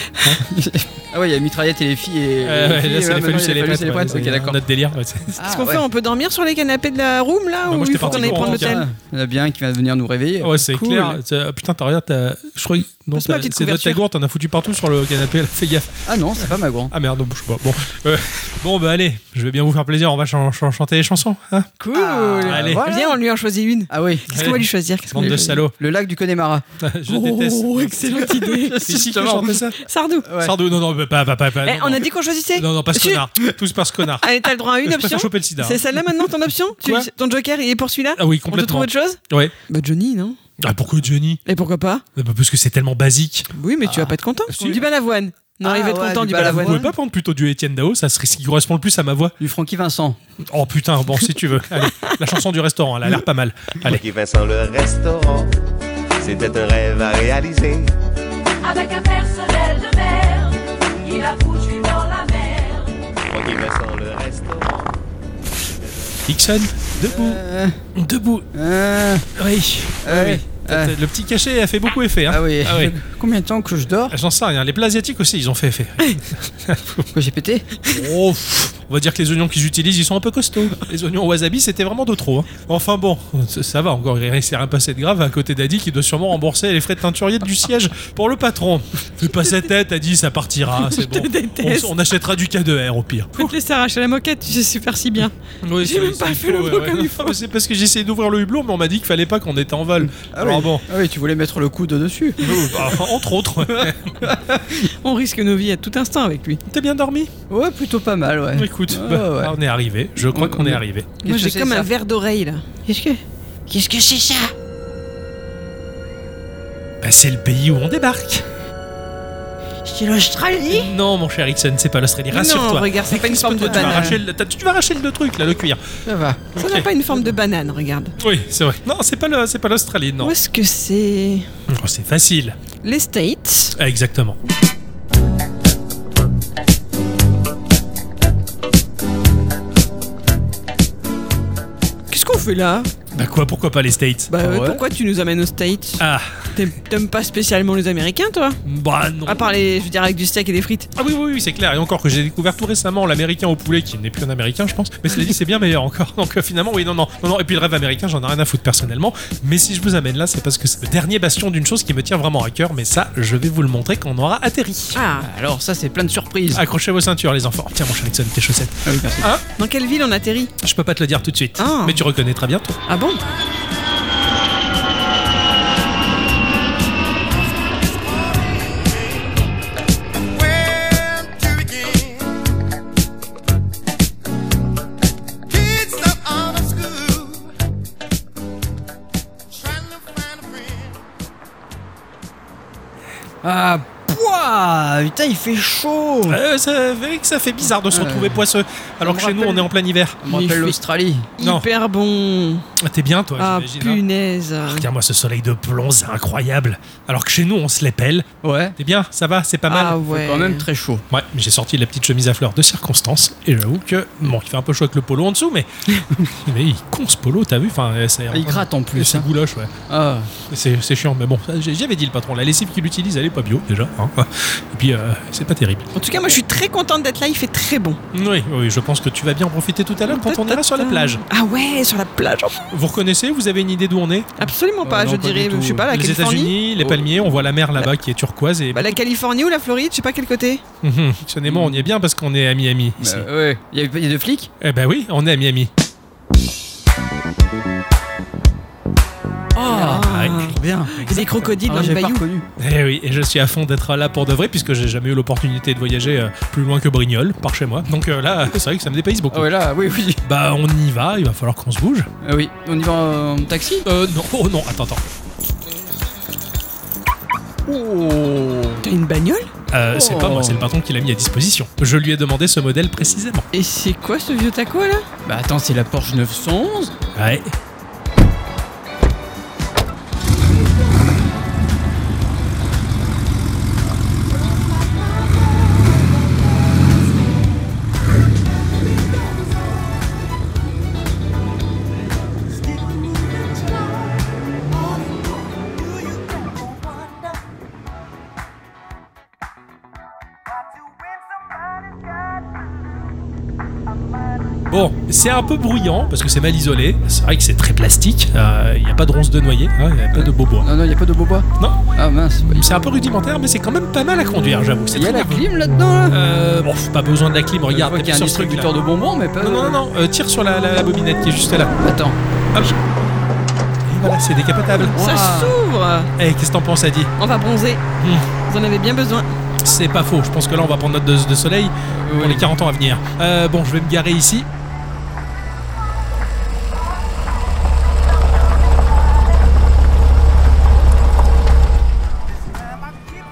[SPEAKER 3] Ah ouais, il y a mitraillette et les filles et.
[SPEAKER 2] Euh, ouais,
[SPEAKER 3] les filles,
[SPEAKER 2] là, c'est
[SPEAKER 3] ouais,
[SPEAKER 2] les phallus et
[SPEAKER 3] maintenant, il y a
[SPEAKER 2] les prêtres.
[SPEAKER 3] phallus
[SPEAKER 2] ouais,
[SPEAKER 3] Ok,
[SPEAKER 2] c'est
[SPEAKER 3] d'accord. Ah,
[SPEAKER 2] Notre délire. Ah, ouais, c'est-
[SPEAKER 1] Qu'est-ce qu'on fait On peut dormir sur les canapés de la room là
[SPEAKER 2] Bah, moi,
[SPEAKER 1] ou
[SPEAKER 2] j'étais
[SPEAKER 1] il faut
[SPEAKER 2] parti
[SPEAKER 1] qu'on aille
[SPEAKER 2] pour
[SPEAKER 1] prendre
[SPEAKER 2] en
[SPEAKER 1] l'hôtel
[SPEAKER 3] Il y en a bien qui va venir nous réveiller.
[SPEAKER 2] Ouais, c'est
[SPEAKER 1] Cool.
[SPEAKER 2] clair. C'est- ah, Putain, t'as regardé, t'as- je crois que non,
[SPEAKER 1] Passe-moi
[SPEAKER 2] t'as-
[SPEAKER 1] la petite
[SPEAKER 2] c'est de ta
[SPEAKER 1] couverture.
[SPEAKER 2] gourde, t'en as foutu partout sur le canapé. là, Fais gaffe.
[SPEAKER 3] Ah non, c'est pas ma grande.
[SPEAKER 2] Ah merde, bouge pas. Bon, euh, bon, bah allez, je vais bien vous faire plaisir. On va chan- chan- chanter les chansons. Hein
[SPEAKER 3] Cool.
[SPEAKER 2] allez.
[SPEAKER 3] voilà.
[SPEAKER 1] Viens, on lui en choisit une.
[SPEAKER 3] Ah oui.
[SPEAKER 1] Qu'est-ce
[SPEAKER 2] Allez.
[SPEAKER 1] qu'on va lui choisir Qu'est-ce qu'on
[SPEAKER 2] Bande de
[SPEAKER 1] va lui choisir
[SPEAKER 2] salauds. [LAUGHS]
[SPEAKER 3] Le lac du Connemara.
[SPEAKER 2] Je déteste. [LAUGHS]
[SPEAKER 1] Oh, excellente idée.
[SPEAKER 2] C'est ici que chanter ça.
[SPEAKER 1] Sardou.
[SPEAKER 3] Ouais.
[SPEAKER 2] Sardou, non, non, pas, pas, pas. pas,
[SPEAKER 1] Eh,
[SPEAKER 2] non,
[SPEAKER 1] on
[SPEAKER 2] non.
[SPEAKER 1] a dit qu'on choisissait
[SPEAKER 2] Non, non, pas ce
[SPEAKER 1] Si.
[SPEAKER 2] connard. Tous par ce connard.
[SPEAKER 1] Allez, t'as le droit à une
[SPEAKER 2] Je préfère
[SPEAKER 1] option.
[SPEAKER 2] choper le sida. hein.
[SPEAKER 1] C'est celle-là maintenant ton option Tu-
[SPEAKER 2] Quoi
[SPEAKER 1] Ton joker, il est pour celui-là
[SPEAKER 2] Ah oui,
[SPEAKER 1] On te trouve
[SPEAKER 2] complètement.
[SPEAKER 1] autre chose
[SPEAKER 2] Ouais.
[SPEAKER 1] Bah Johnny, non
[SPEAKER 2] Ah, pourquoi Johnny
[SPEAKER 1] Et pourquoi pas
[SPEAKER 2] Bah, Parce que c'est tellement basique.
[SPEAKER 1] Oui, mais tu
[SPEAKER 2] Ah,
[SPEAKER 1] vas pas être content.
[SPEAKER 2] Si.
[SPEAKER 1] Du balavoine. Non,
[SPEAKER 3] Ah
[SPEAKER 1] il va être
[SPEAKER 3] ouais,
[SPEAKER 1] content
[SPEAKER 3] du
[SPEAKER 1] du
[SPEAKER 2] Bah, Vous
[SPEAKER 3] Balavoine.
[SPEAKER 1] balavoine.
[SPEAKER 2] pouvez pas prendre plutôt du Étienne Dao, ça serait ce qui correspond le plus à ma voix.
[SPEAKER 3] Du Francky Vincent.
[SPEAKER 2] Oh putain, bon si tu veux. Allez, la chanson du restaurant, elle a l'air pas mal. Allez.
[SPEAKER 10] Francky Vincent, le restaurant, c'était un rêve à réaliser.
[SPEAKER 11] Avec un personnel de mer, il a foutu dans la mer.
[SPEAKER 10] Francky Vincent, le restaurant.
[SPEAKER 2] Dixon, debout,
[SPEAKER 3] Euh,
[SPEAKER 2] debout.
[SPEAKER 3] euh,
[SPEAKER 2] Oui.
[SPEAKER 3] euh,
[SPEAKER 2] oui.
[SPEAKER 3] euh,
[SPEAKER 2] Le petit cachet a fait beaucoup effet. Hein.
[SPEAKER 3] ah oui. Combien de temps que je dors
[SPEAKER 2] J'en sais rien. Les plats asiatiques aussi, ils ont fait effet.
[SPEAKER 3] Pourquoi j'ai pété
[SPEAKER 2] Oh, pff, on va dire que les oignons qu'ils utilisent, ils sont un peu costauds. Les oignons au wasabi, c'était vraiment de trop. hein. Enfin bon, ça, ça va encore. Il s'est rien passé de grave à côté d'Adi qui doit sûrement rembourser les frais de teinturier du siège pour le patron. Fais pas cette tête, Adi, ça
[SPEAKER 1] [LAUGHS]
[SPEAKER 2] partira. C'est bon.
[SPEAKER 1] te déteste.
[SPEAKER 2] On, on achètera du K2R au pire.
[SPEAKER 1] Je vais te laisser arracher la moquette, tu sais super si bien.
[SPEAKER 2] Oui,
[SPEAKER 1] J'ai
[SPEAKER 2] ça-
[SPEAKER 1] même
[SPEAKER 2] ça,
[SPEAKER 1] pas
[SPEAKER 2] il
[SPEAKER 1] fait
[SPEAKER 2] faut,
[SPEAKER 1] le
[SPEAKER 2] ouais,
[SPEAKER 1] mot
[SPEAKER 2] ouais.
[SPEAKER 1] comme il
[SPEAKER 2] Ah, mais C'est parce que j'ai essayé d'ouvrir le hublot, mais on m'a dit qu'il fallait pas qu'on était en val.
[SPEAKER 3] Ah
[SPEAKER 2] Alors
[SPEAKER 1] [LAUGHS]
[SPEAKER 3] oui.
[SPEAKER 2] bon,
[SPEAKER 3] Ah oui, tu voulais mettre le coude dessus.
[SPEAKER 2] bah, entre autres,
[SPEAKER 1] On risque nos vies à tout instant avec lui.
[SPEAKER 2] t'as bien dormi
[SPEAKER 3] Ouais, plutôt pas mal, ouais.
[SPEAKER 2] Écoute,
[SPEAKER 3] Ah
[SPEAKER 2] bah,
[SPEAKER 3] ouais.
[SPEAKER 2] on est arrivé. Je crois
[SPEAKER 3] On-
[SPEAKER 1] Mm,
[SPEAKER 2] qu'on est
[SPEAKER 3] on-
[SPEAKER 2] arrivé.
[SPEAKER 3] Qu'est-ce
[SPEAKER 1] Moi
[SPEAKER 3] que
[SPEAKER 1] j'ai
[SPEAKER 3] c'est,
[SPEAKER 1] comme
[SPEAKER 3] ça
[SPEAKER 1] un verre d'oreille là. Qu'est-ce que
[SPEAKER 9] Qu'est-ce que c'est ça
[SPEAKER 2] Bah, c'est le pays où on débarque.
[SPEAKER 9] C'est l'Australie
[SPEAKER 2] Non, mon cher Ixon, c'est pas l'Australie.
[SPEAKER 1] Non,
[SPEAKER 2] Rassure-toi.
[SPEAKER 1] regarde, c'est pas une forme de
[SPEAKER 2] Tu vas, arracher
[SPEAKER 1] banane.
[SPEAKER 2] le, t'as- tu vas arracher le truc là, le cuir.
[SPEAKER 3] Ça va.
[SPEAKER 1] Ça
[SPEAKER 2] Ok.
[SPEAKER 1] n'a pas une forme de banane, regarde.
[SPEAKER 2] Oui, c'est vrai. Non, c'est pas le- c'est pas l'Australie, non.
[SPEAKER 1] Où est-ce que c'est
[SPEAKER 2] Oh, c'est facile.
[SPEAKER 1] Les States.
[SPEAKER 2] Ah, exactement.
[SPEAKER 1] Qu'est-ce qu'on fait là
[SPEAKER 2] Bah quoi, pourquoi pas les States
[SPEAKER 3] Ah
[SPEAKER 1] Bah
[SPEAKER 3] euh,
[SPEAKER 1] ouais, pourquoi tu nous amènes aux States
[SPEAKER 2] Ah.
[SPEAKER 1] T'aimes- T'aimes pas spécialement les Américains, toi
[SPEAKER 2] Bah non.
[SPEAKER 1] À part les, je veux dire, avec du steak et des frites.
[SPEAKER 2] Ah oui, oui, oui, c'est clair. Et encore que j'ai découvert tout récemment l'américain au poulet, qui n'est plus un américain, je pense. Mais cela dit, c'est bien meilleur encore. Donc euh, finalement, oui, non, non, non, non. Et puis le rêve américain, j'en ai rien à foutre personnellement. Mais si je vous amène là, c'est parce que c'est le dernier bastion d'une chose qui me tient vraiment à cœur. Mais ça, je vais vous le montrer quand on aura atterri.
[SPEAKER 1] Ah.
[SPEAKER 3] Alors ça, c'est plein de surprises.
[SPEAKER 2] Accrochez vos ceintures, les enfants. Tiens, mon cher Nixon, tes chaussettes.
[SPEAKER 3] Ah oui, merci.
[SPEAKER 2] Hein
[SPEAKER 1] Dans quelle ville on atterrit
[SPEAKER 2] Je peux pas te le dire tout de suite.
[SPEAKER 1] Ah.
[SPEAKER 2] Mais tu reconnaîtras bientôt.
[SPEAKER 1] Ah bon
[SPEAKER 3] Ah, pouah Putain, il fait chaud
[SPEAKER 2] Euh, ça, fait que ça fait bizarre de se
[SPEAKER 3] Ouais.
[SPEAKER 2] retrouver poisseux. Alors
[SPEAKER 3] me
[SPEAKER 2] que chez nous,
[SPEAKER 3] rappelle-
[SPEAKER 2] on est en plein hiver.
[SPEAKER 3] On me
[SPEAKER 1] Il fait-
[SPEAKER 3] rappelle l'Australie.
[SPEAKER 2] Non.
[SPEAKER 1] Hyper bon.
[SPEAKER 2] Ah, T'es bien, toi
[SPEAKER 1] ah
[SPEAKER 2] j'imagine, hein
[SPEAKER 1] punaise.
[SPEAKER 2] Regarde-moi ce soleil de plomb, c'est incroyable. Alors que chez nous, on se les pèle.
[SPEAKER 3] Ouais.
[SPEAKER 2] T'es bien, ça va, c'est pas mal.
[SPEAKER 1] Ah ouais.
[SPEAKER 3] Quand même très chaud.
[SPEAKER 2] Ouais, mais j'ai sorti la petite chemise à fleurs de circonstance et j'avoue que bon, il fait un peu chaud avec le polo en dessous, mais mais il con ce polo, t'as vu Enfin, euh, ça-
[SPEAKER 3] Ah, Il gratte en plus.
[SPEAKER 2] C'est
[SPEAKER 3] hein.
[SPEAKER 2] gouloche, ouais.
[SPEAKER 3] Ah,
[SPEAKER 2] C'est c'est chiant, mais bon, ça, j'ai- j'avais dit le patron, la lessive qu'il utilise, elle est pas bio déjà. hein. Et puis, euh, c'est pas terrible.
[SPEAKER 1] En tout cas, moi, je suis très contente d'être là. Il fait très bon.
[SPEAKER 2] Oui, oui, je pense que tu vas bien en profiter tout à l'heure quand on ira sur la plage.
[SPEAKER 1] Ah ouais, sur la plage. en plus.
[SPEAKER 2] Vous reconnaissez Vous avez une idée d'où on est
[SPEAKER 1] Absolument pas.
[SPEAKER 3] Euh, non,
[SPEAKER 1] je
[SPEAKER 3] pas
[SPEAKER 1] dirais,
[SPEAKER 3] du tout.
[SPEAKER 1] je sais pas, Ah, la
[SPEAKER 2] Les
[SPEAKER 1] Californie.
[SPEAKER 2] États-Unis, les palmiers, on voit la mer là-bas qui est turquoise et [LAUGHS]
[SPEAKER 1] Bah, la Californie ou la Floride, je sais pas quel côté.
[SPEAKER 2] Mhm. Sonnément, on y est bien parce qu'on est à Miami ici.
[SPEAKER 3] bah, ouais. Il y a, il y a deux flics
[SPEAKER 2] Eh ben oui, on est à Miami.
[SPEAKER 3] Ah,
[SPEAKER 1] Ah,
[SPEAKER 2] ouais.
[SPEAKER 3] bien.
[SPEAKER 1] Et des
[SPEAKER 2] Ah,
[SPEAKER 1] crocodiles dans
[SPEAKER 3] Ah, j'ai
[SPEAKER 1] le
[SPEAKER 3] pas
[SPEAKER 1] bayou.
[SPEAKER 3] reconnu.
[SPEAKER 2] Eh oui, et je suis à fond d'être là pour de vrai, puisque j'ai jamais eu l'opportunité de voyager euh, plus loin que Brignoles, par chez moi. Donc euh, là, c'est vrai que ça me dépasse beaucoup.
[SPEAKER 3] Ah ouais, là, oui, oui.
[SPEAKER 2] Bah, on y va, il va falloir qu'on se bouge.
[SPEAKER 3] Ah oui, on y va en taxi
[SPEAKER 2] Euh, non, oh non, attends, attends.
[SPEAKER 3] Oh
[SPEAKER 1] T'as une bagnole
[SPEAKER 2] Euh, C'est pas
[SPEAKER 3] Oh.
[SPEAKER 2] moi, c'est le patron qui l'a mis à disposition. Je lui ai demandé ce modèle précisément.
[SPEAKER 1] Et c'est quoi ce vieux taco là
[SPEAKER 3] Bah attends, c'est la Porsche 911
[SPEAKER 2] Ouais. Bon, c'est un peu bruyant parce que c'est mal isolé. C'est vrai que c'est très plastique. euh, Il n'y a pas de ronces de noyer, hein, il n'y a pas de beau bois.
[SPEAKER 3] Non, non, il y a pas de bois
[SPEAKER 2] Non,
[SPEAKER 3] Ah mince.
[SPEAKER 2] c'est un peu rudimentaire, mais c'est quand même pas mal à conduire, j'avoue. C'est
[SPEAKER 3] Il y a
[SPEAKER 2] très
[SPEAKER 3] la
[SPEAKER 2] nerveux.
[SPEAKER 3] clim là-dedans là,
[SPEAKER 2] Euh, bon, pas besoin de la clim, regarde,
[SPEAKER 3] Il y
[SPEAKER 2] t'appuies
[SPEAKER 3] a un
[SPEAKER 2] sur ce truc là.
[SPEAKER 3] distributeur de bonbons, mais pas.
[SPEAKER 2] Non, non, non, non, euh, tire sur la, la- la bobinette qui est juste là.
[SPEAKER 3] Attends.
[SPEAKER 2] Hop. Et voilà, c'est décapotable.
[SPEAKER 1] Ça
[SPEAKER 3] Ouah.
[SPEAKER 1] s'ouvre
[SPEAKER 2] Eh, qu'est-ce que t'en penses, Adi
[SPEAKER 1] On va bronzer. Vous en avez bien besoin.
[SPEAKER 2] C'est pas faux, je pense que là on va prendre notre dose de soleil pour
[SPEAKER 3] Oui.
[SPEAKER 2] les 40 ans à venir. Euh, bon, je vais me garer ici.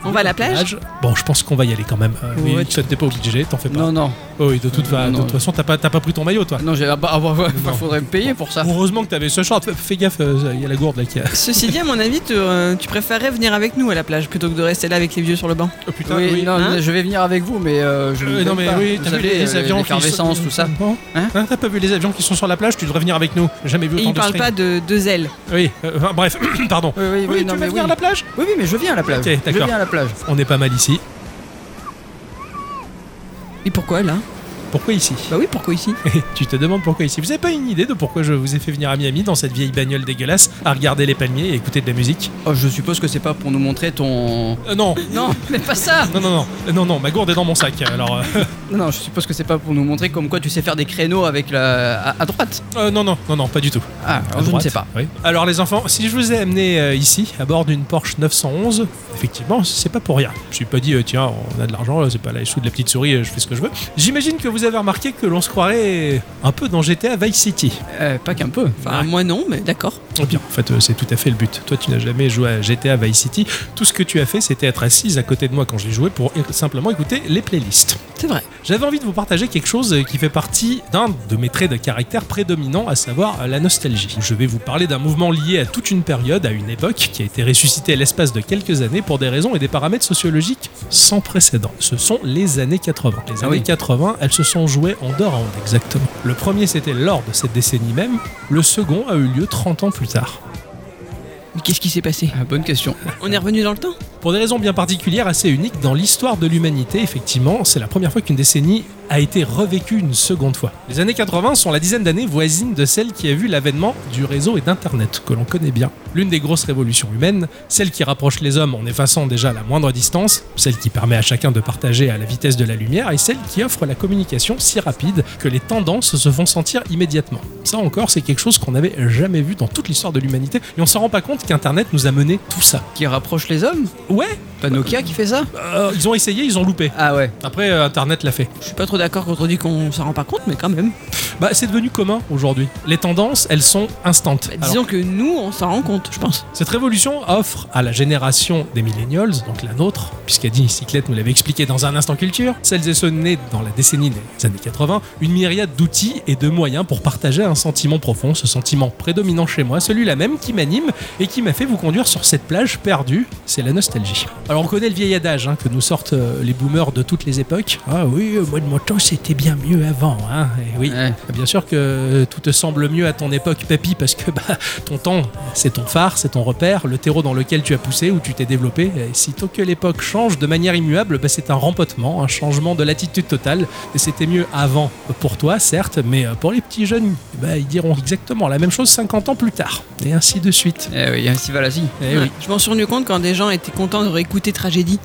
[SPEAKER 1] On va à la plage
[SPEAKER 2] Âge. Bon, je pense qu'on va y aller quand même. Euh, mais
[SPEAKER 3] Ah, Ouais,
[SPEAKER 2] tu t'es pas obligé, t'en fais pas.
[SPEAKER 3] Non, non.
[SPEAKER 2] Oh, oui, de toute, fa-
[SPEAKER 3] non,
[SPEAKER 2] de
[SPEAKER 3] non.
[SPEAKER 2] toute façon, t'as pas, t'as pas pris ton maillot, toi.
[SPEAKER 3] Non, j'ai. Ah, bah, ah, bah, ouais, [LAUGHS] faudrait me payer pour
[SPEAKER 1] Ah.
[SPEAKER 3] ça.
[SPEAKER 2] Heureusement que t'avais ce short. Fais- Fais gaffe, euh, il y a la gourde là
[SPEAKER 1] [LAUGHS]
[SPEAKER 2] qui a.
[SPEAKER 1] Ceci dit, à mon avis, tu, euh, tu préférerais venir avec nous à la plage plutôt que de rester là avec les vieux sur le banc.
[SPEAKER 2] Oh putain,
[SPEAKER 3] oui, non,
[SPEAKER 1] Hein
[SPEAKER 3] mais je vais venir avec vous, mais euh, je.
[SPEAKER 2] Euh,
[SPEAKER 3] ne
[SPEAKER 2] non
[SPEAKER 3] paye
[SPEAKER 2] mais
[SPEAKER 3] pas.
[SPEAKER 2] oui,
[SPEAKER 3] Vous
[SPEAKER 2] t'as vu
[SPEAKER 3] savez,
[SPEAKER 2] les,
[SPEAKER 3] euh,
[SPEAKER 2] avions qui
[SPEAKER 3] l'effervescence,
[SPEAKER 2] sont-
[SPEAKER 3] tout ça.
[SPEAKER 2] Bon.
[SPEAKER 3] Hein
[SPEAKER 2] Hein, T'as pas vu les avions qui sont sur la plage Tu devrais venir avec nous. J'ai Jamais vu
[SPEAKER 1] Et
[SPEAKER 2] autant
[SPEAKER 1] il
[SPEAKER 2] de
[SPEAKER 1] parle
[SPEAKER 2] strings.
[SPEAKER 1] pas de deux ailes.
[SPEAKER 2] Oui, euh, enfin, bref, [CLEARS THROAT] pardon.
[SPEAKER 3] Euh, Oui, oui, oui,
[SPEAKER 2] tu
[SPEAKER 3] non,
[SPEAKER 2] veux
[SPEAKER 3] mais
[SPEAKER 2] venir
[SPEAKER 3] oui.
[SPEAKER 2] à la plage
[SPEAKER 3] Oui, oui, mais je viens à la plage.
[SPEAKER 2] Ok,
[SPEAKER 3] je
[SPEAKER 2] d'accord.
[SPEAKER 3] viens à la plage.
[SPEAKER 2] On est pas mal ici.
[SPEAKER 1] Et pourquoi là
[SPEAKER 2] Pourquoi ici [LAUGHS]
[SPEAKER 1] Bah oui, pourquoi ici
[SPEAKER 2] Tu te demandes pourquoi ici Vous avez pas une idée de pourquoi je vous ai fait venir à Miami dans cette vieille bagnole dégueulasse à regarder les palmiers et écouter de la musique
[SPEAKER 3] Oh, je suppose que c'est pas pour nous montrer ton.
[SPEAKER 2] Euh, Non,
[SPEAKER 3] [LAUGHS] Non, mais pas ça
[SPEAKER 2] non, non, non, Euh, non, non, ma gourde est dans mon sac. Alors, euh,
[SPEAKER 3] Non, non, je suppose que c'est pas pour nous montrer comme quoi tu sais faire des créneaux avec la. à, à droite.
[SPEAKER 2] euh, non, non, non, non, pas du tout. À
[SPEAKER 3] Ah, alors je ne
[SPEAKER 2] droite,
[SPEAKER 3] sais pas.
[SPEAKER 2] oui. Alors les enfants, si je vous ai amené euh, ici à bord d'une Porsche 911, effectivement, c'est pas pour rien. Je me suis pas dit euh, tiens, on a de l'argent, là, c'est pas la sous de la petite souris, euh, je fais ce que je veux. J'imagine que vous avez remarqué que l'on se croirait un peu dans GTA Vice City.
[SPEAKER 3] Euh, pas qu'un peu.
[SPEAKER 1] Enfin, moi non, mais d'accord.
[SPEAKER 2] Eh bien, en fait, euh, c'est tout à fait le but. Toi, tu n'as jamais joué à GTA Vice City. Tout ce que tu as fait, c'était être assise à côté de moi quand je l'ai joué pour é- simplement écouter les playlists.
[SPEAKER 1] C'est vrai.
[SPEAKER 2] j'avais envie de vous partager quelque chose euh, qui fait partie d'un de mes traits de caractère prédominant, à savoir euh, la nostalgie. Je vais vous parler d'un mouvement lié à toute une période, à une époque, qui a été ressuscité à l'espace de quelques années pour des raisons et des paramètres sociologiques sans précédent. Ce sont les années 80. Les années 80, elles se sont jouées en deux rounds, exactement. Le premier, c'était lors de cette décennie même. Le second a eu lieu 30 ans plus tard.
[SPEAKER 1] Qu'est-ce qui s'est passé
[SPEAKER 3] Bonne question.
[SPEAKER 1] Bah, On est revenu dans le temps
[SPEAKER 2] Pour des raisons bien particulières, assez uniques dans l'histoire de l'humanité, effectivement, c'est la première fois qu'une décennie a été revécue une seconde fois. Les années 80 sont la dizaine d'années voisines de celle qui a vu l'avènement du réseau et d'Internet, que l'on connaît bien. L'une des grosses révolutions humaines, celle qui rapproche les hommes en effaçant déjà la moindre distance, celle qui permet à chacun de partager à la vitesse de la lumière, et celle qui offre la communication si rapide que les tendances se font sentir immédiatement. Ça encore, c'est quelque chose qu'on n'avait jamais vu dans toute l'histoire de l'humanité, et on s'en rend pas compte qu'Internet nous a mené tout ça.
[SPEAKER 3] Qui rapproche les hommes
[SPEAKER 2] Ouais,
[SPEAKER 3] Pas Nokia qui fait ça
[SPEAKER 2] euh, ils ont essayé, ils ont loupé.
[SPEAKER 3] Ah ouais.
[SPEAKER 2] Après, euh, Internet l'a fait.
[SPEAKER 1] Je suis pas trop d'accord quand on dit qu'on s'en rend pas compte, mais quand même.
[SPEAKER 2] Bah, c'est devenu commun aujourd'hui. Les tendances, elles sont instantes. Alors,
[SPEAKER 1] Bah, Disons que nous, on s'en rend compte, je pense.
[SPEAKER 2] cette révolution offre à la génération des millennials, donc la nôtre, puisqu'Adi Cyclette nous l'avait expliqué dans un instant culture, celles et ceux nés dans la décennie des années 80, une myriade d'outils et de moyens pour partager un sentiment profond, ce sentiment prédominant chez moi, celui-là même qui m'anime et qui m'a fait vous conduire sur cette plage perdue, c'est la nostalgie. Alors on connaît le vieil adage hein, que nous sortent euh, les boomers de toutes les époques. Ah oui, euh, moi de mon temps c'était bien mieux avant. Hein. Et oui,
[SPEAKER 3] Ouais.
[SPEAKER 2] bien sûr que euh, tout te semble mieux à ton époque, papy, parce que bah, ton temps, c'est ton phare, c'est ton repère, le terreau dans lequel tu as poussé, où tu t'es développé. Et sitôt que l'époque change de manière immuable, bah, c'est un rempotement, un changement de latitude totale. Et c'était mieux avant pour toi, certes, mais euh, pour les petits jeunes, bah, ils diront exactement la même chose 50 ans plus tard. Et ainsi de suite.
[SPEAKER 3] Eh oui, ainsi va la vie.
[SPEAKER 2] Eh oui.
[SPEAKER 3] [LAUGHS]
[SPEAKER 1] Ouais. Je m'en suis rendu compte quand des gens étaient contents de réécouter Tragédie.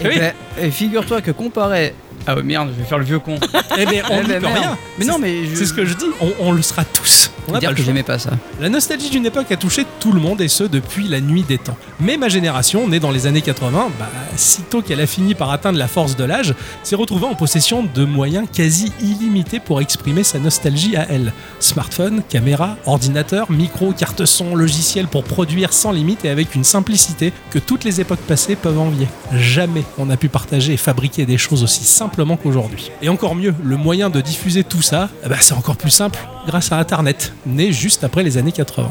[SPEAKER 3] Eh ben, eh, figure-toi que comparé. Ah ouais, merde, je vais faire le vieux [LAUGHS] con.
[SPEAKER 2] Eh bien, on
[SPEAKER 3] Eh
[SPEAKER 2] n'y
[SPEAKER 3] ben,
[SPEAKER 2] peut
[SPEAKER 3] merde.
[SPEAKER 2] rien.
[SPEAKER 3] Mais non, mais je.
[SPEAKER 2] C'est ce que je dis. On, on le sera tous. On n'a
[SPEAKER 3] dire
[SPEAKER 2] pas
[SPEAKER 3] que
[SPEAKER 2] le choix.
[SPEAKER 3] j'aimais pas ça.
[SPEAKER 2] La nostalgie d'une époque a touché tout le monde et ce depuis la nuit des temps. Mais ma génération, née dans les années 80, bah, sitôt qu'elle a fini par atteindre la force de l'âge, s'est retrouvée en possession de moyens quasi illimités pour exprimer sa nostalgie à elle. Smartphone, caméra, ordinateur, micro, carte son, logiciel pour produire sans limite et avec une simplicité que toutes les époques passées peuvent envier. Jamais on a pu partager et fabriquer des choses aussi simplement qu'aujourd'hui. Et encore mieux, le moyen de diffuser tout ça, eh ben, c'est encore plus simple grâce à Internet, né juste après les années 80.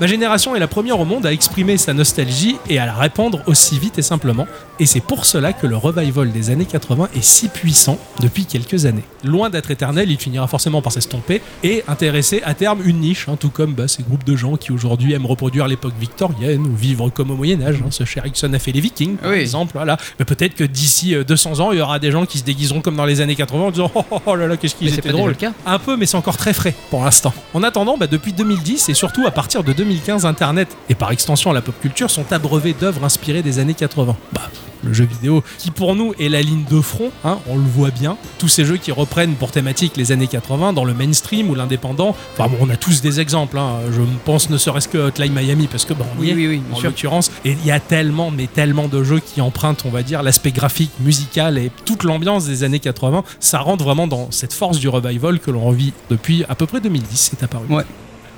[SPEAKER 2] Ma génération est la première au monde à exprimer sa nostalgie et à la répandre aussi vite et simplement, et c'est pour cela que le revival des années 80 est si puissant depuis quelques années. Loin d'être éternel, il finira forcément par s'estomper et intéresser à terme une niche, hein, tout comme bah, ces groupes de gens qui aujourd'hui aiment reproduire l'époque victorienne ou vivre comme au Moyen-Âge. hein, Ce cher Ixon a fait les Vikings, par
[SPEAKER 3] Oui.
[SPEAKER 2] exemple, voilà. Mais peut-être que d'ici euh, 200 ans, il y aura des gens qui se déguiseront comme dans les années 80 en disant Oh, oh, oh là là, qu'est-ce qu'ils
[SPEAKER 3] Mais c'est
[SPEAKER 2] étaient
[SPEAKER 3] pas déjà
[SPEAKER 2] drôles
[SPEAKER 3] le cas.
[SPEAKER 2] un peu, mais c'est encore très frais pour l'instant. En attendant, bah, depuis 2010 et surtout à partir de 2015, Internet et par extension la pop culture sont abreuvés d'œuvres inspirées des années 80. Bah, le jeu vidéo, qui pour nous est la ligne de front, hein, on le voit bien. Tous ces jeux qui reprennent pour thématique les années 80 dans le mainstream ou l'indépendant. Enfin bon, on a tous des exemples. hein. Je pense ne serait-ce que Hotline Miami parce que bah, on y
[SPEAKER 3] Oui,
[SPEAKER 2] est
[SPEAKER 3] oui, oui, bien
[SPEAKER 2] en
[SPEAKER 3] sûr.
[SPEAKER 2] l'occurrence. Et il y a tellement, mais tellement de jeux qui empruntent, on va dire, l'aspect graphique, musical et toute l'ambiance des années 80. Ça rentre vraiment dans cette force du revival que l'on revit depuis à peu près 2010, c'est apparu.
[SPEAKER 3] Ouais.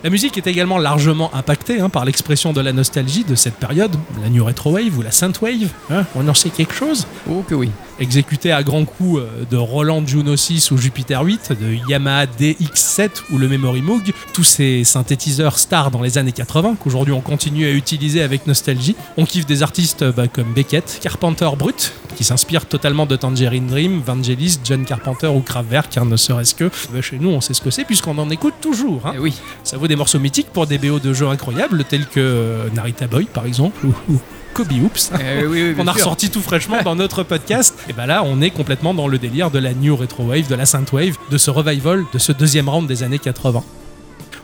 [SPEAKER 2] La musique est également largement impactée hein, par l'expression de la nostalgie de cette période, la New Retrowave ou la Synthwave. hein, on en sait quelque chose
[SPEAKER 3] Oh que oui.
[SPEAKER 2] exécuté à grands coups euh, de Roland Juno 6 ou Jupiter 8, de Yamaha DX7 ou le Memory Moog, tous ces synthétiseurs stars dans les années 80 qu'aujourd'hui on continue à utiliser avec nostalgie. On kiffe des artistes euh, bah, comme Beckett, Carpenter Brut, qui s'inspire totalement de Tangerine Dream, Vangelis, John Carpenter ou Kraftwerk, hein, ne serait-ce que. Bah, chez nous on sait ce que c'est puisqu'on en écoute toujours. hein.
[SPEAKER 3] Eh [LAUGHS] oui.
[SPEAKER 2] Ça vaut des morceaux mythiques pour des BO de jeux incroyables tels que euh, Narita Boy par exemple ou, ou Kobe Oops.
[SPEAKER 3] Eh oui, oui, oui,
[SPEAKER 2] On
[SPEAKER 3] bien
[SPEAKER 2] a
[SPEAKER 3] sûr.
[SPEAKER 2] ressorti tout fraîchement dans notre podcast. Et ben là, on est complètement dans le délire de la new retrowave, de la synthwave, de ce revival, de ce deuxième round des années 80.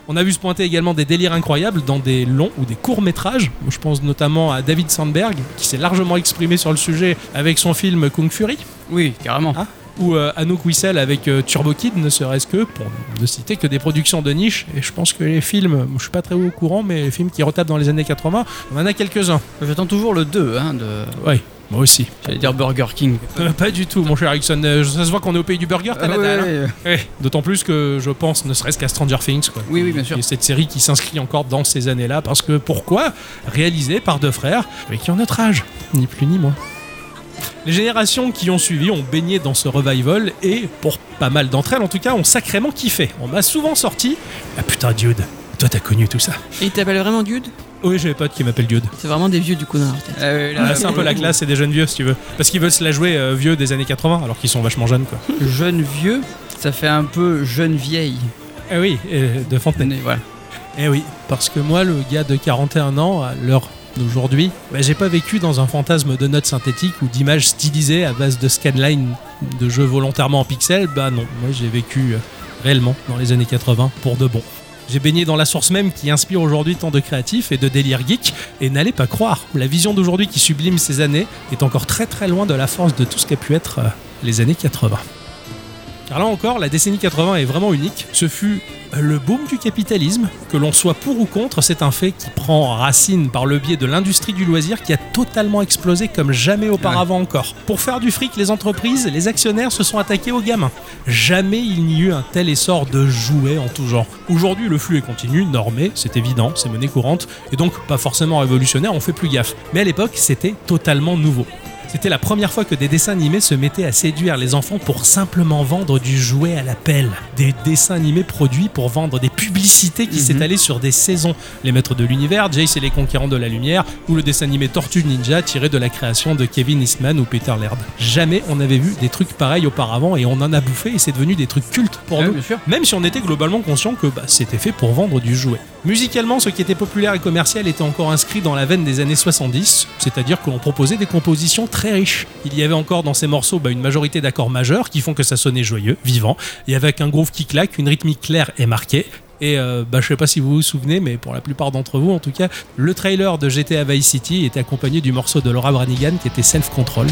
[SPEAKER 2] On a vu se pointer également des délires incroyables dans des longs ou des courts métrages. Je pense notamment à David Sandberg, qui s'est largement exprimé sur le sujet avec son film Kung Fury,
[SPEAKER 3] Oui, carrément.
[SPEAKER 2] Ah. ou euh, Anouk Wissel avec euh, Turbo Kid, ne serait-ce que, pour ne citer que des productions de niche. Et je pense que les films, je suis pas très au courant, mais les films qui retapent dans les années 80, on en a quelques-uns.
[SPEAKER 3] J'attends toujours le 2, hein, de.
[SPEAKER 2] Oui, moi aussi.
[SPEAKER 3] J'allais dire Burger King.
[SPEAKER 2] Euh, pas du tout, mon cher Ericsson. Euh, ça se voit qu'on est au pays du burger, t'as
[SPEAKER 3] Ah
[SPEAKER 2] la
[SPEAKER 3] ouais,
[SPEAKER 2] dalle, hein.
[SPEAKER 3] ouais, ouais.
[SPEAKER 2] Ouais, D'autant plus que je pense, ne serait-ce qu'à Stranger Things. Quoi.
[SPEAKER 3] Oui, oui, bien sûr.
[SPEAKER 2] Et cette série qui s'inscrit encore dans ces années-là, parce que pourquoi Réalisée par deux frères, mais qui ont notre âge, ni plus ni moins. Les générations qui ont suivi ont baigné dans ce revival et, pour pas mal d'entre elles en tout cas, ont sacrément kiffé. On m'a souvent sorti Ah putain, Dude, toi t'as connu tout ça.
[SPEAKER 1] Et il t'appelle vraiment Dude
[SPEAKER 2] Oui, j'ai des potes qui m'appellent Dude.
[SPEAKER 1] C'est vraiment des vieux du coup dans leur tête.
[SPEAKER 2] Ah, c'est un peu la classe et des jeunes vieux si tu veux. Parce qu'ils veulent se la jouer euh, vieux des années 80 alors qu'ils sont vachement jeunes quoi.
[SPEAKER 3] Jeune vieux, ça fait un peu jeune vieille.
[SPEAKER 2] Eh oui, euh, de Fontenay.
[SPEAKER 3] Voilà.
[SPEAKER 2] Eh oui, parce que moi, le gars de 41 ans, à l'heure d'aujourd'hui, bah, j'ai pas vécu dans un fantasme de notes synthétiques ou d'images stylisées à base de scanlines de jeux volontairement en pixels. Bah non, moi j'ai vécu euh, réellement dans les années 80 pour de bon. J'ai baigné dans la source même qui inspire aujourd'hui tant de créatifs et de délire geek, et n'allez pas croire, la vision d'aujourd'hui qui sublime ces années est encore très très loin de la force de tout ce qu'a pu être euh, les années 80. Car là encore, la décennie 80 est vraiment unique. Ce fut le boom du capitalisme. Que l'on soit pour ou contre, c'est un fait qui prend racine par le biais de l'industrie du loisir qui a totalement explosé comme jamais auparavant encore. Pour faire du fric, les entreprises, les actionnaires se sont attaqués aux gamins. Jamais il n'y eut un tel essor de jouets en tout genre. Aujourd'hui, le flux est continu, normé, c'est évident, c'est monnaie courante, et donc pas forcément révolutionnaire, on fait plus gaffe. Mais à l'époque, c'était totalement nouveau. C'était la première fois que des dessins animés se mettaient à séduire les enfants pour simplement vendre du jouet à la pelle. Des dessins animés produits pour vendre des publicités qui s'étalaient sur des saisons. Les Maîtres de l'Univers, Jace et les Conquérants de la Lumière, ou le dessin animé Tortue Ninja tiré de la création de Kevin Eastman ou Peter Laird. Jamais on avait vu des trucs pareils auparavant et on en a bouffé et c'est devenu des trucs cultes pour
[SPEAKER 3] Ouais,
[SPEAKER 2] nous.
[SPEAKER 3] bien sûr.
[SPEAKER 2] Même si on était globalement conscient que bah, c'était fait pour vendre du jouet. Musicalement, ce qui était populaire et commercial était encore inscrit dans la veine des années 70, c'est-à-dire que l'on proposait des compositions très riches. Il y avait encore dans ces morceaux bah, une majorité d'accords majeurs qui font que ça sonnait joyeux, vivant, et avec un groove qui claque, une rythmique claire et marquée. Et euh, bah, je sais pas si vous vous souvenez, mais pour la plupart d'entre vous, en tout cas, le trailer de GTA Vice City était accompagné du morceau de Laura Branigan qui était Self Control.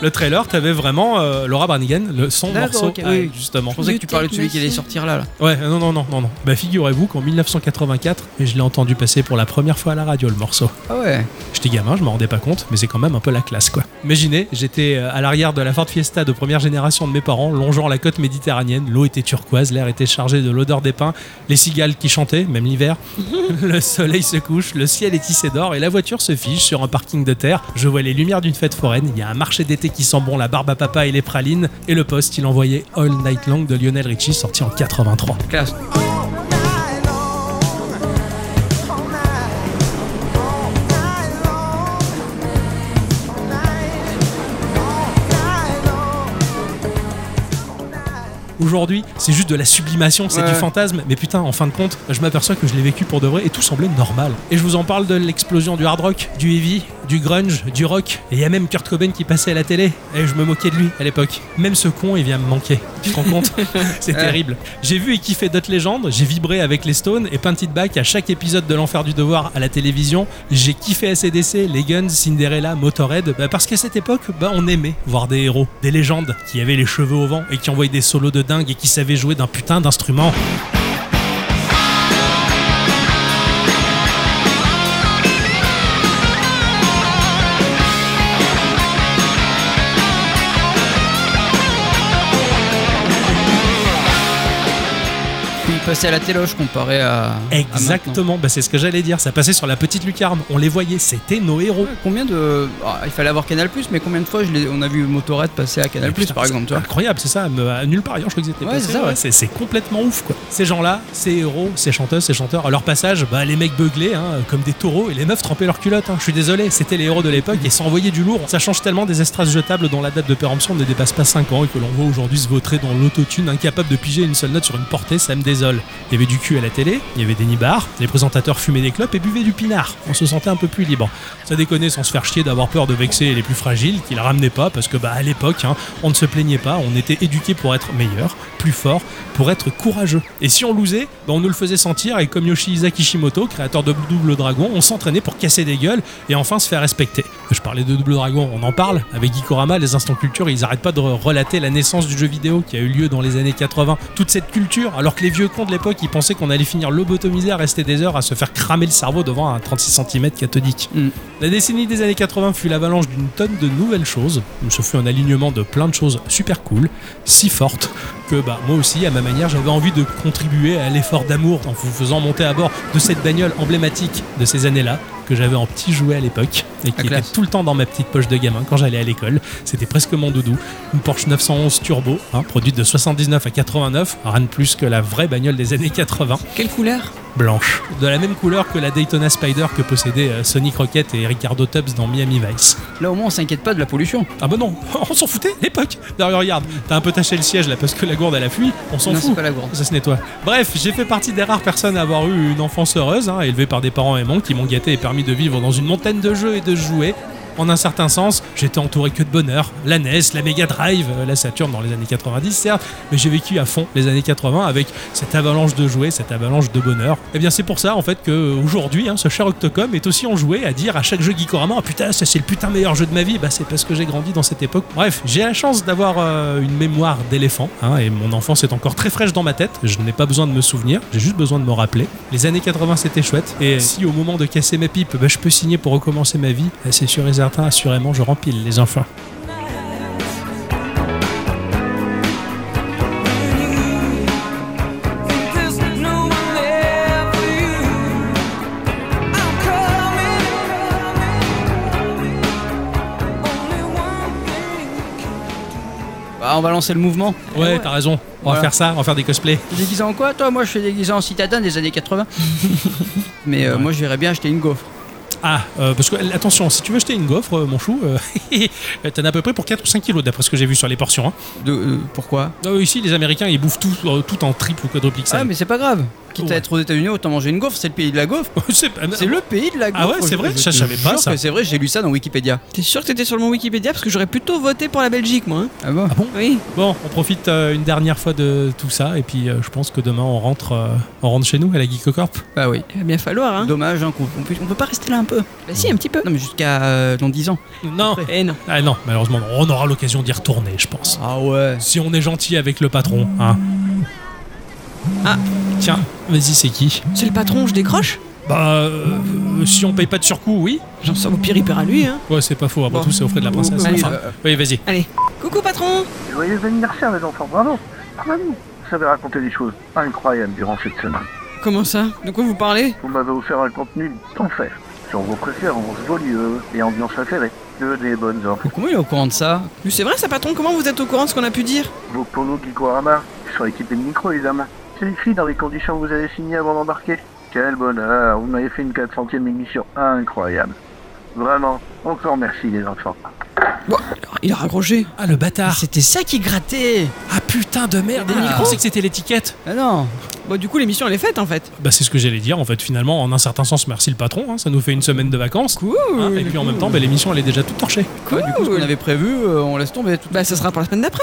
[SPEAKER 2] Le trailer, t'avais vraiment euh, Laura Branigan, le, son
[SPEAKER 3] D'accord,
[SPEAKER 2] morceau,
[SPEAKER 3] ok,
[SPEAKER 2] Ah,
[SPEAKER 3] oui, oui.
[SPEAKER 2] justement.
[SPEAKER 3] Je pensais que tu parlais de celui qui allait sortir là. là.
[SPEAKER 2] Ouais, non, non, non, non, non. Bah figurez-vous qu'en 1984, et je l'ai entendu passer pour la première fois à la radio le morceau.
[SPEAKER 3] Ah ouais.
[SPEAKER 2] J'étais gamin, je m'en rendais pas compte, mais c'est quand même un peu la classe quoi. Imaginez, j'étais euh, à l'arrière de la Ford Fiesta de première génération de mes parents, longeant la côte méditerranéenne, l'eau était turquoise, l'air était chargé de l'odeur des pins, les cigales qui chantaient, même l'hiver, le soleil se couche, le ciel est tissé d'or et la voiture se fiche sur un parking de terre, je vois les lumières d'une fête foraine, il y a un marché d'été qui sent bon la barbe à papa et les pralines, et le poste il envoyait All Night Long de Lionel Richie sorti en 83.
[SPEAKER 3] Classe.
[SPEAKER 2] Aujourd'hui, c'est juste de la sublimation, c'est
[SPEAKER 3] Ouais,
[SPEAKER 2] du
[SPEAKER 3] ouais.
[SPEAKER 2] fantasme, mais putain, en fin de compte, je m'aperçois que je l'ai vécu pour de vrai et tout semblait normal. Et je vous en parle de l'explosion du hard rock, du heavy, du grunge, du rock, et il y a même Kurt Cobain qui passait à la télé, et je me moquais de lui à l'époque. Même ce con, il vient me manquer. Tu te rends
[SPEAKER 3] [LAUGHS]
[SPEAKER 2] compte C'est
[SPEAKER 3] Ouais.
[SPEAKER 2] terrible. J'ai vu et kiffé d'autres légendes, j'ai vibré avec les Stones et Painted Back à chaque épisode de l'Enfer du Devoir à la télévision, j'ai kiffé ACDC, les Guns, Cinderella, Motorhead, bah parce qu'à cette époque, bah on aimait voir des héros, des légendes qui avaient les cheveux au vent et qui envoyaient des solos de dingue et qui savaient jouer d'un putain d'instrument.
[SPEAKER 3] Puis il passait à la téloche comparé à. à maintenant.
[SPEAKER 2] Ah, Exactement, bah c'est ce que j'allais dire, ça passait sur la petite lucarne, on les voyait, c'était nos héros.
[SPEAKER 3] Combien de. ah, il fallait avoir Canal mais combien de fois je l'ai- on a vu Motorhead passer à Canal
[SPEAKER 2] Putain,
[SPEAKER 3] par
[SPEAKER 2] c'est
[SPEAKER 3] exemple, tu vois
[SPEAKER 2] Incroyable, c'est ça, me- à nulle part ailleurs, je crois qu'ils étaient
[SPEAKER 3] Ouais,
[SPEAKER 2] passés,
[SPEAKER 3] c'est ça, ouais.
[SPEAKER 2] c'est c'est complètement ouf quoi. Ces gens-là, ces héros, ces chanteuses, ces chanteurs, à leur passage, bah, les mecs beuglaient hein, comme des taureaux et les meufs trempaient leurs culottes. hein. Je suis désolé, c'était les héros de l'époque et s'envoyaient du lourd. Ça change tellement des estraces jetables dont la date de péremption ne dépasse pas 5 ans et que l'on voit aujourd'hui se vautrer dans l'autotune, incapable de piger une seule note sur une portée, ça me désole. Il y avait du cul à la télé, il y avait des nibards, les présentateurs fumaient des clopes et buvaient du pinard. On se sentait un peu plus libre. Ça déconnait sans se faire chier d'avoir peur de vexer les plus fragiles, qu'ils ramenaient pas, parce que bah à l'époque, hein, on ne se plaignait pas, on était éduqués pour être meilleur, plus fort, pour être courageux. Et si on lousait, bah, on nous le faisait sentir, et comme Yoshihisa Kishimoto, créateur de Double Dragon, on s'entraînait pour casser des gueules et enfin se faire respecter. Je parlais de Double Dragon, on en parle. Avec Gikorama, les instants culture, ils arrêtent pas de relater la naissance du jeu vidéo qui a eu lieu dans les années 80. Toute cette culture, alors que les vieux cons de l'époque, ils pensaient qu'on allait finir lobotomisé à rester des heures à se faire cramer le cerveau devant un 36 cm cathodique. La décennie des années 80 fut l'avalanche d'une tonne de nouvelles choses. Ce fut un alignement de plein de choses super cool, si fortes que bah, moi aussi, à ma manière, j'avais envie de contribuer à l'effort d'amour en vous faisant monter à bord de cette bagnole emblématique de ces années-là que j'avais en petit jouet à l'époque et qui était tout le temps dans ma petite poche de gamin quand j'allais à l'école. C'était presque mon doudou. Une Porsche 911 Turbo, hein, produite de 79 à 89, rien de plus que la vraie bagnole des années 80.
[SPEAKER 1] Quelle couleur
[SPEAKER 2] Blanche. De la même couleur que la Daytona Spider que possédaient euh, Sonny Crockett et Ricardo Tubbs dans Miami Vice.
[SPEAKER 3] Là au moins on s'inquiète pas de la pollution.
[SPEAKER 2] Ah bah non, [LAUGHS] on s'en foutait, l'époque D'ailleurs regarde, t'as un peu taché le siège là parce que la gourde elle a fui, on s'en
[SPEAKER 3] Non,
[SPEAKER 2] fout.
[SPEAKER 3] c'est pas la gourde.
[SPEAKER 2] Ça se nettoie. Bref, j'ai fait partie des rares personnes à avoir eu une enfance heureuse, hein, élevée par des parents aimants qui m'ont gâté et permis de vivre dans une montagne de jeux et de jouets. En un certain sens, j'étais entouré que de bonheur. La NES, la Mega Drive, euh, la Saturn dans les années 90, certes, mais j'ai vécu à fond les années 80 avec cette avalanche de jouets, cette avalanche de bonheur. Et bien c'est pour ça en fait que euh, aujourd'hui, hein, ce cher Octocom est aussi enjoué à dire à chaque jeu Geekorama Ah putain, ça c'est le putain meilleur jeu de ma vie. Bah c'est parce que j'ai grandi dans cette époque. Bref, j'ai la chance d'avoir euh, une mémoire d'éléphant hein, et mon enfance est encore très fraîche dans ma tête. Je n'ai pas besoin de me souvenir, j'ai juste besoin de me rappeler. Les années 80 c'était chouette et si au moment de casser ma pipe, bah, je peux signer pour recommencer ma vie, bah, c'est sûr et certain, assurément je rempile les enfants.
[SPEAKER 3] Bah, on va lancer le mouvement.
[SPEAKER 2] Ouais, t'as raison. On
[SPEAKER 3] Voilà.
[SPEAKER 2] va faire ça, on va faire des cosplays.
[SPEAKER 3] T'es déguisé en quoi toi Moi je suis déguisé en citadin des années 80. Mais euh, moi j'irais bien acheter une gaufre.
[SPEAKER 2] Ah, euh, parce que attention, si tu veux acheter une gaufre, euh, mon chou, euh, [LAUGHS] t'en as à peu près pour 4 ou 5 kilos d'après ce que j'ai vu sur les portions. hein.
[SPEAKER 3] De, euh, pourquoi
[SPEAKER 2] Euh, ici, les Américains, ils bouffent tout, euh, tout en triple ou quadruple XL.
[SPEAKER 3] Ah mais c'est pas grave. Quitte
[SPEAKER 2] Ouais.
[SPEAKER 3] à être aux États-Unis, autant manger une gaufre, c'est le pays de la gaufre.
[SPEAKER 2] [LAUGHS] c'est pas-
[SPEAKER 3] C'est le pays de la gaufre.
[SPEAKER 2] Ah ouais, c'est vrai Ça, je
[SPEAKER 3] te
[SPEAKER 2] savais pas,
[SPEAKER 3] jure
[SPEAKER 2] ça.
[SPEAKER 3] que C'est vrai, j'ai lu ça dans Wikipédia.
[SPEAKER 1] T'es sûr que t'étais sur mon Wikipédia parce que j'aurais plutôt voté pour la Belgique, moi. hein.
[SPEAKER 3] Ah bon
[SPEAKER 2] Ah bon
[SPEAKER 1] Oui.
[SPEAKER 2] Bon, on profite euh, une dernière fois de tout ça et puis euh, je pense que demain on rentre, euh, on rentre chez nous à la Geekocorp.
[SPEAKER 3] Bah oui.
[SPEAKER 1] Il va bien falloir, hein.
[SPEAKER 3] Dommage hein, qu'on on peut, on peut pas rester là un peu.
[SPEAKER 1] Bah si, un petit peu.
[SPEAKER 3] Non mais jusqu'à euh, dans 10 ans.
[SPEAKER 2] Non,
[SPEAKER 1] Eh non.
[SPEAKER 2] ah non, malheureusement, on aura l'occasion d'y retourner, je pense.
[SPEAKER 3] Ah ouais.
[SPEAKER 2] Si on est gentil avec le patron, hein.
[SPEAKER 1] Ah.
[SPEAKER 2] Tiens, vas-y, c'est qui
[SPEAKER 1] C'est le patron, je décroche
[SPEAKER 2] Bah, euh, si on paye pas de surcoût, oui.
[SPEAKER 1] J'en sors au pire, il paiera lui, hein.
[SPEAKER 2] Ouais, c'est pas faux. Après
[SPEAKER 1] Bon.
[SPEAKER 2] tout, c'est au frais de la princesse.
[SPEAKER 3] Oui,
[SPEAKER 2] Enfin,
[SPEAKER 3] euh,
[SPEAKER 2] oui, vas-y.
[SPEAKER 1] Allez. Coucou patron
[SPEAKER 5] Joyeux anniversaire, les enfants, bravo Bravo Vous savez raconter des choses incroyables durant cette semaine.
[SPEAKER 1] Comment ça De quoi vous parlez
[SPEAKER 5] Vous m'avez offert un contenu d'enfer sur vos préférences, vos lieux et ambiances préférées. Que des bonnes offres.
[SPEAKER 3] Comment il est au courant de ça
[SPEAKER 1] Mais c'est vrai ça patron, comment vous êtes au courant de ce qu'on a pu dire
[SPEAKER 5] Vos polos Gikorama sont équipés de micro, évidemment. C'est écrit dans les conditions que vous avez signées avant d'embarquer. Quel bonheur, vous m'avez fait une 400ème émission incroyable. Vraiment, encore merci les enfants.
[SPEAKER 1] Oh, Il a raccroché.
[SPEAKER 2] Ah, le bâtard.
[SPEAKER 3] C'était ça qui grattait
[SPEAKER 2] Ah, putain de merde.
[SPEAKER 3] Ah.
[SPEAKER 2] Il pensait que c'était l'étiquette.
[SPEAKER 3] Ah non
[SPEAKER 1] Bah du coup l'émission elle est faite en fait.
[SPEAKER 2] Bah, c'est ce que j'allais dire. En fait, finalement, en un certain sens, merci le patron. hein, ça nous fait une semaine de vacances.
[SPEAKER 1] Cool.
[SPEAKER 2] Hein,
[SPEAKER 3] Ah,
[SPEAKER 2] et puis en même temps, bah, l'émission elle est déjà toute torchée.
[SPEAKER 1] cool.
[SPEAKER 3] Du coup, ce qu'on avait prévu, euh, on laisse tomber. Tout...
[SPEAKER 1] Bah ça Bah, sera pour la semaine d'après.